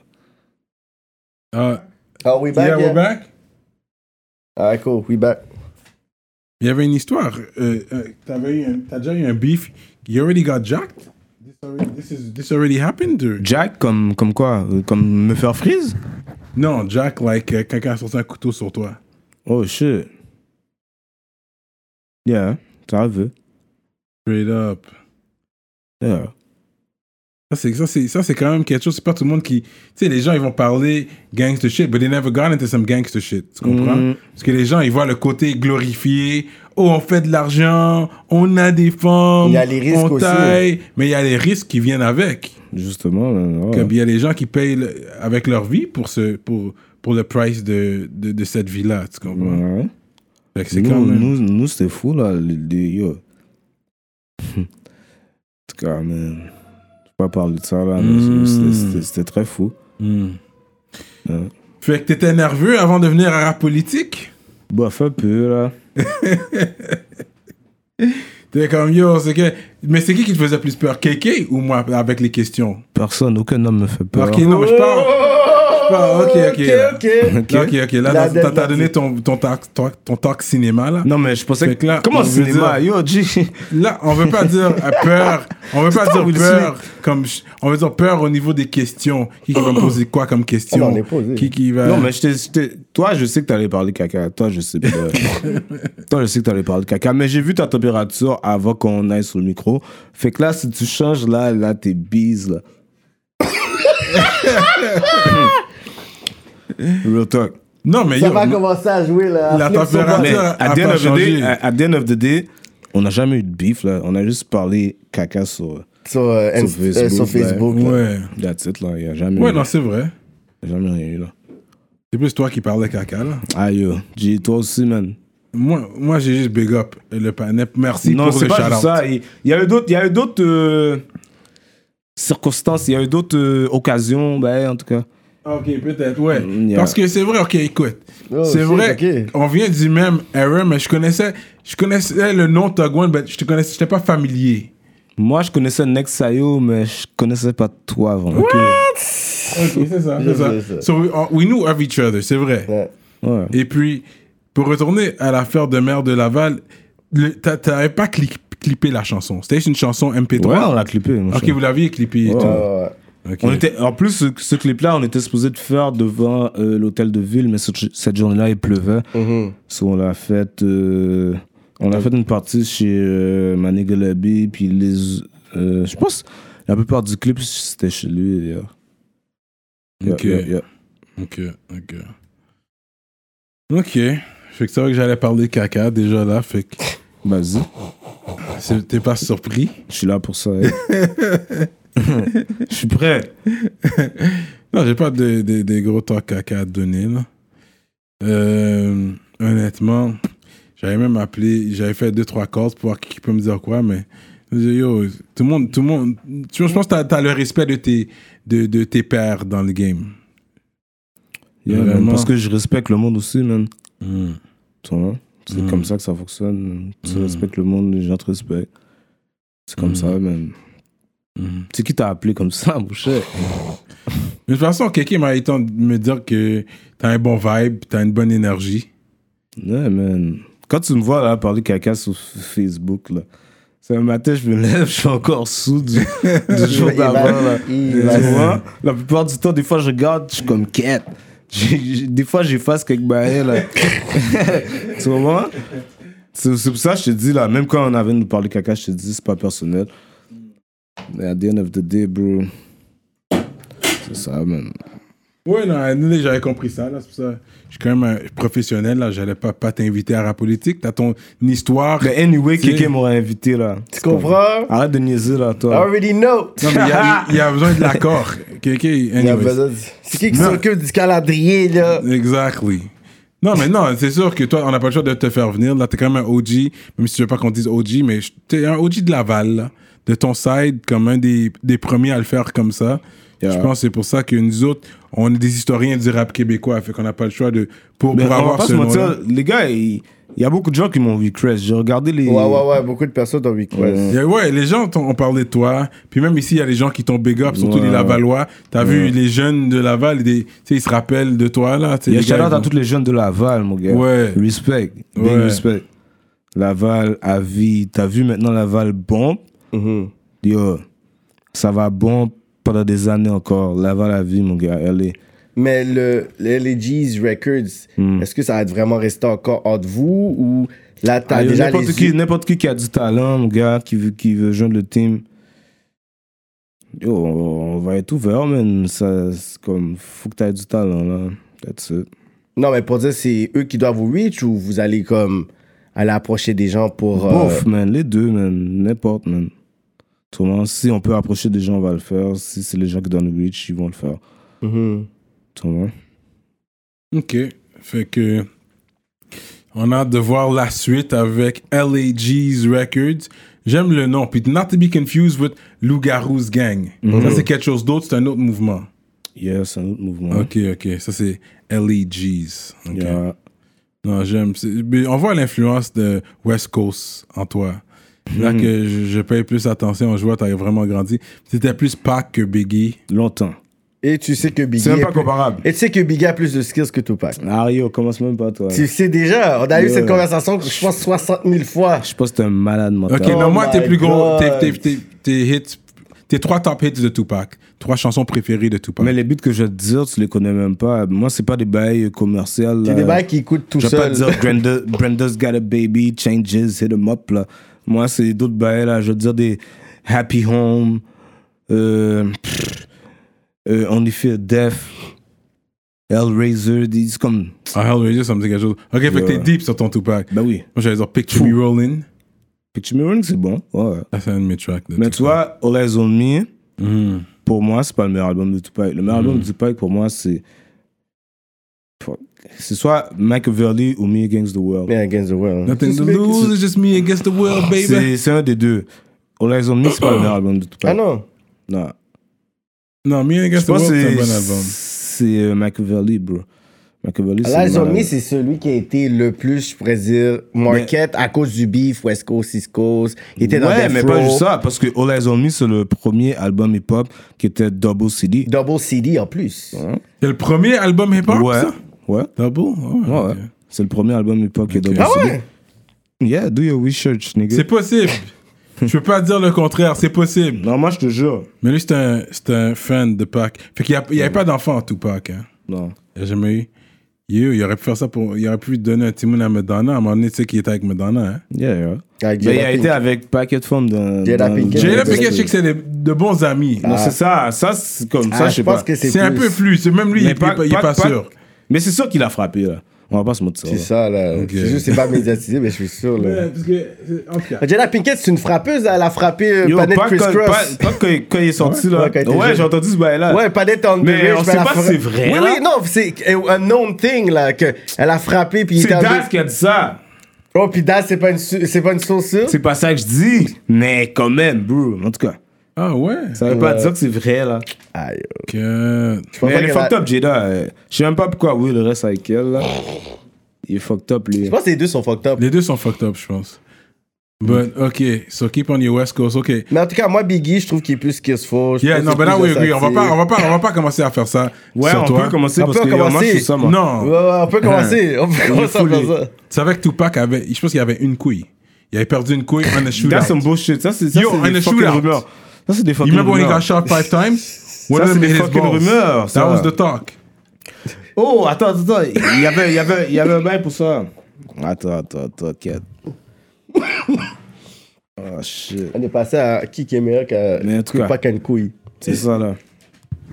Ah,
Ah, we back.
yeah,
yeah?
we're back.
Ah, cool, we back.
Il y avait une histoire. Euh, euh, t'avais eu un- T'as déjà eu un beef. You already got jacked? This already, this is, this already happened? or-
Jack, comme, comme quoi euh, Comme me faire frise
Non, jack, like, euh, quelqu'un a sorti un couteau sur toi.
Oh shit. Yeah, ça veut.
Straight up.
Yeah.
Ça, c'est, ça, c'est, ça, c'est quand même quelque chose. C'est pas tout le monde qui. Tu sais, les gens, ils vont parler gangster shit, but they never got into some gangster shit. Tu comprends?
Mm-hmm.
Mhm.
Parce que les gens, ils voient le côté glorifié. Oh, on fait de l'argent, on a des femmes,
Il y a les risques
on
aussi.
taille. Mais il y a les risques qui viennent avec.
Justement, là, ouais.
Comme il y a des gens qui payent le- avec leur vie pour, ce, pour, pour le price de, de, de cette vie-là, tu comprends?
Ouais.
Fait que c'est
nous,
quand même...
nous, nous, c'était fou, là. Les, les- yo. en tout cas, man. Je peux pas parler de ça, là. mais
Mm.
c'était- c'était- C'était très fou.
Hmm.
Ouais.
Fait que t'étais nerveux avant de venir à rap politique?
Bof, un peu, là.
T'es comme, yo, c'est que... Mais c'est qui qui te faisait plus peur, KK ou moi, avec les questions?
Personne, aucun homme me fait peur.
Ok, non, mais je parle... Je parle, ok, ok. là.
ok, ok.
Ok.
Là, Ok, ok, là,
La-
dans- t'as- t'as
la-
donné ton, ton, talk, ton, ton talk cinéma, là.
Non, mais je pensais
Fait que là, on
Comment
veut
cinéma Yo, G.
Là, on veut pas dire euh, peur. On veut pas
Stop,
dire
Will
peur comme ch- on veut dire peur au niveau des questions. Qui, qui va me poser quoi comme
Ah
question
non, on est posé.
Qui qui va
Non, mais je t'ai- je t'ai- toi, je sais que t'allais parler caca. Toi, je sais pas. toi, je sais que t'allais parler caca. Mais j'ai vu ta température avant qu'on aille sur le micro. Fait que là, si tu changes, là, là, t'es bise, là. Real talk.
Non, mais
Ça
yo,
va
m-
commencer à jouer là.
La
Flip son
température.
Mais
bras.
Ça a
à the, end
pas
of the day,
changé.
à- at the end of the day, on n'a jamais eu de beef, là. On a juste parlé caca sur...
Sur, euh, Inst-
Facebook,
euh, sur Facebook. là.
ouais.
That's it, là. Il n'y a jamais,
Ouais,
eu-
non, c'est vrai.
jamais rien eu, là.
C'est plus toi qui parlais caca là.
Ah, yo. G, toi aussi, man.
Moi, moi j'ai juste big up le panel. Merci
Non,
pour
c'est
le
pas
shout
juste ça. Il il y a eu d'autres, il y a eu d'autres euh, circonstances, il y a eu d'autres euh, occasions, ben, en tout cas.
OK, peut-être ouais.
Mm, yeah.
Parce que c'est vrai, OK, écoute.
Oh,
c'est
shit,
vrai.
ok.
On vient du même era, mais je connaissais je connaissais le nom Togwan, mais je te connaissais, j'étais pas familier.
Moi, je connaissais Next Sayo, mais je connaissais pas toi avant. Ok.
OK, c'est ça,
Je
c'est ça.
sais ça.
So we, uh, we knew of each other, c'est vrai.
Ouais.
Ouais.
Et puis, pour retourner à l'affaire de maire de Laval, le- t'a- t'avais pas cli- clippé la chanson. C'était juste une chanson MP3.
Ouais, on l'a clippé. mon
Ok,
cher.
vous l'aviez clippé et
Ouais.
tout.
Euh,
Ok.
On était, en plus, ce, ce clip-là, on était supposé de faire devant euh, l'hôtel de ville, mais cette, cette journée-là, il pleuvait.
Mm-hmm.
mhm.
So, on l'a fait, euh, on a fait une partie chez euh, Mané Galabi, puis les, euh, je pense, la plupart du clip, c'était chez lui. d'ailleurs. Yeah,
Ok.
yeah, yeah.
Ok, ok. Ok. Fait que c'est vrai que j'allais parler caca déjà là. Fait que
Vas-y,
c'est- t'es pas surpris.
je suis là pour ça. hein. Je suis prêt.
Non, j'ai pas de, de- des gros talk caca à donner là. Euh, honnêtement, j'avais même appelé, j'avais fait deux trois calls pour voir qui peut me dire quoi, mais je dis, yo, tout le monde, tout le monde, tu vois, je pense que t'as, t'as le respect de tes, de, de tes pairs dans le game.
Yeah, man,
Vraiment.
parce que je respecte le monde aussi, man.
Hmm.
Tu vois? C'est
Mm.
comme ça que ça fonctionne. Tu
Mm.
respectes le monde, les gens te respectent. C'est comme
Mm.
ça, man.
Mhm.
C'est qui t'a appelé comme ça, mon cher?
Mais de toute façon, quelqu'un m'a été de me dire que t'as un bon vibe, t'as une bonne énergie.
Ouais, man. Quand tu me vois là parler caca sur F- Facebook, là, c'est un matin, je me lève, je suis encore sous du, du jour
Il va-
d'avant, là.
il
Tu
va-
vois? La plupart du temps, des fois, je regarde, je suis comme quête. J'ai- j'ai- Des fois, j'efface quelques bails, là. tu vois? C'est c'est pour ça que je te dis, là, même quand on avait nous parler caca, je te dis, c'est pas personnel. Mais at the end of the day, bro, c'est ça, man.
Ouais, non, à un moment donné, j'avais compris ça, là, c'est pour ça. Je suis quand même un professionnel, là, j'allais pas, pas t'inviter à la politique, t'as ton histoire.
Mais anyway,
C'est-
quelqu'un m'aurait invité, là.
Tu comprends?
Arrête de niaiser, là,
I
toi.
already know.
Non, mais il y a- il y, a besoin de l'accord. Quelqu'un,
Il y a
anyways.
besoin de- C'est qui qui
Non.
s'occupe du calendrier, là?
Exactly. Non, mais non, c'est sûr que toi, on n'a pas le choix de te faire venir. Là, t'es quand même un OG, même si tu veux pas qu'on dise OG, mais je- t'es un OG de Laval, là, de ton side, comme un des, des premiers à le faire comme ça.
Yeah.
Je pense que c'est pour ça que nous autres, on est des historiens du rap québécois, fait qu'on n'a pas le choix de. Pour,
Mais
pour
on va
avoir
pas
ce
se
nom-là.
mentir, les gars, il il y a beaucoup de gens qui m'ont request. J'ai regardé les.
Ouais, ouais, ouais, beaucoup de personnes dans
Il
request.
y a- Ouais, les gens t'ont- ont parlé de toi. Puis même ici, il y a les gens qui t'ont big up, surtout
Ouais.
les Lavalois. T'as vu les jeunes de Laval, des, tu sais, ils se rappellent de toi, là. tu sais,
Il y a
les gars,
shout-out
ils
à
vont-
tous les jeunes de Laval, mon gars.
Ouais.
Respect. Big
Ouais.
respect. Laval, Avis. T'as vu maintenant Laval bombe
Mhm.
Yo, ça va bombe pendant des années encore. Laval, Avis, mon gars. Allez.
Mais le, le- les G's Records, est-ce que ça va être vraiment resté encore entre vous ou là, t'as
Ah, yo,
déjà
N'importe
les...
qui, n'importe qui qui a du talent, mon gars, qui veut, qui veut joindre le team. Yo, on va être ouvert, man. Ça, c'est comme, faut que t'aies du talent, là. That's it.
Non, mais pour dire, c'est eux qui doivent vous reach ou vous allez comme aller approcher des gens pour. euh,
Bof, man, les deux, man, n'importe, man. Autrement, si on peut approcher des gens, on va le faire. Si c'est les gens qui donnent le reach, ils vont le faire.
mhm.
Autrement.
Ok. Fait que. On a hâte de voir la suite avec LAG's Records. J'aime le nom. Puis not to be confused with Loup-Garou's Gang.
Mm-hmm.
Ça, c'est quelque chose d'autre, c'est un autre mouvement.
Yeah, c'est un autre mouvement.
Ok, ok. Ça, c'est LAG's. Ok.
Mm-hmm. Yeah.
Non, j'aime. c'est- mais On voit l'influence de West Coast en toi. Là
Mm-hmm.
que je, je paye plus attention, je vois, t'as vraiment grandi. C'était plus Pac que Biggie.
Longtemps.
Et tu sais que Biggie.
C'est même
est
pas
plus-
comparable.
Et tu sais que Biggie a plus de skills que Tupac.
Ah, yo, commence même pas, toi.
Tu le sais déjà, on a eu
Ouais.
cette conversation, je pense, 60 000 fois.
Je pense que t'es un malade mental.
Ok, non, moi,
my
tes plus gros.
God.
Tes, tes, tes, tes hits. Tes trois top hits de Tupac. Trois chansons préférées de Tupac.
Mais les beats que je vais te dire, tu les connais même pas. Moi, c'est pas des bails commerciaux.
C'est
là.
des bails qui coûtent tout
Je vais pas
seul.
te dire Brenda, Brenda's got a baby, changes, hit 'em up là. Moi, c'est d'autres bails là. Je veux dire des Happy Home, euh, pff, euh, Only Fear Death, Hellraiser, des c'est comme.
Ah, Hellraiser, ça me dit quelque chose. Ok, fait que t'es
Yeah.
deep sur ton Tupac.
Ben oui.
Moi, j'allais dire Picture Me Rollin'.
Picture Me Ring, c'est bon. Ouais.
Ça, c'est un de mes tracks. de
Mais
Tupac.
tu vois, All Eyes on Me,
Mhm.
pour moi, c'est pas le meilleur album de Tupac. Le meilleur album de Tupac, pour moi, c'est. Fuck. C'est soit Machiavelli ou Me Against the World.
Yeah, against the world. hein.
Nothing to lose, it's just me against the world, baby.
Ah, C'est c'est un des deux. All Eyes on Me, c'est pas le meilleur album de Tupac.
Ah non.
Non.
Non, me
Je
against the
pense
world,
que
c'est un
c'est
bon album.
c'est euh, Machiavelli, bro. Machiavelli, c'est
Lies
le
on
mal-
Me, c'est celui qui a été le plus, je pourrais dire, market à cause du beef, West Coast, East Coast. Il était dans
Ouais,
Death
mais
Row,
pas juste ça, parce que All Eyes on Me, c'est le premier album hip-hop qui était double CD.
Double CD en plus.
C'est le premier album hip-hop,
ouais,
ça?
ouais,
Double? Ouais,
ouais, ouais.
ok.
C'est le premier album hip-hop qui est double
Ah
CD.
ouais?
Yeah, do your research, nigga.
C'est possible. Je peux pas dire le contraire, c'est possible.
Non, moi, je te jure.
Mais lui, c'est un, c'est un fan de Pac. Fait qu'il n'y avait pas d'enfant, Tupac. Hein.
Non.
Il n'y a jamais eu. Yo, il aurait pu faire ça pour. Il aurait pu donner un timon à Madonna. À un moment donné, tu sais qu'il était avec Madonna. Hein.
Yeah, yeah.
Avec
Mais il
Ah, Jada
a
Pinkett.
été avec Packet Form dans.
Jada
dans-
Pinkett.
Jada
Jada
Pinkett, je sais
c'est-
que c'est des- de bons amis.
Non, c'est ça. Ça, c'est comme ça,
Ah,
je sais
pense
pas.
que Ah, c'est
C'est un peu plus. C'est Même lui, il
Mais
n'est pas, il est pas sûr.
Mais c'est sûr qu'il a frappé, là. On va pas se mentir.
C'est
là.
ça, là. C'est juste, c'est pas médiatisé, mais je suis sûr, là.
parce que, en tout cas,
Jada Pinkett, c'est une frappeuse, elle a frappé euh,
Yo,
Panette
pas,
Criss
quand,
Cross.
pas- pas quand il- quand il est sorti, là.
Ouais, quand il était
Ouais,
jeune.
j'ai entendu ce bail-là.
Ouais, Panette on the
Mais
Ridge,
on
elle
sait
a
pas si
fra-
c'est vrai,
Oui,
là.
oui, non, c'est un known thing, là, que elle a frappé, puis il
c'est
était en
Daz
deux-
qui a dit ça.
Oh, puis Daz, c'est pas une su- c'est pas une source sûre?
C'est pas ça que je dis. Mais quand même, bro. En tout cas,
ah ouais.
ça veut pas dire que c'est vrai, là.
Aïe, euh,
Que...
je pense
Mais
pas
elle est
qu'elle a-
fucked up, Jada. euh, Je sais même pas pourquoi Will reste avec elle, là. Il est fucked up, lui.
Je pense que les deux sont fucked up.
Les deux sont fucked up, je pense. But, OK, so keep on your West Coast. OK.
Mais en tout cas, moi, Biggie, je trouve qu'il est plus qu'il se faut. Je
Yeah,
pense
non,
que
but
c'est
là,
plus
we
de
agree. On va
sortie.
pas, on va pas, on va pas commencer à faire ça
Ouais,
sur
on
toi.
peut commencer
On
parce
peut
que yo, moi,
commencer.
je suis ça, moi.
Non.
Ouais, ouais, on
Ah.
peut commencer. On peut commencer à faire
foulé.
ça.
Tu savais que Tupac avait, je pense qu'il avait une couille. Il avait perdu une couille on a
That's some
shootout.
bullshit. Ça, c'est ça,
Yo,
c'est
and
des
a
fucking
shootout.
rumeurs. Ça, c'est des
You
fucking
remember when he got
rumeurs.
shot five times? One
Ça,
of
c'est
them
des
hit his
fucking
balls.
rumeurs, ça.
That was the talk.
Oh, attends, attends, attends. Il y avait, il y avait, il y avait un bail pour ça. Attends, attends, attends, t'inquiète. oh shit.
On est passé à qui qui est meilleur
Mais en tout
qu'à
cas.
pas qu'une couille.
C'est ça là.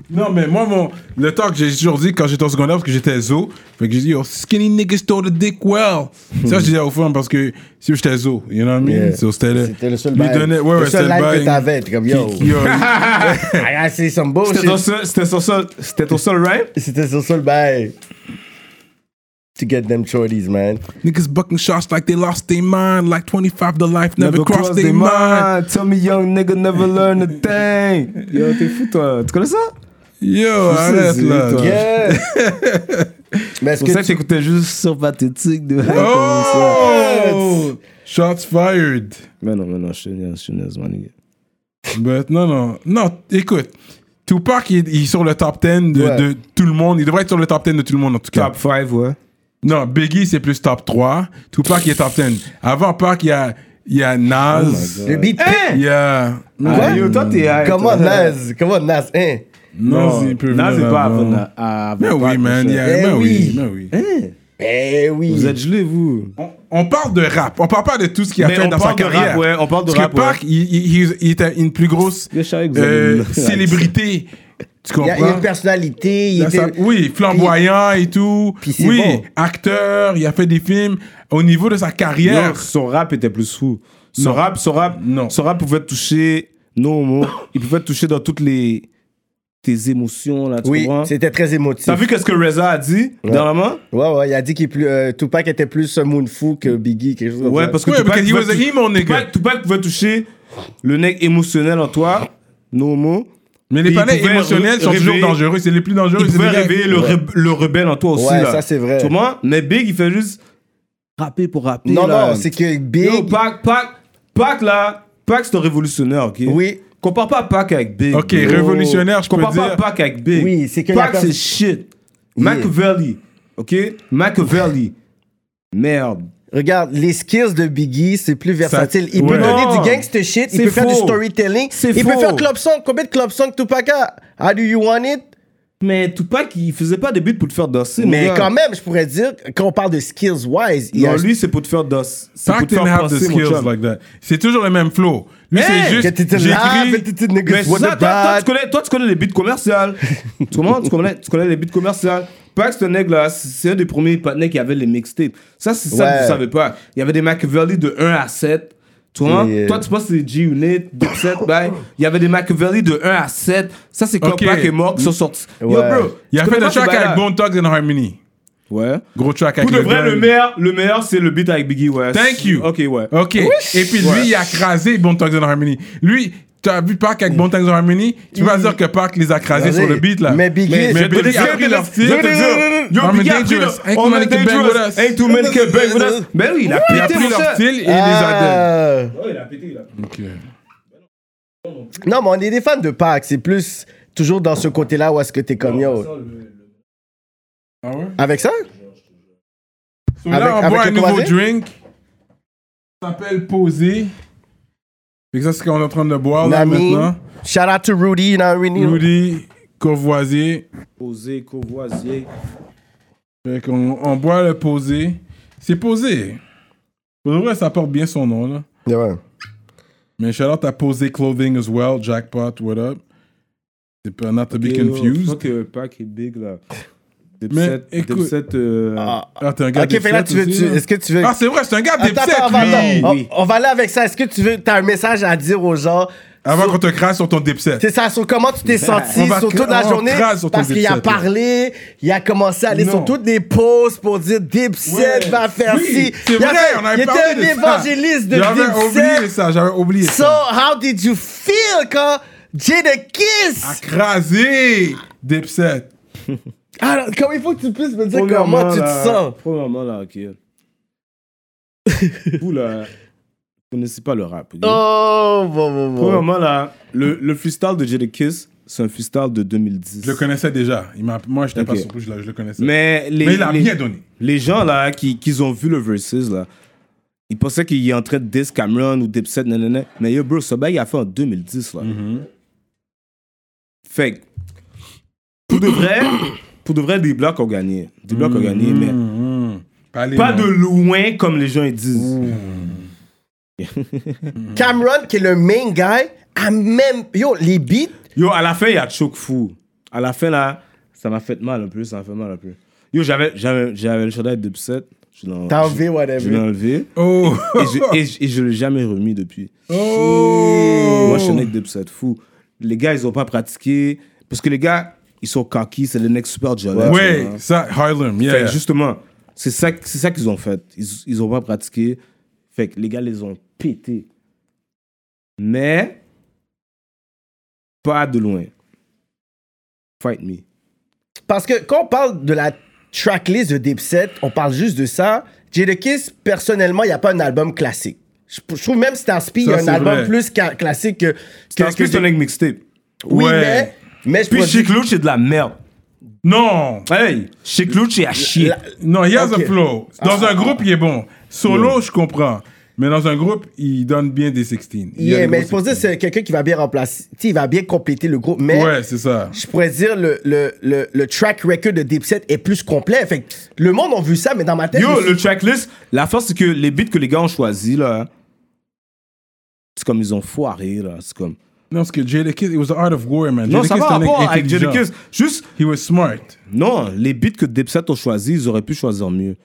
Non, mais moi, mon, le talk, j'ai toujours dit quand j'étais au secondaire, parce que j'étais zo, fait que j'ai dit, yo, skinny niggas throw the dick well. ça, je disais au fond, parce que si j'étais zo, you know what I mean?
Yeah.
So,
Euh,
c'était le,
C'était le seul
lui
bail.
donnait- ouais,
le
ouais, c'était
seul
le
live
bail.
que t'avais. T'es comme, yo,
Qui- yo,
I see some bullshit.
C'était ton seul, c'était ton seul, c'était ton seul rap?
C'était son seul bail. To get them shorties, man.
niggas bucking shots like they lost their mind, like 25 the life never, crossed their mind.
Tell me young nigga never learn a thing. Yo, t'es fou toi. Tu connais ça?
Yo,
Je sais,
arrête
c'est
là.
toi.
Yeah! Mais est-ce
C'est pour ça
que
que t'écoutais juste sur pathétique de
Oh! Shots fired.
Mais non, mais non, je suis né- je suis né, mon nigga.
But non, non. Non, écoute. Tupac, il est, il est sur le top 10 de,
Ouais.
de tout le monde. Il devrait être sur le top 10 de tout le monde, en tout cas.
Top 5, ouais.
Non, Biggie, c'est plus top 3. Tupac, il est top 10. Avant Pac, il y a, il y a
Oh
Nas.
le beat...
il y a...
Ah, yo, Hein? toi, t'es high,
Comment
toi.
Naz? Comment Naz? Hein?
Nas, il peut
Nas
venir
est pas
avant.
avant. à- avant
Mais oui,
Pac,
man.
ça.
il y a-
Eh
mais oui,
oui.
mais oui.
Eh oui.
Vous êtes gelés, vous.
On, on parle de rap. On parle pas de tout ce qu'il a
Mais
fait
on
dans sa
parle de rap,
carrière.
ouais, on parle de
Parce
rap,
que Pac, il, il- il- il était une plus grosse
Je savais que vous
euh,
alliez me-
célébrité. Tu
Il y
comprends?
a il y a une personnalité. Il
Ben,
Là, ça-
était...
oui, flamboyant et tout.
puis c'est
oui,
bon.
acteur, il a fait des films. Au niveau de sa
Non,
carrière,
son rap était plus fou. Son
Non.
rap, son rap,
Non.
son rap pouvait toucher nos mots. Il pouvait toucher dans toutes les tes émotions là. Tu
Oui,
comprends?
c'était très émotif.
T'as vu qu'est-ce que Reza a dit dernièrement?
Ouais, ouais, il a dit qu'il est plus, euh, Tupac était plus Moonfou que Biggie, quelque chose comme
Ouais,
ça.
parce que
Ouais, because he was a
tou-
emo, nigga.
Tupac- Tupac pouvait toucher le nec émotionnel en toi, nos mots.
mais les
Et il
panneaux
pouvait
émotionnels
re-
sont toujours
réveiller-
dangereux. C'est les plus dangereux.
Il
c'est
pouvait
les gars-
réveiller le, rebe- le rebelle en toi aussi
Ouais,
là.
ça, c'est vrai.
Tu comprends? Mais Big il fait juste rapper pour rapper.
Non,
là.
non, c'est que
Yo,
Big.
Pac, Pac, Pac là, Pac c'est un révolutionnaire, ok?
Oui.
Compare pas Pac avec Big.
Ok,
bro.
révolutionnaire, je peux
Compare
dire.
pas Pac avec Big.
Oui, c'est que y a
Pac
personne-
c'est shit.
Yeah.
Machiavelli, ok? Machiavelli. Merde.
Regarde, les skills de Biggie, c'est plus versatile. Il
ouais.
peut donner
Non.
du gangster shit, il
C'est
peut faire du
faux.
storytelling,
C'est
il
faux.
peut faire club song. Combien de club song Tupac a How do you want it?
Mais Tupac il faisait pas des beats pour te faire danser. mon
Mais
gars.
quand même, je pourrais dire, quand on parle de skills wise, il y
Non,
a
lui c'est pour te faire danser. C'est pour
Pac
te faire
didn't have the
penser, mon
skills
chum.
like that. C'est toujours le même flow. Lui, c'est
Hey,
juste.
Get it in
j'écris-
love, get it in niggas,
Ah, Mais c'est
what
ça, toi,
about?
toi, tu connais, toi, tu connais les beats commerciales. tu, comprends? tu, connais, tu connais les beats commerciales. Pax Neg, là, c'est c'est un des premiers partenaires qui avait les mixtapes. Ça, c'est ça que
Ouais.
vous savez pas. Il y avait des Machiavelli de 1 à 7. Tu comprends?
Yeah.
Toi, tu penses que c'est G-Unit, 7 bye. Il y avait des Machiavelli de 1 à 7. Ça, c'est quand
Ok.
Pac et Mock sont sortis. Yo,
Ouais.
bro.
Il a
tu
fait
connais
le
pas ce
track
bail-là.
avec Bone Thugs and Harmony.
Ouais.
Gros track avec
Pour de vrai,
gun.
le meilleur, le meilleur, c'est le beat avec Biggie, ouais.
Thank you.
Ok, ouais.
OK. Et puis lui,
Ouais.
il a crasé Bone Thugs and Harmony. Lui, tu as vu Pac avec Bone Thugs and Harmony, tu vas dire que Pac les a crasés
Regardez,
sur le beat là.
Mm. mais Biggie-
mais,
Mais
mais
Biggie
Biggie a pris leur style.
Je vais te dire, Yo, Biggie a
I'm
pris leur-
dangerous. Ain't
on
too
est
many can bang
dangerous.
with us.
Ain't too many can bang with us. Ben oui, il a
Il a
pété
pris
mon
leur
cher.
style et il les a
Ah.
Oh, il a pété, là.
donnés.
Non, mais on est des fans de Pac. C'est plus toujours dans ce côté-là où est-ce que t'es comme yo.
Ah ouais?
Avec ça?
So
Avec-
là, on
avec
boit
le
un nouveau
croisé?
drink. Ça s'appelle Posé. Fait que ça, c'est qu'on est en train de boire là
Nami.
maintenant.
Shout out to Rudy, you know, Rudy.
Rudy, Courvoisier.
Posé, courvoisier.
Fait qu'on on boit le Posé. C'est Posé. Pour le vrai, ça porte bien son nom, là.
Yeah, ouais.
Mais shout out à Posé Clothing as well. Jackpot, what up? C'est pas not to be
oh,
Et, euh, Je
confused.
crois que le pack est big là.
Mais,
Dipset,
écoute-
Dipset, euh,
Ah,
Ah, t'es un gars
ok, fait que là,
d'Ipset
tu veux.
aussi,
tu-
là.
Est-ce que tu veux.
hein?
Ah, c'est vrai, c'est un gars
Attends,
d'Ipset,
attends, on va-
lui!
on-
oui.
on, va aller avec ça. Est-ce que tu veux. T'as un message à dire aux gens.
Avant
sur-
qu'on te crasse sur ton Dipset.
C'est ça, sur comment tu t'es senti
Ben, On va
sur
cra-
toute la
on
journée.
crase sur ton
Parce qu'il a
Dipset, là.
parlé, il a commencé à aller
Non.
sur toutes les pauses pour dire Dipset
Ouais.
va faire
Oui,
ci.
C'est
Il
vrai,
avait-
on avait
Il
parlé
était un
de ça.
évangéliste de
J'avais oublié
Dipset.
ça, j'avais oublié
So,
ça.
how did you feel quand Jada Kiss?
À craser Dipset.
Ah, comment il faut que tu puisses me dire
premièrement,
comment tu te
là-
sens?
Premièrement là, ok. Vous là, vous connaissez pas le rap. ok?
Oh, bon, bon, bon.
Premièrement là, le, le freestyle de Jada Kiss, c'est un freestyle de 2010.
Je le connaissais déjà. Il m'a- moi, je n'étais
Ok.
pas surpris, je, le- je le connaissais. Mais,
Mais les,
il a
les-
bien donné.
les gens là qui, qui ont vu le versus là, ils pensaient qu'il est en train de diss Cameron ou Dipset, nanana. Mais yo bro, ce bail il a fait en 2010 là. Fait que, pour de vrai, pour de vrai, des blocs ont gagné. Des blocs
Mm.
ont gagné, mais
Mhm. Pas, les
pas
noms.
de loin comme les gens ils disent.
Mm. Cameron, qui est le main guy, a même. Yo, les beats.
Yo, à la fin, il y a Choc Fou. À la fin, là, ça m'a fait mal un peu, ça m'a fait mal un peu. Yo, j'avais, j'avais, j'avais le chandail de Dipset. Je l'ai en-
T'as enlevé,
Je l'ai
whatever.
enlevé.
Oh!
Et je, et je- et je l'ai jamais remis depuis.
Oh!
Moi, je suis un de Dipset fou. Les gars, ils ont pas pratiqué. Parce que les gars, ils sont cocky, c'est les next super jolly.
Ouais, ça, Harlem,
Fait que
yeah.
justement, c'est ça, c'est ça qu'ils ont fait. Ils, ils ont pas pratiqué. Fait que les gars les ont pétés. Mais, pas de loin. Fight me.
Parce que quand on parle de la tracklist de Dipset, on parle juste de ça. Jada Kiss, personnellement, il n'y a pas un album classique. Je, je trouve même Starspeed, il y a
Ça,
un
c'est
album
vrai.
plus ca- classique que. que-
Parce que
que-
c'est un egg mixtape.
Oui,
Ouais.
mais. Mais je
Puis
pourrais
Chic Louch, c'est de la merde.
Non!
Hey, Chic Louch, c'est à chier.
La-
Non, he has
Ok.
a flow. Dans un groupe, il est bon. Solo, je comprends. Mais dans un groupe, il donne bien des 16. Il y a
Yeah,
des
mais
gros
je pourrais dire
16.
c'est quelqu'un qui va bien remplacer. tu sais, Il va bien compléter le groupe. Mais.
Ouais, c'est ça.
je pourrais dire le, le, le, le track record de Dipset est plus complet. Fait que le monde a vu ça, mais dans ma tête.
Yo,
je me
le
suis-
tracklist, la force, c'est que les beats que les gars ont choisis, là, c'est comme ils ont foiré, là. C'est comme.
Non, parce que Jada Kiss, it was the art of war, man.
Non,
Jada
ça
Kiss,
va
c'était un
rapport avec
intelligent.
Jadakiss. Juste,
He was smart.
non, les beats que Dipset ont choisis, ils auraient pu choisir mieux.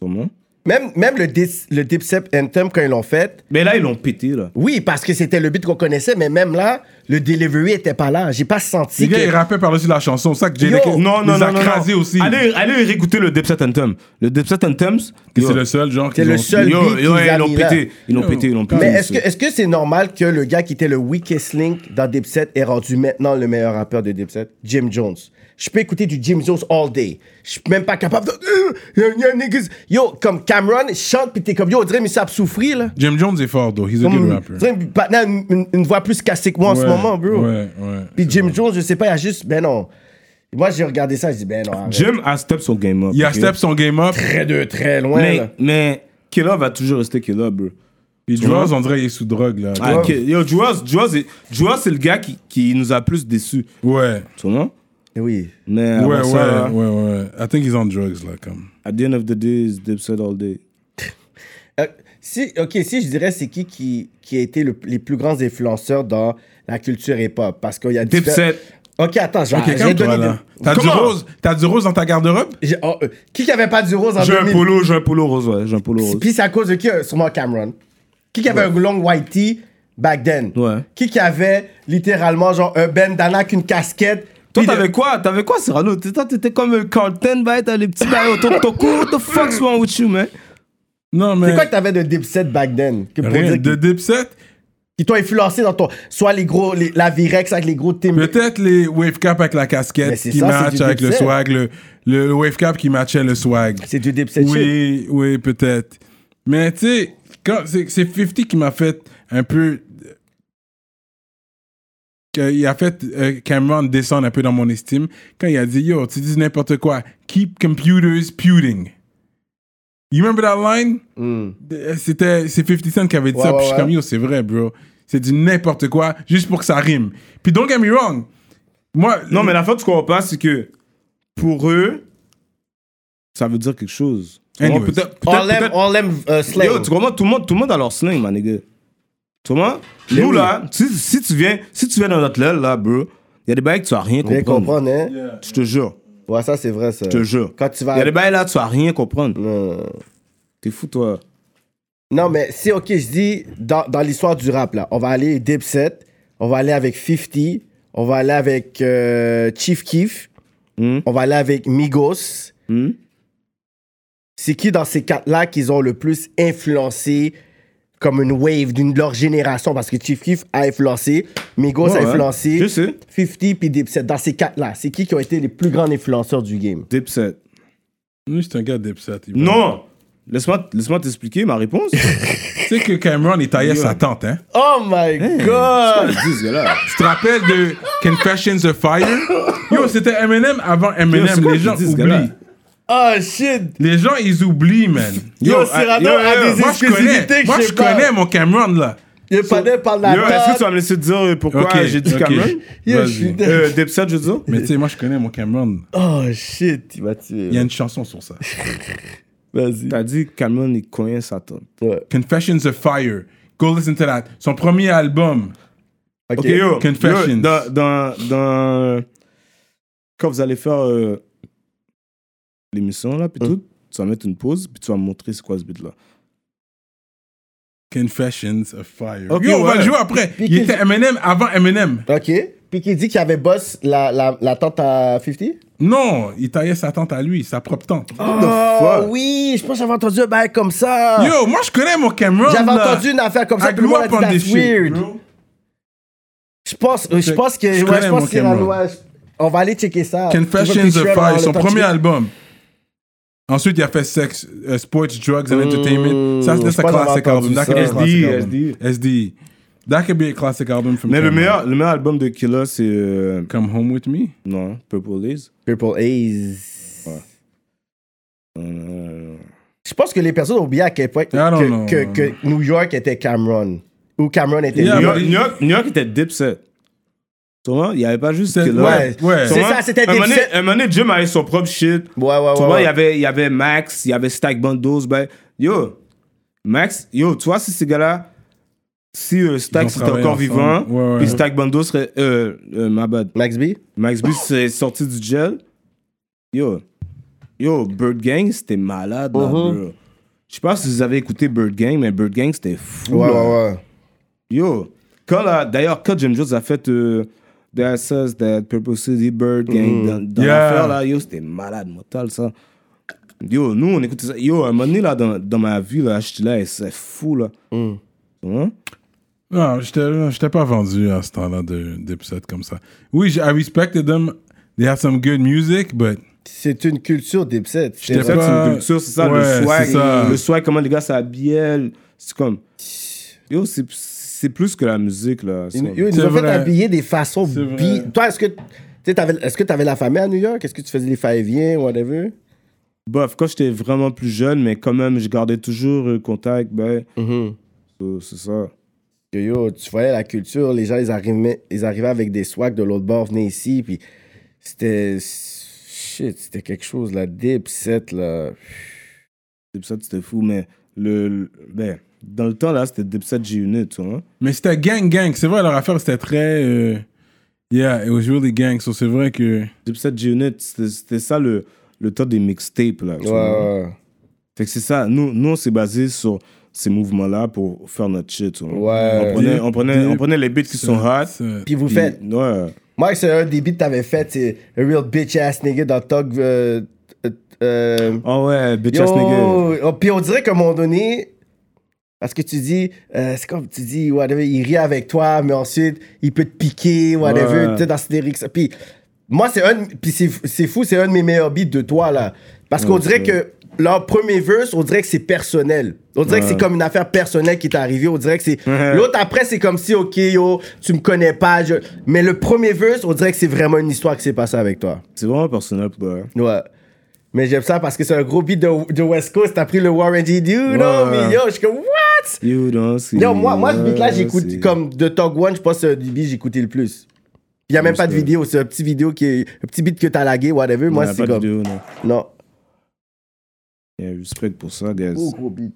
Comment
Même, même le, dis- le Dipset Anthem, quand ils l'ont fait,
Mais là, ils l'ont pété, là.
Oh,
oui, parce que c'était le beat qu'on connaissait, mais même là, le delivery était pas là. J'ai pas senti
Les gars,
que.
il rappait par-dessus la chanson. C'est ça que Jada
Yo,
Kiss
Non, non,
les
non.
a
non,
crasés
non.
aussi.
Allez, allez réécouter le Dipset Anthem. Le Dipset Anthem,
C'est le seul genre qui
C'est le seul.
Yo,
beat
yo,
qu'ils
ils
a
l'ont
mis là.
pété. Ils l'ont
Yo.
pété, ils l'ont pété.
Mais est-ce que est-ce que c'est normal que le gars qui était le weakest link dans Dipset est rendu maintenant le meilleur rappeur de Dipset? Jim Jones. Je peux écouter du Jim Jones all day. Je suis même pas capable de. Yo, comme Cameron chante, pis t'es comme yo, on dirait, mais ça a souffri là.
Jim Jones est fort, though. He's a good
Comme,
rapper.
tu sais, Patna a une, une- une voix plus cassée que moi en ce
Ouais,
moment, bro.
Ouais, ouais.
Puis Jim Jones, je sais pas, il a juste, ben non. Et moi, j'ai regardé ça, j'ai dit, ben non. arrête.
Jim a step sur Game Up.
Il a
ok?
step son game up.
Très de très loin.
Mais,
là.
mais Killer va toujours rester Killer, bro.
Puis Draws, on dirait, il est sous drogue, là.
Ah, ok. Yo, Juaz, Juaz, est- Juaz, c'est le gars qui, qui nous a plus déçus.
Ouais.
Tu vois?
Oui.
Mais
Ouais, ouais,
avant ça, là,
ouais, ouais. I think he's on drugs, là, comme.
at the end of the day, it's Dipset all day.
Euh, si, ok, si je dirais, c'est qui qui, qui a été le- les plus grands influenceurs dans la culture hip-hop? Parce qu'il y a différents-
Dipset.
Ok, attends, je vais- je
Quelqu'un,
vais
toi,
donner.
là.
des-
T'as du
Comment?
rose, t'as du rose dans ta garde-robe?
J'ai- oh, euh, qui qui avait pas du rose en
J'ai un
2000?
polo, j'ai un polo rose, ouais. J'ai un polo rose.
Puis c'est à cause de qui? euh, Sûrement Cameron. Qui qui avait un long white tee back then?
Ouais.
Qui qui avait littéralement genre un bandana qu'une casquette?
Toi,
puis
t'avais quoi? T'avais quoi, Cyrano? T'étais- Toi, t'étais comme euh, Carlton, bah, t'as les petits bails autour de ton cou. What the fuck's wrong with you, man?
Non, mais.
C'est quoi que t'avais de Dipset back then? Que pour
Rien. De
dire qui,
Dipset?
qui t'ont influencé dans ton. Soit les gros. les- la Virex avec les gros Tim.
Peut-être les wave cap avec la
Mais
casquette
c'est
qui
ça, c'est
match
du
avec le
Dipset.
swag, le, le, le wave cap qui matchait le swag.
C'est du Dipset shit.
Oui, oui, peut-être. Mais tu sais, quand- c'est c'est 50 qui m'a fait un peu. que- Il a fait euh, Cameron descendre un peu dans mon estime quand il a dit Yo, tu dis n'importe quoi, keep computers pewding. You remember that line? Euh, C'était, c'est 50 Cent qui avait dit
Ouais,
ça, puis
ouais,
je suis
ouais.
comme, yo, c'est vrai, bro. C'est du n'importe quoi, juste pour que ça rime. Puis don't get me wrong, moi...
Non, mais la fin que je comprends pas, c'est que pour eux, ça veut dire quelque chose.
Anyways.
Bon, peut-être- peut-être-
All them,
peut-être-
all them euh, slang.
Yo, tu comprends? Tout le monde, tout le monde a leur slang, ma nigga. Tu comprends?
Mais
Nous,
oui.
là, si, si tu viens, si tu viens dans notre l'aile, là, bro, il y a des bails que tu vas rien
Bien
comprendre.
comprendre, hein?
Je te jure,
Ouais, ça, c'est vrai, ça.
je te jure.
Quand tu
Il y
vas.
a des bails là, tu vas rien comprendre.
Non.
T'es fou, toi.
Non, mais si, ok, je dis, dans, dans l'histoire du rap, là, on va aller Dipset, on va aller avec 50, on va aller avec euh, Chief Keef,
Hmm?
on va aller avec Migos.
Hmm?
C'est qui dans ces quatre-là qu'ils ont le plus influencé comme une wave d'une de leur génération? Parce que Chief Keef a influencé, Migos
Ouais,
a
ouais.
influencé,
Je sais.
50 puis Dipset. Dans ces quatre-là, c'est qui qui ont été les plus grands influenceurs du game?
Dipset.
Lui, c'est un gars d'Ipsat. il-
Non! Laisse-moi laisse-moi t'expliquer ma réponse. Qu'est-ce
Tu sais que Cameron, il taillait sa tante, hein?
Oh my god!
que je dis, ce gars-là?
Tu te rappelles de Confessions of Fire? Yo, c'était Eminem avant
Yo, c'est
Eminem.
quoi
Les
qui
gens
dit ce
oublient.
gars-là?
Oh shit!
Les gens, ils oublient, man.
Yo,
ah,
Cyrano
yo,
a
yo,
des
euh, Moi, je connais,
exclusivités que
moi,
j'ai
je connais mon Cameron, là.
Le panel parle la
Yo, est-ce que tu
tête.
vas me laisser te dire euh, pourquoi
Ok,
j'ai dit
ok.
Cameron?
Yo,
Vas-y.
je suis dingue.
Euh, Dipset, je veux dire.
Mais tu sais, moi, je connais mon Cameron.
Oh shit, il m'a
Il y a
tué.
une chanson sur ça.
Vas-y.
T'as dit Cameron, il connaît Satan.
Ouais.
Confessions of Fire. Go listen to that. Son premier album.
Ok, yo.
Confessions.
yo, dans, dans, dans- Quand vous allez faire euh, l'émission, là, puis
Hein.
tout, tu vas mettre une pause, puis tu vas me montrer c'est quoi ce beat-là.
Confessions of Fire.
Ok,
Yo, on va
ouais.
le jouer après. Il était Eminem avant M&M. Eminem.
Ok. Puis qui dit qu'il y avait boss la, la, la tante à 50?
Non, il taillait sa tante à lui, sa propre tante.
Ah.
Oh oui, je pense que j'avais entendu un bail comme ça.
Yo, moi, je connais mon Cameron,
J'avais
là.
entendu une affaire comme ça.
I
Tout le
grew
monde a
up
dit
on this
that's
shit,
weird.
bro.
Je pense, euh, je pense que.
Je
Je ouais,
connais
je
mon
pense que
Cameron.
ouais, je- On va aller checker ça.
Confessions
Tu veux
of
que je
Fire,
fasse
son
le temps
premier
de-
album. Ensuite, il a fait Sex, euh, Sports, Drugs and Entertainment. Ça,
je
c'est
sais
un
pas d'avoir
classic
entendu
album. That could be a
ça.
classic
SDE.
album. SDE. That could be a classic album from
Mais le
Cameron.
meilleur, le meilleur album de Killa, c'est. euh,
Come Home With Me.
non, hein, Purple Days.
Purple Haze.
Euh,
Je pense que les personnes ont oublié à quel point que,
don't know.
que, que New York était Cameron. Ou Cameron était
Yeah,
New
New,
York.
York, New, York, New York était Dipset. Tu vois, il n'y avait pas juste
C'est-
Killa.
Ouais,
ouais.
Tu
C'est
vois,
ça, c'était
un moment
Dipset.
donné- Un moment donné, Jim avait son propre shit.
Ouais, ouais, ouais.
Tu vois,
ouais.
il y avait- il y avait Max, il y avait Stack Bundles. Ben, yo, Max, yo, tu vois, si ces gars-là, si euh,
Ils ont
Stack était
travaillé
encore
ensemble.
vivant,
Ouais, ouais.
puis Stack Bundles serait. Euh, euh, my bad.
Max B?
Max B serait sorti du gel. Yo, yo, Bird Gang, c'était malade, là,
Mm-hmm.
Mhm.
bro. Je sais pas si vous avez écouté Bird Gang, mais Bird Gang, c'était fou.
Ouais,
là.
ouais, ouais.
Yo, quand là, d'ailleurs, quand Jim Jones a fait euh, That Says That Purple City Bird Gang dans, dans
Mm-hmm. Yeah.
l'affaire, là, yo, c'était malade, mortal, ça. Yo, nous, on écoutait ça. Yo, à un moment donné, là, dans, dans ma vie, là, j'étais là, et c'est fou, là. Hein?
Non, j'étais j'étais pas vendu à ce temps-là de- d'épisodes comme ça. Oui, j- I respected them. They have some good music, but
C'est une culture Dipset.
t'ai
C'est vrai.
Ça,
pas-
c'est une culture, c'est ça,
Ouais,
le swag.
c'est ça.
Le swag, comment les gars s'habillaient. C'est comme. Yo, c'est- c'est plus que la musique, là. C'est
Ils
comme-
ils nous
C'est
ont fait
vrai.
habiller des façons
C'est
bi...
vrai.
Toi, est-ce que tu avais, est-ce que avais la famille à New York? Est-ce que tu faisais les va whatever?
Bof, quand j'étais vraiment plus jeune, mais quand même, je gardais toujours euh, contact, ben.
Mm-hmm.
so, c'est ça.
Yo, yo, tu voyais la culture, les gens, ils arrivaient, ils arrivaient avec des swags de l'autre bord, venaient ici, puis c'était... Shit, c'était quelque chose, là, Dipset, là.
Dipset, c'était fou, mais le, le- ben, dans le temps, là, c'était Dipset G-Unit, tu vois.
mais c'était gang gang. C'est vrai leur affaire c'était très euh, yeah, it was really gang. So c'est vrai que
Dipset G-Unit, c'était c'était ça le, le temps des mixtapes, là. tu
Ouais,
vois.
ouais,
Fait que c'est ça. Nous, nous on s'est basé sur ces mouvements-là pour faire notre shit, tu vois.
ouais.
On prenait, on, prenait,
Dip-
on prenait les beats qui sont hot.
c'est-
Puis vous
puis-
faites...
Ouais.
Mike, c'est un des beats que t'avais fait, c'est « A real bitch ass nigga dans Tog... Euh, euh, euh,
Oh ouais, bitch ass nigga.
Yo, oh, puis on dirait qu'à un moment donné, parce que tu dis, euh, c'est comme tu dis, whatever, il rit avec toi, mais ensuite il peut te piquer, whatever,
Ouais.
tu sais, dans ce lyrics. Puis moi, c'est un, puis c'est, c'est fou, c'est un de mes meilleurs beats de toi là, parce qu'on
Ouais,
dirait
c'est
que leur premier verse, on dirait que c'est personnel. On dirait que c'est comme une affaire personnelle qui t'est arrivée. On dirait que c'est
Ouais.
l'autre après, c'est comme si, ok, yo, tu me connais pas, je- mais le premier verse, on dirait que c'est vraiment une histoire qui s'est passée avec toi.
C'est vraiment personnel pour toi.
Ouais. Mais j'aime ça parce que c'est un gros beat de, de West Coast. T'as pris le Warren G. Dude,
Ouais.
oh, mais yo, je suis comme, what?
You don't see
Yo, moi, moi ce beat-là,
us,
j'écoute
c'est-
comme de Tog One, je pense que c'est du beat que j'écoutais le plus. Il y a même pas de
Understood.
vidéo, c'est un petit vidéo qui est, un petit beat que t'as lagué, whatever.
On
Moi,
a
c'est
pas de
comme.
vidéo, non.
Non.
Yeah, respect pour ça, guys.
Gros, gros beat.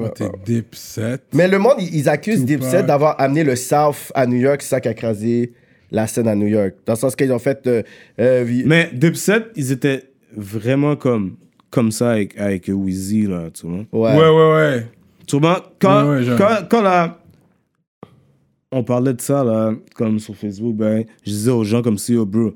Oh, T'es deep set.
Mais le monde, ils ils accusent
Tupac.
Dipset d'avoir amené le South à New York, c'est ça qui a écrasé la scène à New York. Dans le sens qu'ils ont fait. euh, euh, vi-
Mais Dipset, ils étaient vraiment comme, comme ça avec, avec Weezy, là, tu vois.
Ouais, ouais, ouais.
Souvent, quand,
Ouais, ouais, genre.
quand, quand la- on parlait de ça, là, comme sur Facebook, ben, je disais aux gens comme si, oh, bro,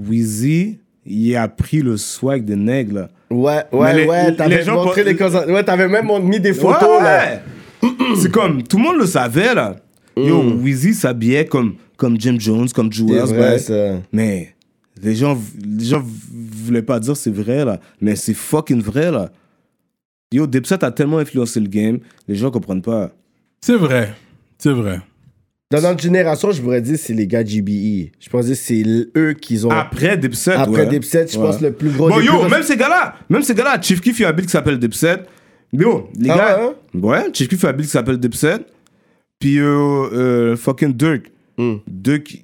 Weezy, il a pris le swag des nègres, là.
Ouais,
Mais
ouais,
les-
ouais.
les
T'avais
gens
montré
pas-
les causes- Ouais, t'avais même mis des photos,
Ouais,
là.
ouais. C'est comme, tout le monde le savait, là. Yo, Weezy s'habillait comme, comme Jim Jones, comme
C'est
Jewels,
vrai,
ben,
ça.
Mais les gens, les gens voulaient pas dire c'est vrai là, mais c'est fucking vrai là. Yo, Dipset a tellement influencé le game, les gens comprennent pas.
C'est vrai. C'est vrai.
Dans notre génération, je pourrais dire c'est les gars GBE. E. Je pense que c'est l- eux qui ont.
Ah,
Après Dipset,
Après
ouais.
Dipset, je
Ouais.
pense le plus gros.
Bon
des plus
yo,
gros-
même ces gars-là, même ces gars-là, Chief Keef, il y a un beat qui s'appelle Dipset. Yo, les
Ah
gars,
ouais, hein?
ouais, Chief Keef, il y a un beat qui s'appelle Dipset. Puis euh, euh, fucking Dirk,
Mm.
Dirk,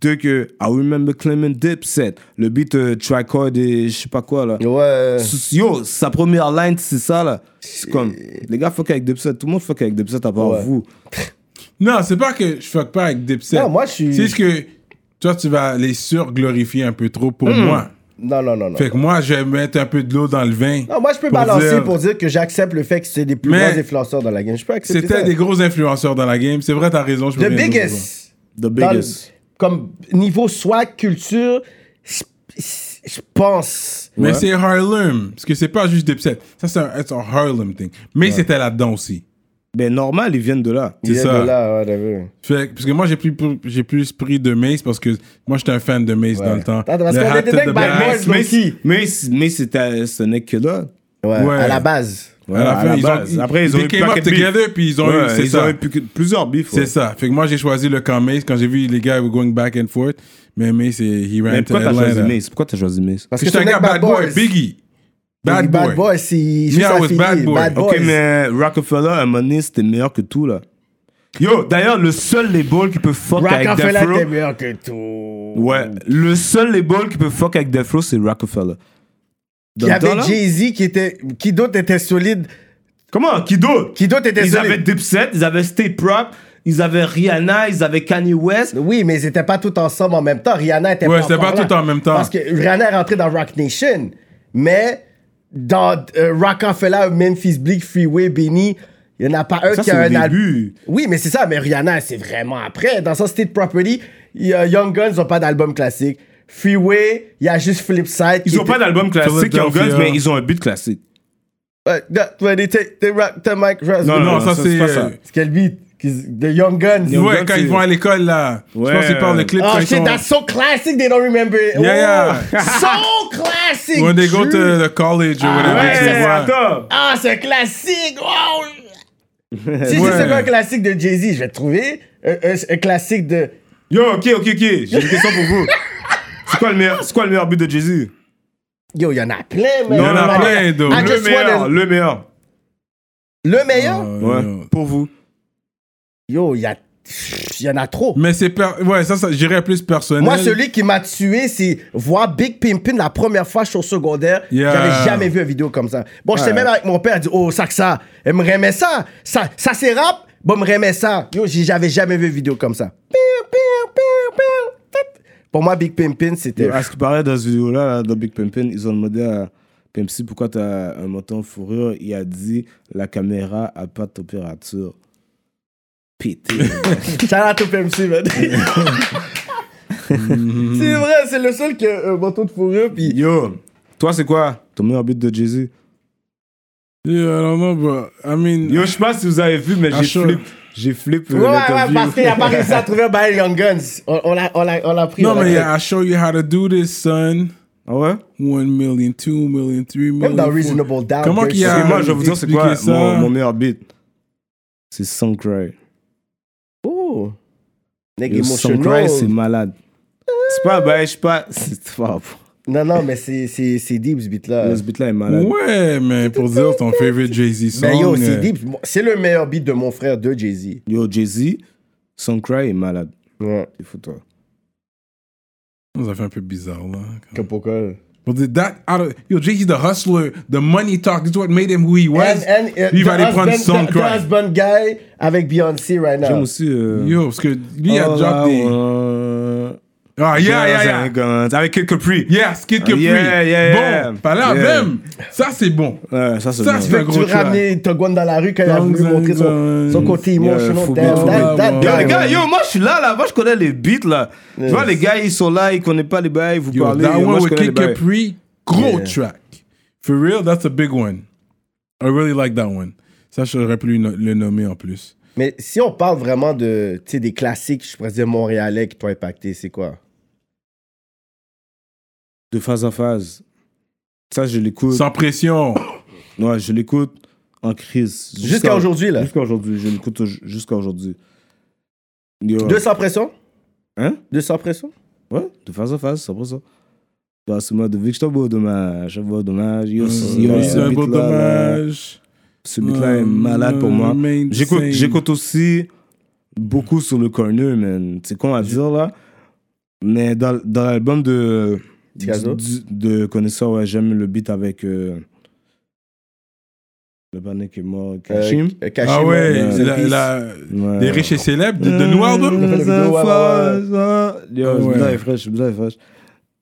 Dirk, euh, I remember claiming Dipset. Le beat euh, Tricord et je sais pas quoi là.
Ouais.
Yo, sa première line, c'est ça là. C'est comme, les gars, fuck avec Dipset. Tout le monde fuck avec Dipset à part
Ouais.
vous.
Non, c'est pas que je fuck pas avec Dipset.
Non, moi, je suis-
C'est juste que toi, tu vas les surglorifier un peu trop pour
Mm.
moi.
Non, non, non, non.
Fait que moi, je vais mettre un peu de l'eau dans le vin.
Non, moi, je peux
Pour
balancer
dire-
pour dire que j'accepte le fait que c'est des plus
Mais-
grands influenceurs dans la game. Je peux accepter.
C'était
ça.
des gros influenceurs dans la game. C'est vrai, t'as raison. je me
The
viens de
biggest.
The
Dans le-
biggest.
comme niveau swag, culture, je- je je pense.
voir. Mais
Ouais.
c'est Harlem. Parce que c'est pas juste Dipset. Ça, c'est un, it's a Harlem thing. Mais c'était là-dedans aussi.
Ben normal, ils viennent de là.
C'est
Il est
ça.
de là, whatever.
Fait, que- parce que moi, j'ai plus, j'ai plus pris de Mace parce que moi, j'étais un fan de Mace dans le temps.
Attends, parce
Le
qu'on
Hat
était
to
deck
the
by
Ah,
back.
boys,
Mais,
Loki.
mais, mais c'est un- ce n'est que là.
Ouais,
Ouais.
À la base.
Ouais,
à la
à
fin,
la
ils
base.
ont,
Après, ils ont
they
eu
came up
paquet de beef.
together, puis ils ont eu,
Ouais,
c'est
ils ont
ça.
eu pu- plusieurs bifs.
C'est
ouais.
ça. Fait que moi, j'ai choisi le camp Mace quand j'ai vu les gars were going back and forth. Mais Mace, he ran
Mais
to
pourquoi t'as choisi
Atlanta.
Mace Pourquoi t'as choisi Mace
Parce
Parce que j'étais un
c'est
gars bad
Neck
boy, Biggie. Bad
Big
boy.
Bad Boy, c'est juste
Yeah, I was
affilié.
Bad Boy.
Bad Boy.
Ok, mais euh, Rockefeller, à un moment donné, c'était meilleur que tout là. Yo, d'ailleurs, le seul label qui peut fuck avec
Rockefeller
Death Row.
était meilleur que tout.
Ouais, le seul label qui peut fuck avec Death Row, c'est Rockefeller.
Il y
Dedans,
avait
là,
Jay-Z qui était. Qui d'autre était solide
Comment Qui d'autre
Qui d'autre était
Ils
solide
avaient Dipset, ils avaient Stay Prop, ils avaient Rihanna, ils avaient Kanye West.
Oui, mais ils n'étaient pas tous ensemble en même temps. Rihanna était
Ouais,
pas
c'était
encore
pas
là.
tout en même temps.
Parce que Rihanna est rentrée dans Rock Nation, mais dans euh, Rockefeller, Memphis Bleak, Freeway, Benny, il n'y en a pas un
Ça,
qui
c'est
a
au
un album.
début.
Oui, mais c'est ça, mais Rihanna, c'est vraiment après. Dans son State Property, il y a Young Guns n'ont pas d'album classique. Freeway, il y a juste Flipside.
Ils ont pas d'album classique, Young Guns,
Philadelphia.
mais ils ont un beat classique.
d'album.
Non, non, ça, c'est.
pas ça.
C'est quel beat qu'ils- De Young Guns.
Young
Ouais,
Guns,
quand
c'est-
ils vont à l'école, là.
Ouais.
Je pense qu'ils parlent de clip.
Oh
quand ils
shit,
sont-
that's so classic, they don't remember it.
Yeah,
Oh, so classic.
When they go
Drew.
to the college or whatever.
Ah, ouais,
tu les vois.
attends.
Ah, c'est classique! Wow! si si
Ouais.
c'est pas un classique de Jay-Z, je vais trouver un, un- un classique de.
Yo, ok, ok, ok. J'ai une question pour vous. C'est quoi le meilleur, c'est quoi le meilleur but de Jay-Z
Yo, il y en a plein, man!
y en a plein, donc.
I
Le
just
meilleur,
wanna-
le meilleur.
Le meilleur?
Oh,
Ouais,
yo.
pour vous.
Yo, il y, a... il y en a trop.
Mais c'est. per- Ouais, ça, ça j'irais plus personnel.
Moi, celui qui m'a tué, c'est voir Big Pimpin la première fois sur secondaire.
Yeah.
J'avais jamais vu une vidéo comme ça. Bon, j'étais même avec mon père, il dit Oh, ça que ça. Elle me remet ça. Ça, ça c'est rap. Bon, me remet ça. Yo, j'ai- j'avais jamais vu une vidéo comme ça. Piu, piu, piu, piu, tit. Pour moi, Big Pimpin, c'était.
À ce qui paraît dans cette vidéo-là, là, dans Big Pimpin, ils ont demandé à Pimpsy pourquoi t'as un moton en fourrure. Il a dit la caméra a pas de température. Pété.
Shout out au PMC, man.
Mm-hmm.
c'est vrai, c'est le seul qui a un manteau de fourrure. Puis...
Yo, toi c'est quoi ton meilleur but de Jay-Z
Yeah, I don't know, bro. I mean.
Yo, je sais pas si vous avez vu, mais
Ah,
j'ai
sure.
flip. J'ai flip. euh,
Ouais, ouais, ouais,
l'interview.
parce qu'il a pas réussi à trouver un bail Young Guns. On, on l'a- on l'a on l'a pris.
non,
on l'a
mais
pris.
yeah, I show you how to do this, son.
Ah ouais
1 million, 2 million, 3 million.
Même dans
four-
Reasonable Doubt.
Comment
Dirty
qu'il y a-
Parce que
South.
moi, je vais vous dire, c'est quoi
expliquer ça.
mon, mon meilleur beat C'est Sun Cry.
Oh. Nigga
Yo, Sun Cry, c'est
emotional.
malade. C'est pas, bah, je sais pas. C'est pas.
Non, non, mais c'est- c'est c'est deep ce beat-là.
Ce beat-là est malade.
Ouais, mais pour dire ton favorite Jay-Z song.
Mais yo, c'est
euh,
deep. C'est le meilleur beat de mon frère de Jay-Z.
Yo, Jay-Z, son cry est malade.
Ouais.
Il faut toi.
Ça fait un peu bizarre, là.
Que pourquoi?
Pour dire that, out of, yo, Jay-Z, the hustler, the money talk, that's what made him who he was.
And- and, uh,
Lui, il va
the
aller prendre
husband-
son
the-
cry.
The husband guy avec Beyoncé right now.
J'aime aussi. Euh,
Yo, parce que lui, il a
All
drop
I
des...
Want.
Ah, yeah, yeah, yeah.
Guns, Avec Kid Capri.
Yeah, Skid Capri.
yeah, yeah, yeah.
Bon, pas là,
Yeah.
même. Ça, c'est bon.
Ouais, ça, c'est
Ça,
bon.
c'est
Tu
un gros
veux
track.
ramener Togwan dans la rue quand il a
Guns
voulu
and
montrer son,
guns.
son côté
faut
emotional.
bien-
Damn,
faut
bien
that- that
voir.
Yo,
guy,
les gars,
ouais.
yo, moi, je suis là, là. Moi, je connais les beats, là. Tu vois, les gars, ils sont là, ils connaissent pas les bails, vous
Yo,
parlez.
that
moi,
one
je
with
connais les
Kid
bails.
Capri, gros
Yeah.
track. For real, that's a big one. I really like that one. Ça, j'aurais pu lui no- le nommer en plus.
Mais si on parle vraiment de, tu sais, des classiques, je pourrais dire montréalais qui t'ont impacté, c'est quoi?
De phase en phase. Ça, je l'écoute.
Sans pression.
Ouais, je l'écoute en crise.
Jusqu'à aujourd'hui, là.
Jusqu'à aujourd'hui. Je l'écoute au- jusqu'à aujourd'hui. Yo.
200 pressions?
Hein?
200 pressions?
Ouais, de face à face, c'est pour ça. Bah, c'est moi, depuis que je suis beau dommage, je beau dommage. Yo, ce- yo,
Mm, C'est
ce
un beau
beat-là, là,
dommage. Mm,
ce beat-là est malade pour moi. J'écoute, j'écoute aussi beaucoup sur le corner, man. C'est con à dire là. Mais dans, dans l'album de,
Tigazo?
du- de Connaisseur, ouais, j'aime le beat avec euh, le panier qui est mort, Kashim.
Euh, Kashim,
Ah ouais,
euh,
la,
Peace.
la-
Ouais.
Euh,
les riches et célèbres de, de Noir, là.
Ouais,
Yo,
Ouais.
celui-là est fraîche, celui-là est fraîche.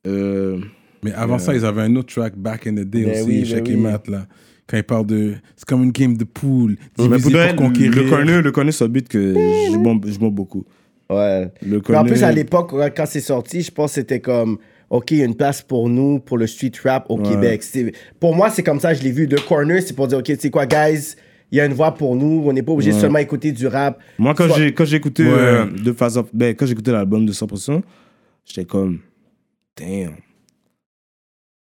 Euh,
Mais avant ça, ils avaient un autre track back in the day
Ben
aussi,
oui, ben
Shaq
oui.
et Matt, là. Quand ils parlent de. C'est comme une game de pool.
Mais pour
Divisé
de vrai,
pour conquérir.
Le corner, le corner, c'est un beat que je bombe, je bombe beaucoup.
Ouais.
Le
Puis
corner,
en plus, à l'époque, quand c'est sorti, je pense que c'était comme, OK, il y a une place pour nous, pour le street rap au Québec. C'est- Pour moi, c'est comme ça, je l'ai vu. The Corner, c'est pour dire, OK, tu sais quoi, guys, il y a une voix pour nous, on n'est pas obligé de seulement écouter du rap.
moi, quand
Soit-
j'ai quand j'ai écouté
Ouais.
euh, de Phase Up- ben, quand j'ai écouté l'album de 100%, j'étais comme, damn.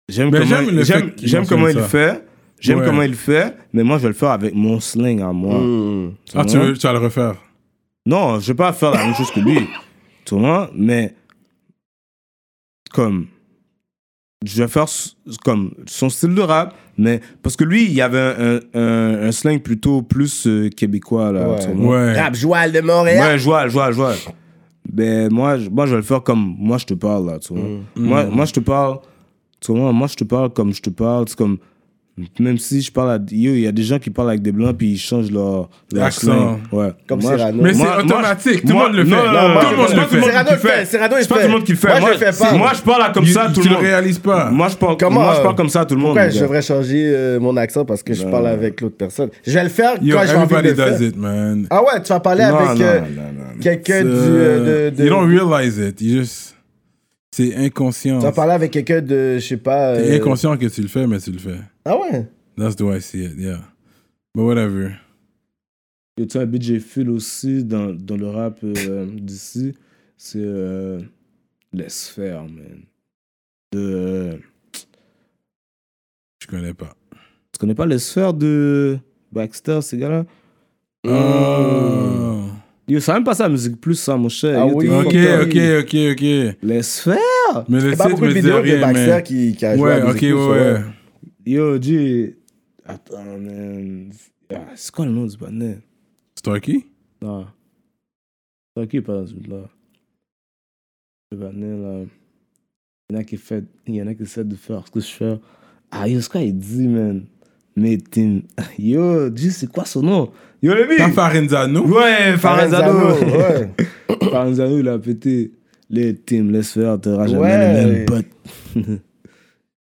J'aime
Ben,
comment,
j'aime le
il- j'aime-
fait qu'il
j'aime comment il
mentionne
le fait. J'aime
Ouais.
comment il le fait, mais moi, je vais le faire avec mon sling à moi.
Hmm.
Tu
Ah, tu,
vois?
veux- tu vas le refaire.
Non, je vais pas faire la même chose que lui. Tu vois, mais comme je vais faire s- comme son style de rap, mais parce que lui, il y avait un, un- un- un slang plutôt plus euh, québécois là.
Ouais.
tu vois.
Ouais.
Rap Joal de Montréal.
Ouais, joual, joual, joual. Ben moi, je- moi je vais le faire comme moi je te parle là, tu vois.
Mm.
Moi, moi je te parle, tu vois, moi je te parle comme je te parle, c'est comme même si je parle à yo, il y a des gens qui parlent avec des blancs puis ils changent leur, leur
L'accent.
slang. Ouais.
Comme
Moi, je-
Cyrano.
Mais c'est
moi- moi,
automatique. tout le
moi-
monde le fait.
non, non, non,
tout le
moi,
monde
c'est
le
pas tout le
fait.
monde
Cyrano,
qui
il fait. Cyrano, il
C'est pas
fait.
tout le monde qui le fait.
Moi,
Moi,
je le fais pas.
c'est- Moi, je parle à comme
You-
ça à tout
tu
le
le
monde.
réalises pas.
Moi, je parle,
Comment,
moi, je
euh,
parle comme ça à tout le monde.
Pourquoi
les
je
gars.
devrais changer euh, mon accent parce que je parle avec l'autre personne? Je vais le faire
Ben Yo,
quand je vais envie de
everybody
le faire.
does it, man.
Ah ouais, tu vas parler
Non,
avec
non,
euh,
non, non, non.
quelqu'un du, euh,
Euh,
de, de-
You don't realize it. You just. C'est inconscient.
Tu vas parler avec quelqu'un de, je sais pas...
T'es
euh,
inconscient que tu le fais, mais tu le fais.
Ah ouais?
That's the way I see it, yeah. But whatever.
Yo, tu as un beat j'ai full aussi dans, dans le rap euh, d'ici, c'est euh, Laisse faire, man. De, euh,
Je connais pas.
tu connais pas Laisse faire de Baxter, ces gars-là
Mmh.
Oh.
Yo, ça a même pas ça, musique plus, ça, mon cher.
Ah
Yo,
oui.
t'es
Ok,
fucked
ok,
up.
ok, ok.
Laisse faire.
Mais le
Il y a
titre
pas Eh ben, beaucoup de
me dit
vidéos de
rien,
Baxter
mais...
qui, qui a joué
Ouais,
à
ok,
des
ouais,
écoutes,
ouais.
Yo, G. Attends, man. Ah, c'est quoi le nom du panel
Storky?
Non. C'est qui par exemple là Le Vanel, là. Il y en a qui fait, il y en a qui essaient de faire ce que je fais. Ah, yo, c'est quoi il dit, man Mais Tim. Yo, dis, c'est quoi son nom Yo, le
T'as
but
Farenzano?
Ouais, Farenzano
Hmm. Farenzano, ouais.
Farenzano, il a pété. Les Tim, laisse faire,
Ah,
Ah,
t'auras jamais
Ouais.
le même pote.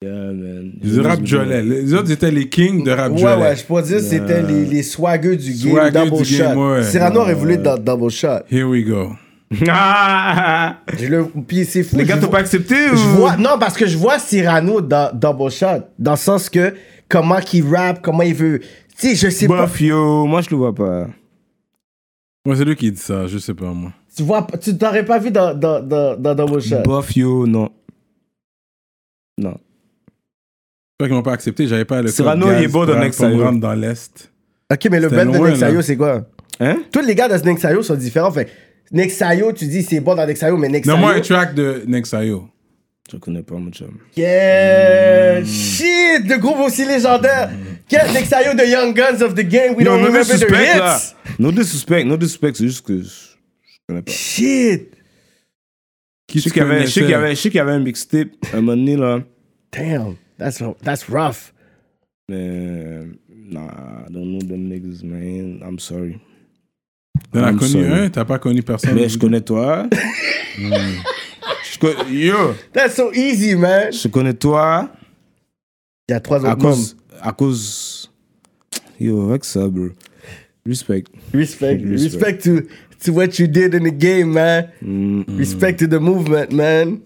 yeah, man.
Du rap Jolet. Les autres étaient les kings de rap
Ouais,
Jolet.
ouais, je pourrais dire c'était les, les swagueux du game,
Swagueux
double
Euh, du
shot.
game, ouais.
Cyrano aurait voulu être dans double shot.
Here we go.
Ah
Je le, puis c'est fou.
Les gars
je
t'ont
vois-
pas accepté ou
je vois, non, parce que je vois Cyrano dans double shot. Dans le sens que comment qu'il rappe, comment il veut. Tu sais, je sais pas.
Bof, yo, moi je le vois pas.
Moi, c'est lui qui dit ça, je sais pas, moi.
Tu vois, tu t'aurais pas vu dans, dans, dans, dans double shot.
Bah,
Bof, yo, non. Non.
J'espère qu'ils m'ont pas accepté, j'avais pas le code
Cyrano,
gaz
il est beau dans
pour-
Next
pour me
Ayo.
rendre dans l'Est.
Ok, mais le
C'était
band de
loin,
Nexayo,
là.
c'est quoi
Hein?
Tous les gars de Nexayo sont différents. Fait, Nexayo, tu dis c'est bon dans Nexayo, mais Nexayo.
Non, moi, un track de Nexayo.
Je connais pas, mon chum. Mm.
Yeah! Shit! Le groupe aussi légendaire! Quel Dexayo de Young Guns of the Game? We
Yo,
don't
no
remember the
disrespect, là.
hits!
No disrespect, no disrespect, c'est juste que je, je connais pas.
Shit!
Qui
Je
tu
sais qu'il y avait- je
connaissais?
sais qu'il y avait- je sais qu'il y avait un mixtape à un moment donné, là.
Damn! That's, that's rough.
Mais. Nah, I don't know them niggas, man. I'm sorry.
T'en as
I'm
connu
sorry.
un, Hmm. t'as pas connu personne.
Mais je connais toi. Je co- Yo!
That's so easy, man!
Je connais toi
Il y a trois
à
autres
cause. À cause. Yo, avec ça, bro. Respect.
membres. Respect.
Respect.
Respect to, to what you did in the game, man.
Hmm.
Hmm.
Respect
Mm.
to the movement, man.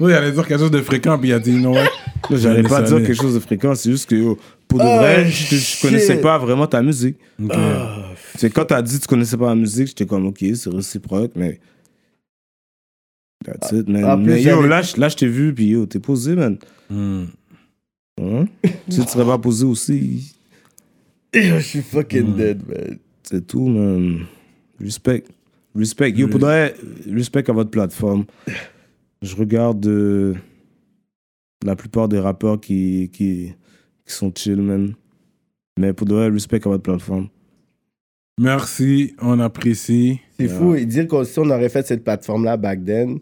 Oui, il allait dire quelque chose de fréquent, puis il a dit non. ouais.
Là, J'allais
Mais
pas
ça
dire
allait.
quelque chose de fréquent, c'est juste que yo, pour de
Oh,
vrai, je, je connaissais
shit.
pas vraiment ta musique.
Ah.
C'est quand t'as dit que tu connaissais pas la musique, j'étais comme ok, c'est réciproque, mais. That's it, man.
en plus,
mais yo,
j'avais-
là, je- là, je t'ai vu, puis yo, t'es posé, man.
Hmm.
Hein? si tu serais pas posé aussi,
Yo, Je suis fucking
Mm.
dead, man.
c'est tout, man. Respect. Respect. Yo, pour de vrai, respect à votre plateforme. Je regarde euh, la plupart des rappeurs qui, qui, qui sont chill, man. Mais pour de vrai, respect à votre plateforme.
Merci, on apprécie.
C'est fou. Et dire que si on aurait fait cette plateforme-là back then,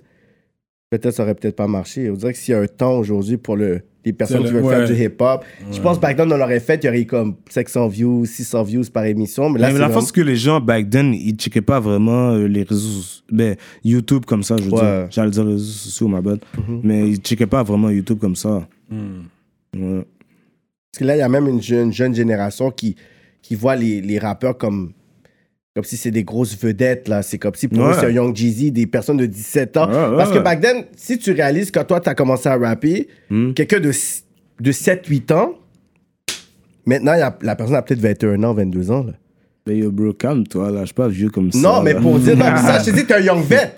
peut-être ça aurait peut-être pas marché. On dirait que s'il y a un temps aujourd'hui pour le, les personnes
C'est
qui
le-
veulent faire
ouais.
du hip-hop, je pense back then, on l'aurait fait, il y aurait eu comme 500 views, 600 views par émission. Mais là,
Mais
c'est
la
vraiment-
force que les gens, back then, ils checkaient pas vraiment euh, les réseaux so- ben, YouTube comme ça, je veux
Ouais. Mhm.
dire. J'allais dire les réseaux sociaux, ma bad. Mais ils checkaient pas vraiment YouTube comme ça. Hmm. Ouais.
Parce que là, il y a même une jeune, jeune génération qui, qui voit les, les rappeurs comme, comme si c'est des grosses vedettes. là. C'est comme si pour
Ouais.
eux, c'est un Young Jeezy, des personnes de 17 ans.
Ouais, ouais,
Parce que
ouais.
back then, si tu réalises que toi, tu as commencé à rapper, quelqu'un de, s- de 7-8 ans, maintenant, il y a- la personne a peut-être 21 ans, 22 ans. là.
Ben, yo, bro, calme-toi, là. Je suis pas vieux comme ça.
Non, mais
là.
pour dire non, mais ça, je te dis, t'es un young vet.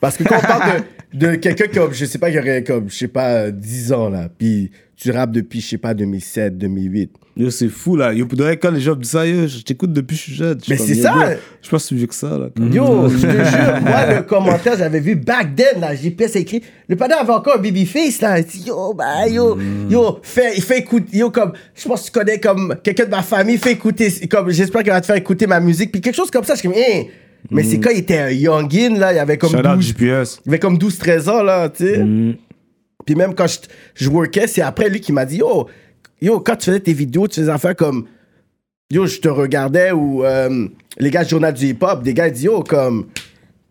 Parce que quand on parle de, de quelqu'un comme, je sais pas, qui aurait comme, je sais pas, euh, 10 ans, là, puis tu rappes depuis, je sais pas, 2007, 2008.
Yo, c'est fou, là. Yo, pour de vrai, quand les gens me disent ça, yo, je t'écoute depuis que je suis jeune. Je suis
Mais
comme,
c'est
yo,
ça.
bro, Je suis pas si vieux que ça, là.
Yo,
Mm.
je te jure, moi, le commentaire, j'avais vu back then, là, JPS écrit. Le panneau avait encore un baby face, là. Il dit, yo, bah, yo,
Mm.
yo, fais, fais écouter, yo, comme, je pense que tu connais comme quelqu'un de ma famille, fais écouter, comme, j'espère qu'il va te faire écouter ma musique, puis quelque chose comme ça, je suis comme, hein. Mais c'est quand il était un youngin, là, il avait comme
Mm. Shout out
12,
GPS.
il avait comme 12, 13 ans, là, tu sais. Puis même quand je, je workais, c'est après lui qui m'a dit, yo, yo, quand tu faisais tes vidéos, tu faisais affaires comme, yo, je te regardais ou euh, les gars du journal du hip-hop, des gars ils disent, yo, comme,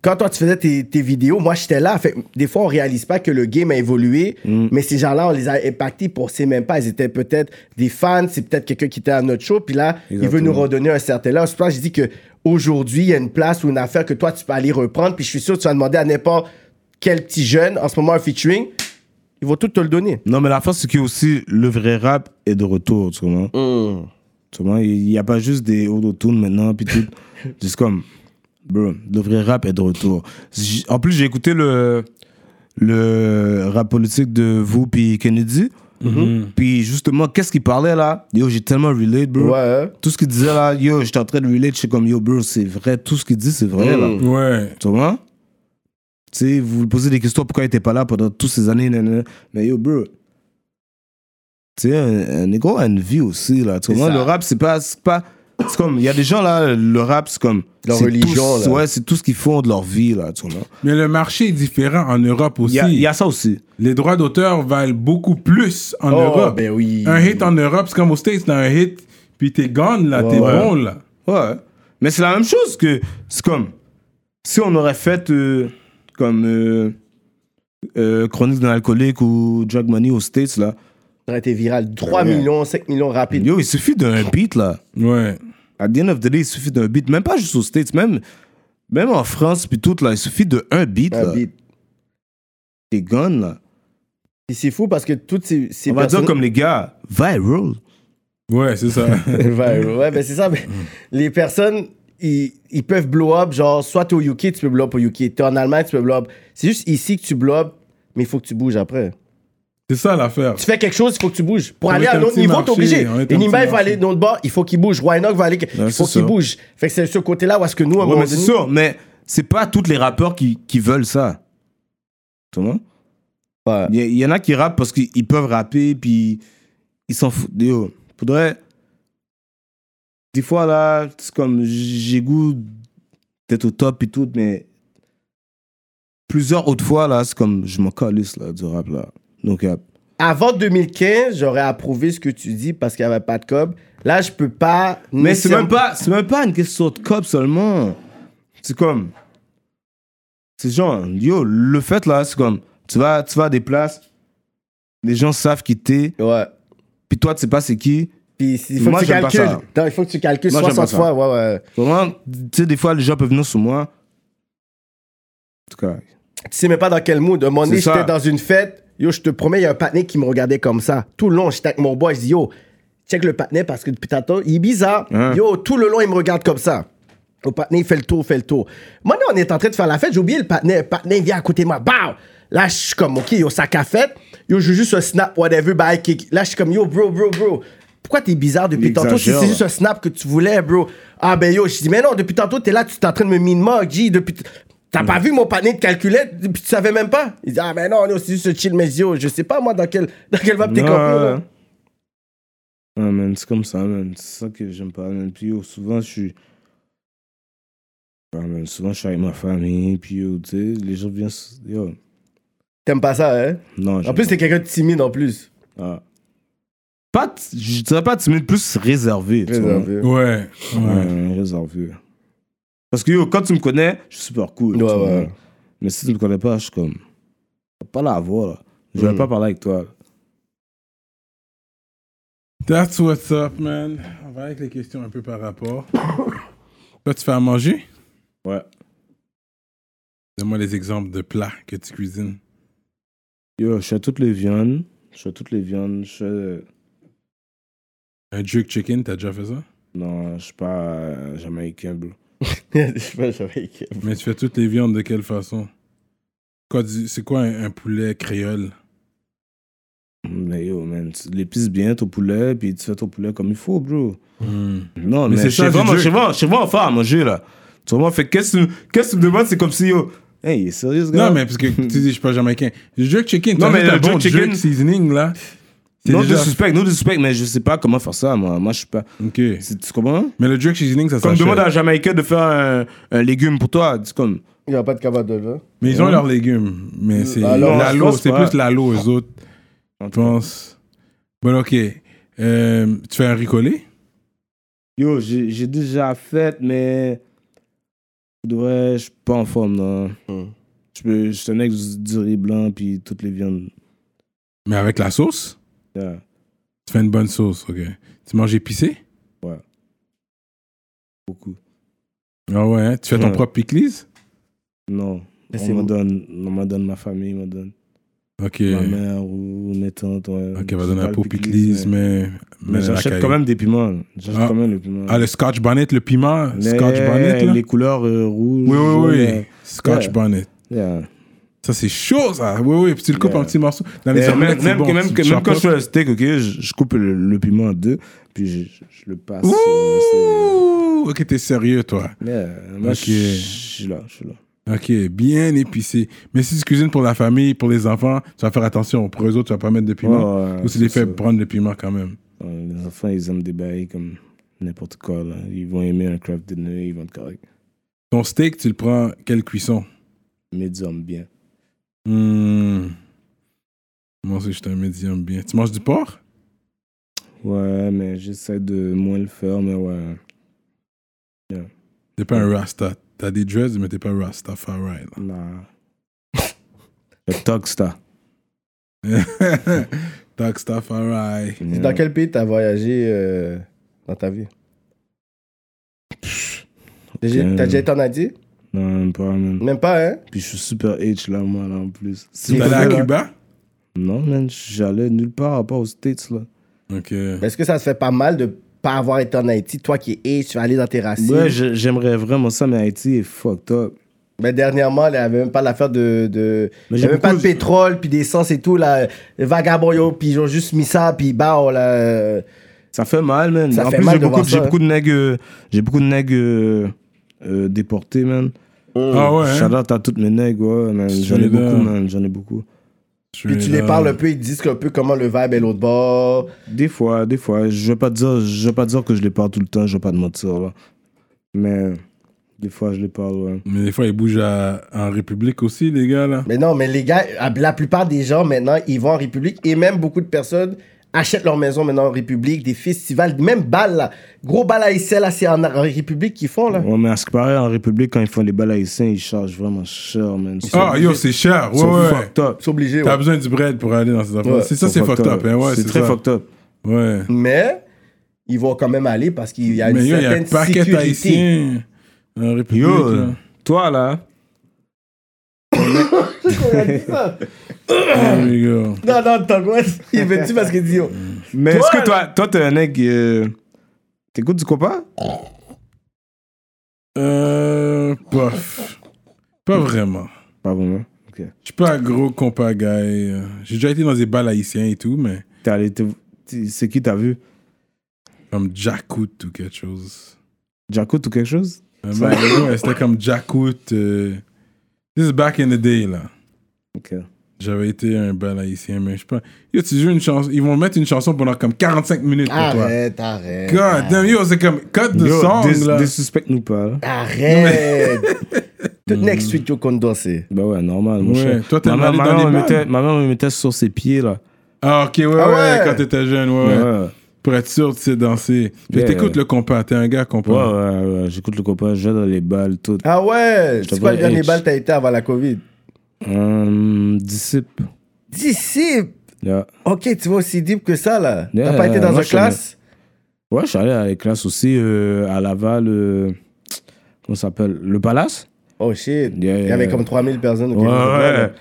quand toi tu faisais tes, tes vidéos, moi j'étais là. Fait, que des fois, on réalise pas que le game a évolué, mais ces gens-là, on les a impactés pour c'est même pas. Ils étaient peut-être des fans, c'est peut-être quelqu'un qui était à notre show, puis là, il veut nous
Exactement.
redonner un certain là. C'est pour ça que je dis que aujourd'hui, il y a une place ou une affaire que toi tu peux aller reprendre, puis je suis sûr que tu vas demander à n'importe quel petit jeune, en ce moment un featuring, ils vont tout te le donner.
Non, mais la force, c'est que aussi, le vrai rap est de retour, tu comprends? Tu comprends? Il n'y a pas juste des autotunes maintenant, puis tout. juste comme, bro, le vrai rap est de retour. J- En plus, j'ai écouté le, le rap politique de vous, puis Kennedy.
Hmm.
Puis justement, qu'est-ce qu'il parlait là? Yo, j'ai tellement relate, bro.
Ouais. hein?
Tout ce qu'il disait là, yo, j'étais en train de relate, je suis comme, yo, bro, c'est vrai, tout ce qu'il dit, c'est vrai là.
Ouais.
Tu vois? Tu sais, vous lui posez des questions pourquoi il était pas là pendant toutes ces années, nanana. Mais yo, bro. Tu sais, un, un négro a une vie aussi, là. Tu vois?
ça.
Le rap, c'est pas. C'est pas- c'est comme. Il y a des gens, là, le rap, c'est comme.
Leur
c'est
religion,
tout-
là.
Ouais, c'est tout ce qu'ils font de leur vie, là. Tu vois?
Mais le marché est différent en Europe
Il
aussi.
y a, il y a ça aussi.
Les droits d'auteur valent beaucoup plus en
Oh,
Europe.
ben oui.
Un hit en Europe, c'est comme aux States, t'as un hit, puis t'es gone, là, t'es
ouais.
bon, là.
Ouais. Mais c'est la même chose que. C'est comme. Si on aurait fait. euh, comme. euh, euh, Chronique d'un alcoolique ou Drug Money aux States, là.
Ça aurait été viral. 3 millions, 5 millions rapide.
Yo, il suffit d'un beat, là.
Ouais.
À the end of the day, il suffit d'un beat, même pas juste aux States, même, même en France, puis tout, là, il suffit de un beat,
Un
là.
beat.
T'es gone, là.
Puis c'est fou parce que toutes ces, ces
On va dire
personnes-
comme les gars, viral.
Ouais, c'est ça.
ouais,
Mm.
ouais, ben c'est ça. Mais les personnes, ils, ils peuvent blow up. Genre, soit t'es au UK, tu peux blow up au UK. T'es en Allemagne, tu peux blow up. C'est juste ici que tu blow up, mais il faut que tu bouges après.
c'est ça l'affaire.
Tu fais quelque chose, il faut que tu bouges. Pour
On
aller
est
à
un
un autre
petit
niveau,
marché,
t'es obligé.
on est un
Enima,
petit
il
marché.
faut aller dans le bord, il faut qu'il bouge. Wynock va aller, il
c'est
faut qu'il
ça.
bouge. Fait que c'est ce côté-là où est-ce que nous, à un
Ouais,
moment
mais c'est
donné-
sûr, mais c'est pas tous les rappeurs qui, qui veulent ça. Tu vois?
Ouais.
Il y, il y en a qui rappent parce qu'ils ils peuvent rapper, puis ils s'en foutent. Yo, faudrait. Des fois, là, c'est comme j'ai goût d'être au top et tout, mais plusieurs autres fois, là, c'est comme je m'en calisse, là, du rap, là. Donc, euh,
Avant 2015, j'aurais approuvé ce que tu dis parce qu'il n'y avait pas de cob. Là, je peux pas.
Mais c'est même pas, c'est même pas une question de cop seulement. C'est comme, c'est genre, yo, le fait là, c'est comme, tu vas, tu vas à des places, les gens savent qui t'es,
Ouais.
puis toi tu sais pas c'est qui.
Puis il faut
Moi,
que tu
j'aime pas
calcules.
ça.
Non, il faut que tu calcules
Moi, j'aime
60
pas
fois. Ouais, ouais.
Vraiment, tu sais, des fois les gens peuvent venir sur moi. En tout cas,
Tu sais même pas dans quel mood. Un moment donné,
C'est ça.
j'étais dans une fête. Yo, je te promets, il y a un patiné qui me regardait comme ça. Tout le long, j'étais avec mon boy. Je dis, yo, check le patiné parce que depuis tantôt, il est bizarre.
Hein.
Yo, tout le long, il me regarde comme ça. Le patiné, il fait le tour, fait le tour. Moi, nous, on est en train de faire la fête. J'ai oublié le patiné. Le patiné, il vient à côté de moi. Bah! Là, je suis comme, OK, yo, sac à fête. Yo, je joue juste un snap, whatever, bye kick. Là, je suis comme, yo, bro, bro, bro. Pourquoi t'es bizarre depuis
Il
tantôt? Si
exagère,
c'est
là.
juste un snap que tu voulais, bro. Ah ben yo, je dis, mais non, depuis tantôt, t'es là, tu t'es en train de me min-mug, G, depuis... t-
Mm.
T'as pas vu mon panier de calculette, puis tu savais même pas. Il dit, ah ben non, non, c'est juste chill, mais yo, je sais pas moi dans quel, dans quel vibe t'es campé,
Ouais, ouais.
là.
Ouais, euh, Ah, man, c'est comme ça, man. C'est ça que j'aime pas, man. Puis yo, souvent, je suis. Ouais, man, souvent, je suis avec ma famille, puis yo, tu sais, les gens viennent. s- Yo.
T'aimes pas ça, hein?
Non,
En
j'aime
plus,
pas.
t'es quelqu'un de timide en plus.
Ah. Pas, t- je dirais pas timide, plus réservé. tu vois.
Réservé.
Ouais. ouais.
Ouais, réservé. Parce que yo, quand tu me connais, je suis super cool. tu
Ouais,
vois.
ouais.
Mais si tu me connais pas, je suis comme. Pas la voix, là. Je vais
Mm.
pas parler avec toi.
That's what's up, man. On va avec les questions un peu par rapport. Toi, tu fais à manger?
Ouais.
Donne-moi les exemples de plats que tu cuisines.
Yo, je fais toutes les viandes. Je fais toutes les viandes. Je fais-
Un jerk chicken, t'as déjà fait ça?
Non, je suis pas euh, jamaïcain, bro.
Je sais pas, j'avais-
Mais tu fais toutes les viandes de quelle façon? Quoi, du- C'est quoi un, un poulet créole?
Mais yo, man, tu l'épices bien ton poulet, puis tu fais ton poulet comme il faut, bro. Non,
Mais
Hmm. mais,
c'est
chez
ça,
moi,
du
moi,
jerk.
chez moi, chez moi, enfin, à manger, là. Tu vois, moi, fait qu'est-ce que tu- qu'est-ce que tu me demandes, c'est comme si, yo, hey, il est sérieux, ce gars?
Non, mais parce que tu dis, je suis pas jamaïcain. Le jerk chicken,
Non,
t'as
mais
juste un
le jerk
bon
chicken-
jerk seasoning, là. C'est
Non,
déjà-
de suspect, non, de suspect, mais je sais pas comment faire ça, moi. Moi, je suis pas.
OK.
c'est- Tu comprends?
Mais le jerk seasoning, ça
Comme
s'achète.
demande à un Jamaïcain de faire un, un légume pour toi, c'est comme.
Il y a pas de cabane de là.
Mais
Hein?
ils ont leurs légumes. Mais c'est
Alors,
la
Mmh, bah, je
l'alo,
pense
c'est
pas.
plus l'alo aux autres,
en
je
tout cas.
pense. Bon, OK. Euh, tu fais un ricolé?
Yo, j'ai j'ai déjà fait, mais. pour De vrai, je suis pas en forme, non. Je peux- je suis un ex du riz blanc, puis toutes les viandes.
Mais avec la sauce?
Yeah.
Tu fais une bonne sauce, OK. Tu manges épicé?
Beaucoup.
Ah ouais, hein? Tu fais ton
Ouais.
propre pickles?
Non.
Mais c'est
on me
bon.
donne, on me donne ma famille, on me donne
OK.
ma mère ou mes tantes. ouais.
OK,
euh, Je
va
sais
donner
pas
un
le
pot
pickles,
pickles,
mais-
mais...
Mais
la
j'achète
caille.
quand même des piments. J'achète
Ah.
quand même les piments.
Ah, le scotch bonnet, le piment?
Les-
Scotch bonnet, là?
Les couleurs euh, rouges.
Oui, oui, oui.
jaunes,
Scotch
Ouais.
bonnet.
euh, yeah.
Ça, c'est chaud, ça. Oui, oui. Puis tu le coupes en
Yeah.
petits morceaux. Dans
Mais
les
Eh, même,
omelettes, c'est
même
bon.
que- même
Tu
que- même quand je
chopes
fais un steak, ok, je, je coupe le, le piment en deux, puis je, je- je le passe.
up.
euh, c'est-
Ouh! OK, t'es sérieux, toi.
Yeah, moi,
Ok.
je je suis là, je suis là.
OK, bien épicé. Mais si tu cuisines pour la famille, pour les enfants, tu vas faire attention. Pour eux autres, tu vas pas mettre de piment.
Ouais, ouais,
Ou tu les
Oh, c'est
fais
ça.
prendre le piment quand même.
Euh, Les enfants, ils aiment des bails comme n'importe quoi. Là. Ils vont aimer un craft dinner, ils vont être correct.
Ton steak, tu le prends quelle cuisson?
Médium bien.
Hmm. Moi aussi, je suis un médium bien. Tu manges du porc?
Ouais, mais j'essaie de moins le faire, mais ouais.
T'es pas un rasta. T'as des dreads, mais t'es pas rastafari. là.
Nah. le Togstar.
Rastafari.
hein.
Dans quel pays t'as voyagé euh, dans ta vie? T'as déjà- T'as déjà été en Asie?
Non, même pas, man.
Même pas, hein?
Puis je suis super H là, moi, là, en plus.
T'es
Il faut
allé à
faire, hein.
Cuba?
Non, man, j'allais nulle part à part aux States, là.
OK.
Ben,
Mais Est-ce que ça se fait pas mal de pas avoir été en Haïti? Toi qui es H, tu vas aller dans tes racines.
Ouais, je- j'aimerais vraiment ça, mais Haïti est fucked up.
Mais dernièrement, il n'y avait même pas l'affaire de. de... Il
Mais
n'y
j'ai
avait même pas de
beaucoup-
pétrole, puis d'essence et tout. Là. Les Vagabonds, yo, puis ils ont juste mis ça, puis bah, on l'a. euh,
Ça fait mal, man.
Ça hein.
en
fait
plus,
mal
j'ai
de
beaucoup,
voir ça,
j'ai beaucoup de nègres, euh, j'ai beaucoup de nègres euh, euh, déportés, man.
Ah ouais. hein?
Shout out à toutes mes nègres, ouais, man. J'en ai
Straight
beaucoup,
up.
man. J'en ai beaucoup.
Puis tu les parles un peu, ils te disent un peu comment le vibe est l'autre bord.
Des fois, des fois. Je veux pas te dire, je veux pas te dire que je les parle tout le temps, je veux pas te mentir, là. Mais des fois, je les parle, ouais.
Mais des fois, ils bougent à- en République aussi, les gars, là.
Mais non, mais les gars, la plupart des gens maintenant, ils vont en République et même beaucoup de personnes achètent leur maison maintenant en République, des festivals, même balles, là. Gros balles haïtiennes, là, c'est en, en République qu'ils font, là.
Ouais, mais à ce qui paraît, en République, quand ils font les balles haïtiens, ils chargent vraiment cher, man. Ils sont-
Ah, yo, c'est cher.
ils
Ouais,
sont
ouais.
fucked up.
C'est obligé, ouais.
T'as besoin du bread pour aller dans ces affaires.
Ouais,
c'est ça,
Ils
c'est
sont
fucked up. hein, ouais,
c'est très
ça.
fucked up.
Ouais.
Mais ils vont quand même aller parce qu'il y a une
Mais yo, il y a un
certaine
paquet
sécurité.
haïtien en République.
Yo,
là.
toi là,
hein.
There we go.
Non, non, t'as quoi Il veut tu parce qu'il dit yo.
mais
Toi,
est-ce que toi, toi t'es un mec, euh, t'écoutes du compas
Euh. Pof. Pas vraiment.
Pas vraiment. Ok.
Je suis pas un gros compas guy. euh, J'ai déjà été dans des balles haïtiens et tout, mais
T'es allé, te- t'es- c'est qui t'as vu?
comme Jacoot ou quelque chose.
Jacoot ou quelque chose?
Euh, mais ouais, c'était comme Jacoot. euh, This is back in the day, là.
Ok.
J'avais été un bal haïtien, mais je sais pas. Yo, tu joues une chanson. Ils vont mettre une chanson pendant comme 45 minutes pour
Ah,
toi.
Arrête, arrête.
God damn, yo, c'est comme cut the
Yo,
song,
dés-
là.
Déssuspecte-nous pas. là.
Arrête. Tout next week, yo, qu'on doit, c'est.
Bah ouais, normal, mon
Ouais,
cher.
toi, t'es
ma, mère-
allé
ma,
dans
mère
les
me
balles.
mettait, ma mère me mettait sur ses pieds, là.
Ah, ok, ouais, ouais,
Ah ouais.
quand t'étais jeune, ouais,
Ouais,
ouais.
ouais,
Pour être sûr, tu sais danser. Puis
Yeah.
t'écoutes le compas, t'es un gars
ouais,
compas.
ouais, ouais. J'écoute le copain, je vais dans les balles, tout.
Ah ouais,
te
c'est quoi le
vois,
dernier
H.
bal t'as été avant la COVID?
Hum, disciple.
Disciple.
Yeah.
Ok, tu vas aussi deep que ça, là.
Yeah,
T'as pas été dans
moi,
une
je connais.
classe?
Ouais, je suis allé à les classes aussi, euh, à Laval, euh, comment ça s'appelle? Le Palace?
Oh shit.
Yeah,
Il y avait
yeah.
comme 3000 personnes. au
Ouais,
Québec.
ouais.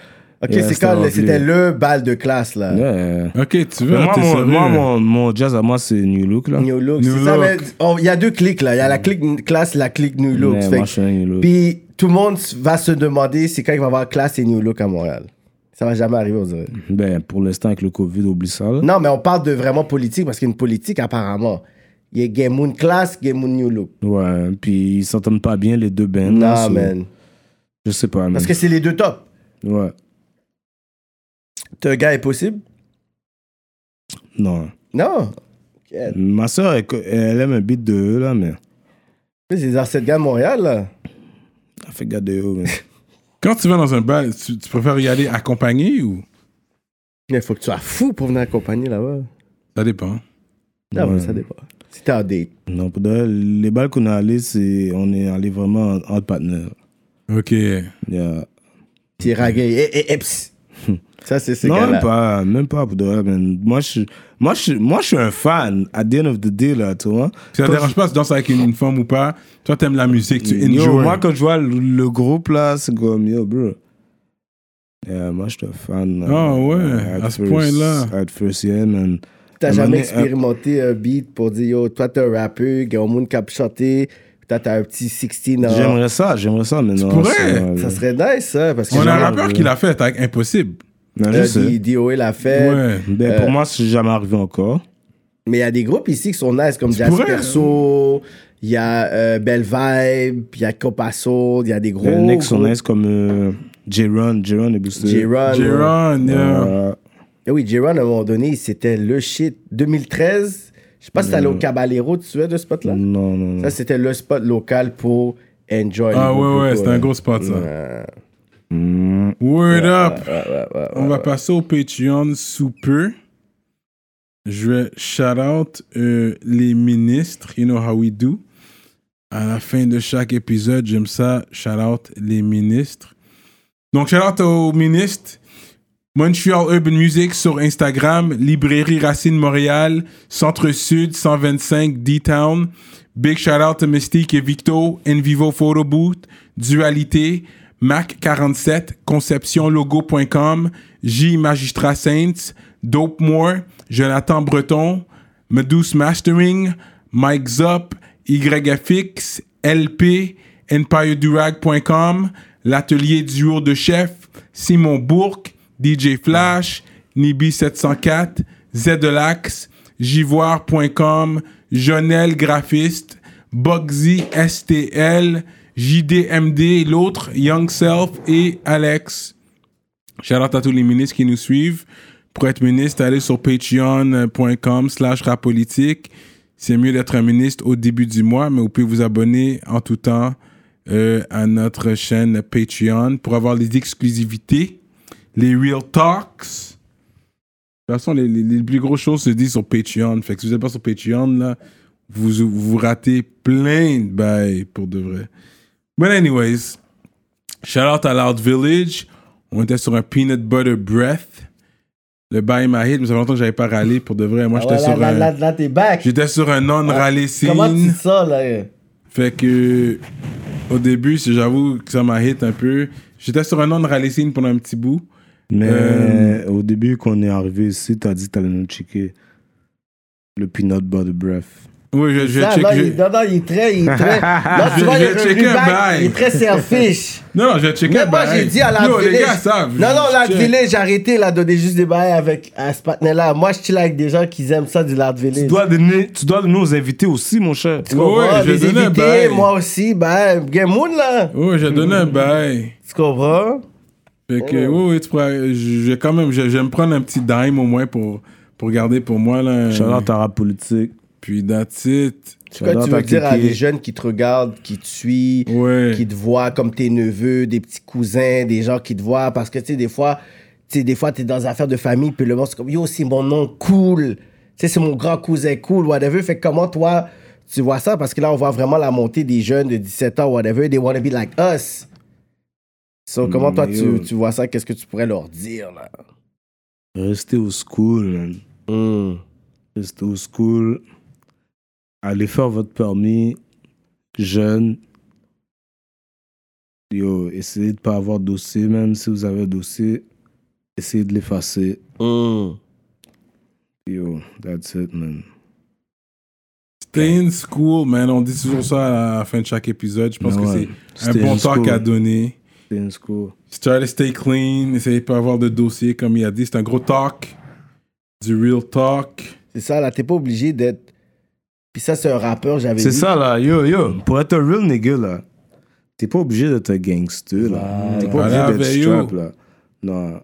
Ok,
Yeah,
c'est
c'était
quand
rempli.
c'était le bal de classe, là.
Yeah.
Ok, tu veux,
Mais Moi,
t'es
mon,
sérieux.
moi mon, mon jazz à moi, c'est New Look, là.
New Look.
New
c'est ça,
Look.
mais oh, il y a deux clics, là. Il y a la clique n- classe, la clique New Look.
Ouais,
Fait
moi,
que-
je suis un New Look.
Puis tout le monde va se demander c'est quand il va y avoir classe et New Look à Montréal. Ça va jamais arriver, on dirait.
Ben, pour l'instant, avec le Covid, oublie ça, là.
Non, mais on parle de vraiment politique parce qu'il y a une politique apparemment. Il y a Game Moon Class, Game Moon New Look.
Ouais, puis ils s'entendent pas bien, les deux bands.
Non,
là, so-
man.
Je sais pas, man.
Parce que c'est les deux tops.
Ouais.
T'es un gars impossible?
Non.
Non. Ok.
Ma soeur, elle, elle aime un beat de eux, là, mais...
Mais C'est les R7 gars à Montréal, là.
Elle fait garde de eux, mais...
Quand tu vas dans un bal, tu, tu préfères y aller accompagné ou
Mais faut que tu sois fou pour venir accompagner là-bas.
Ça dépend.
Non,
Ouais.
mais ça dépend. C'était un date.
Non, pour de vrai, les balles qu'on a allées, c'est... On est allé vraiment en- entre partenaires.
Ok.
Yeah.
T'es ragué. Eh, eh, eh, psst. Ça, c'est ces
Non, même
gars-là.
pas, même pas, pour de vrai, man. Moi, je suis... Moi, je suis... Moi, je suis un fan, at the end of the day, là, tu vois.
Ça te
Quand
dérange pas si tu danses avec une, une femme ou pas Toi, t'aimes la musique, tu
Yo,
enjoy.
moi, quand je vois le, le groupe là, c'est comme yo, bro. Yeah, moi, je suis un fan.
Ah
euh,
ouais,
at
à ce
first-
point-là.
At first, yeah, man.
T'as
Un moment
jamais
donné,
expérimenté un beat pour dire, yo, toi, t'es un rappeur, il y a un monde qui a chanté, toi, t'as un petit 16
euh,
ans.
J'aimerais ça, j'aimerais ça, mais non.
pourrais.
c'est- euh,
Ça serait nice, ça, parce que
On a un
genre,
rappeur qui l'a fait avec Impossible.
non, je
euh,
sais.
D- DOA l'a fait.
Ouais.
Ben, pour moi, c'est jamais arrivé encore.
Mais il y a des groupes ici qui sont nice, comme Jazz
pourrais. hein.
Perso, il y a euh, Belle Vibe, il y a Copasso, il y a des gros.
Les Euh, next sont
groupes.
nice comme euh, J-Run, J-Run et Booster.
J-Ron.
J-Ron, yeah.
Euh,
Eh oui, J-Ron, à un moment donné, c'était le shit. 2013, je sais pas si t'allais
Mm.
au Caballero, tu te souviens de ce spot-là?
non, non, non.
Ça, c'était le spot local pour enjoy.
Ah
les
ouais,
groupes
ouais,
locaux,
c'était un
là.
gros spot, ça.
Ouais.
Hmm.
Word up! On va passer au Patreon sous peu. Je vais shout out euh, les ministres. You know how we do. À la fin de chaque épisode, j'aime ça. Shout out les ministres. Donc, shout out aux ministres. Montreal Urban Music sur Instagram, Librairie Racine Montréal, Centre Sud 125 D-Town. Big shout out to Mystique et Victo, Envivo Photo Booth, Dualité, Mac47, ConceptionLogo.com, J Magistrat Saints, Dope Moore, Jonathan Breton, Medus Mastering, Mike Zop, YFX, LP, EmpireDurag.com, L'Atelier du Jour de Chef, Simon Bourque, DJ Flash, Nibi704, Zedelax, Jivoire.com, Jonel Graphiste, Bugsy STL, JDMD, l'autre, Young Self et Alex. Shout out à tous les ministres qui nous suivent. Pour être ministre, allez sur patreon.com slash rapolitique. C'est mieux d'être un ministre au début du mois, mais vous pouvez vous abonner en tout temps euh, à notre chaîne Patreon pour avoir les exclusivités, les Real Talks. De toute façon, les, les- les plus grosses choses se disent sur Patreon. Fait que si vous n'êtes pas sur Patreon, là, vous vous ratez plein de bails pour de vrai. But anyways, shout out à Loud Village. On était sur un peanut butter breath. Le bail m'a hit, mais ça fait longtemps que j'avais pas râlé pour de vrai. Moi,
Ah ouais,
j'étais
là,
sur
là,
un...
là, là, t'es back.
J'étais sur un non-râlé signe.
Ah, Comment tu dis ça, là?
Fait que au début, c'est- j'avoue que ça m'a hit un peu. J'étais sur un nom de Ralicine pendant un petit bout.
Mais
Euh,
au début, quand on est arrivé ici, t'as dit que t'allais nous checker le peanut butter breath.
Oui, je, je
Là,
check.
là,
je-
il, non, non, il est très, il est très. Là, tu
Je-
vois,
je
il est
checkais
revenu
un
back,
bail.
Il est très selfish.
Non, non, je checkais.
Mais moi,
bah,
j'ai
hey.
dit à la
Yo, les
Village-
gars savent.
Non, non,
je
la
check.
Village, j'ai arrêté là, de donner juste des bails avec à ce partenaire-là. Moi, je chill avec des gens qui aiment ça du Lard Village.
Tu dois, donner, tu dois nous inviter aussi, mon cher.
Tu comprends?
Ouais, je
Les
donnais un
invités,
bail.
moi aussi, ben, Game Moon, là.
Oui, j'ai donné un bail.
Tu comprends?
Fait que,
Oh.
oui, oui, tu pourras- je- je vais quand même, je, je vais me prendre un petit dime au moins pour, pour garder pour moi, là.
Shout out à rap politique.
Puis, that's it.
C'est quoi
Shout
tu
out
veux
à
dire à
Kéké.
des jeunes qui te regardent, qui te suivent,
Ouais.
qui te voient comme tes neveux, des petits cousins, des gens qui te voient parce que tu sais des fois, tu sais des fois t'es dans des affaires de famille puis le monde c'est comme yo c'est mon nom cool, tu sais c'est mon grand cousin cool whatever. Fait que comment toi tu vois ça parce que là on voit vraiment la montée des jeunes de 17 ans whatever they wanna be like us. So, comment toi
mais Mm, yo.
tu, tu vois ça Qu'est-ce que tu pourrais leur dire là
Rester au school, man.
Mm.
Rester au school. Allez faire votre permis. Jeune. Yo, essayez de pas avoir de dossier, même si vous avez un dossier. Essayez de l'effacer. Yo, that's it, man.
Stay in school, man. On dit toujours ça à la fin de chaque épisode. Je pense
Mais
que
ouais.
c'est un
Stay
bon
in
talk
school.
à donner.
Stay in school.
Try to stay clean, essayez de pas avoir de dossier comme il a dit. C'est un gros talk, du real talk.
C'est ça là, t'es pas obligé d'être. Puis ça c'est un rappeur j'avais.
C'est
lu.
ça, là. Yo, yo. Pour être un real nigga, là, t'es pas obligé d'être un gangster, là. T'es pas
Voilà,
obligé
ben,
d'être
yo.
strap, là. Non.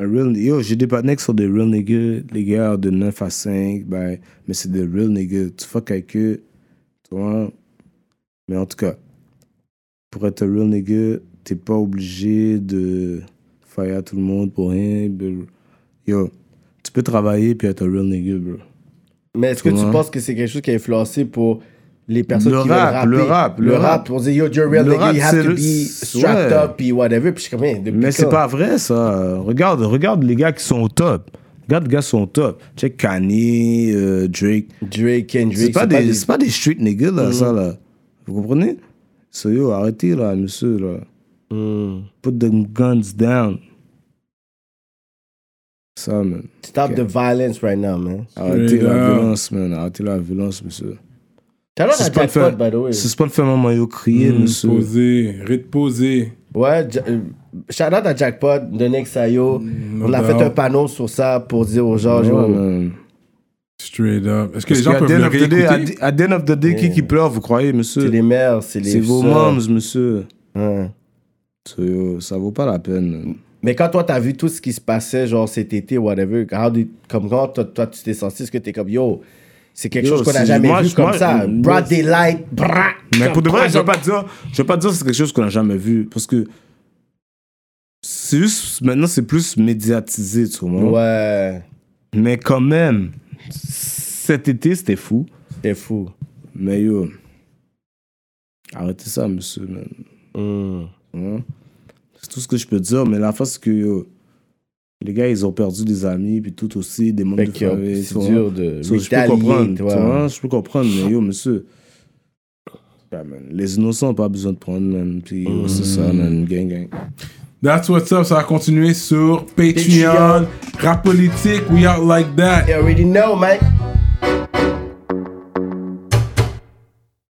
Un real, yo, j'ai des partenaires qui sont des real niggas, les gars de 9 à 5, ben, mais c'est des real niggas. Tu fuck avec eux, tu vois. Mais en tout cas, pour être un real nigga, t'es pas obligé de faire à tout le monde pour rien. bro. Yo, tu peux travailler puis être un real nigga, bro.
Mais est-ce que
Tu
tu
vois?
penses que c'est quelque chose qui a influencé pour les personnes
Le
qui
rap,
veulent
le
rapper?
rap,
le
le
rap.
rap.
On dit, yo, you're a real
Le
nigga,
rap,
you
c'est
have to
le-
be strapped
ouais.
up, puis whatever. Puis je suis comme, man, depuis
Mais c'est
quand?
pas vrai, ça. Regarde, regarde les gars qui sont au top. Regarde les gars qui sont au top. Check Kanye, euh, Drake.
Drake, Kendrick,
C'est pas, des- c'est pas des street niggas, là, ça, là. Vous comprenez? So, yo, arrêtez, là, monsieur, là. Put the guns down. Ça, man.
Stop the violence right now, man.
Arrêtez la
down.
violence, man. Arrêtez la violence, monsieur.
T'as l'air
C'est
d'un
pas le
jackpot,
fait.
by the way.
C'est pas le fait, maman, yo, crier,
Mm,
monsieur.
Poser, reposer.
Ouais, ja- euh, shout out à Jackpot de Nexayo. On a
no
fait
doubt.
un panneau sur ça pour dire aux gens,
Mm, ben Ouais,
yo,
man.
Straight up. Est-ce que
Parce
les gens
qu'à
peuvent
the end
le
of the day-
réécouter?
à the end of the day, qui qui pleure, vous croyez,
c'est
monsieur?
les mères, c'est les
C'est vos
sœurs.
moms, monsieur.
Hein.
So, yo, ça vaut pas la peine.
Mais quand toi, t'as vu tout ce qui se passait, genre cet été, whatever, how did- comme quand toi, toi, tu t'es senti, est-ce que t'es comme yo, c'est quelque
Yo,
chose qu'on a
c'est-
jamais
moi,
vu
je-
comme
moi,
ça.
je-
Broad daylight, brah,
Mais pour de vrai, je
brah,
veux pas dire, je veux pas dire que c'est quelque chose qu'on n'a jamais vu parce que c'est juste maintenant c'est plus médiatisé, tu vois.
Ouais,
Mais quand même, cet été c'était fou.
t'es fou.
Mais yo, arrêtez ça, monsieur. man.
Hmm.
Hein? C'est tout ce que je peux dire. Mais la face c'est que yo, les gars, ils ont perdu des amis puis tout aussi des membres
Fait
de
que euh,
famille. tu
c'est
vois.
dur de
So, je peux
retalier,
comprendre,
tu
tu
vois.
vois, je peux comprendre, mais yo, monsieur. Ah, man, Les innocents n'ont pas besoin de prendre, man. Puis yo, c'est ça, man. Gang, gang.
That's what's up. Ça va continuer sur Patreon.
Patreon.
Rap politique, we out like that.
You already know, man.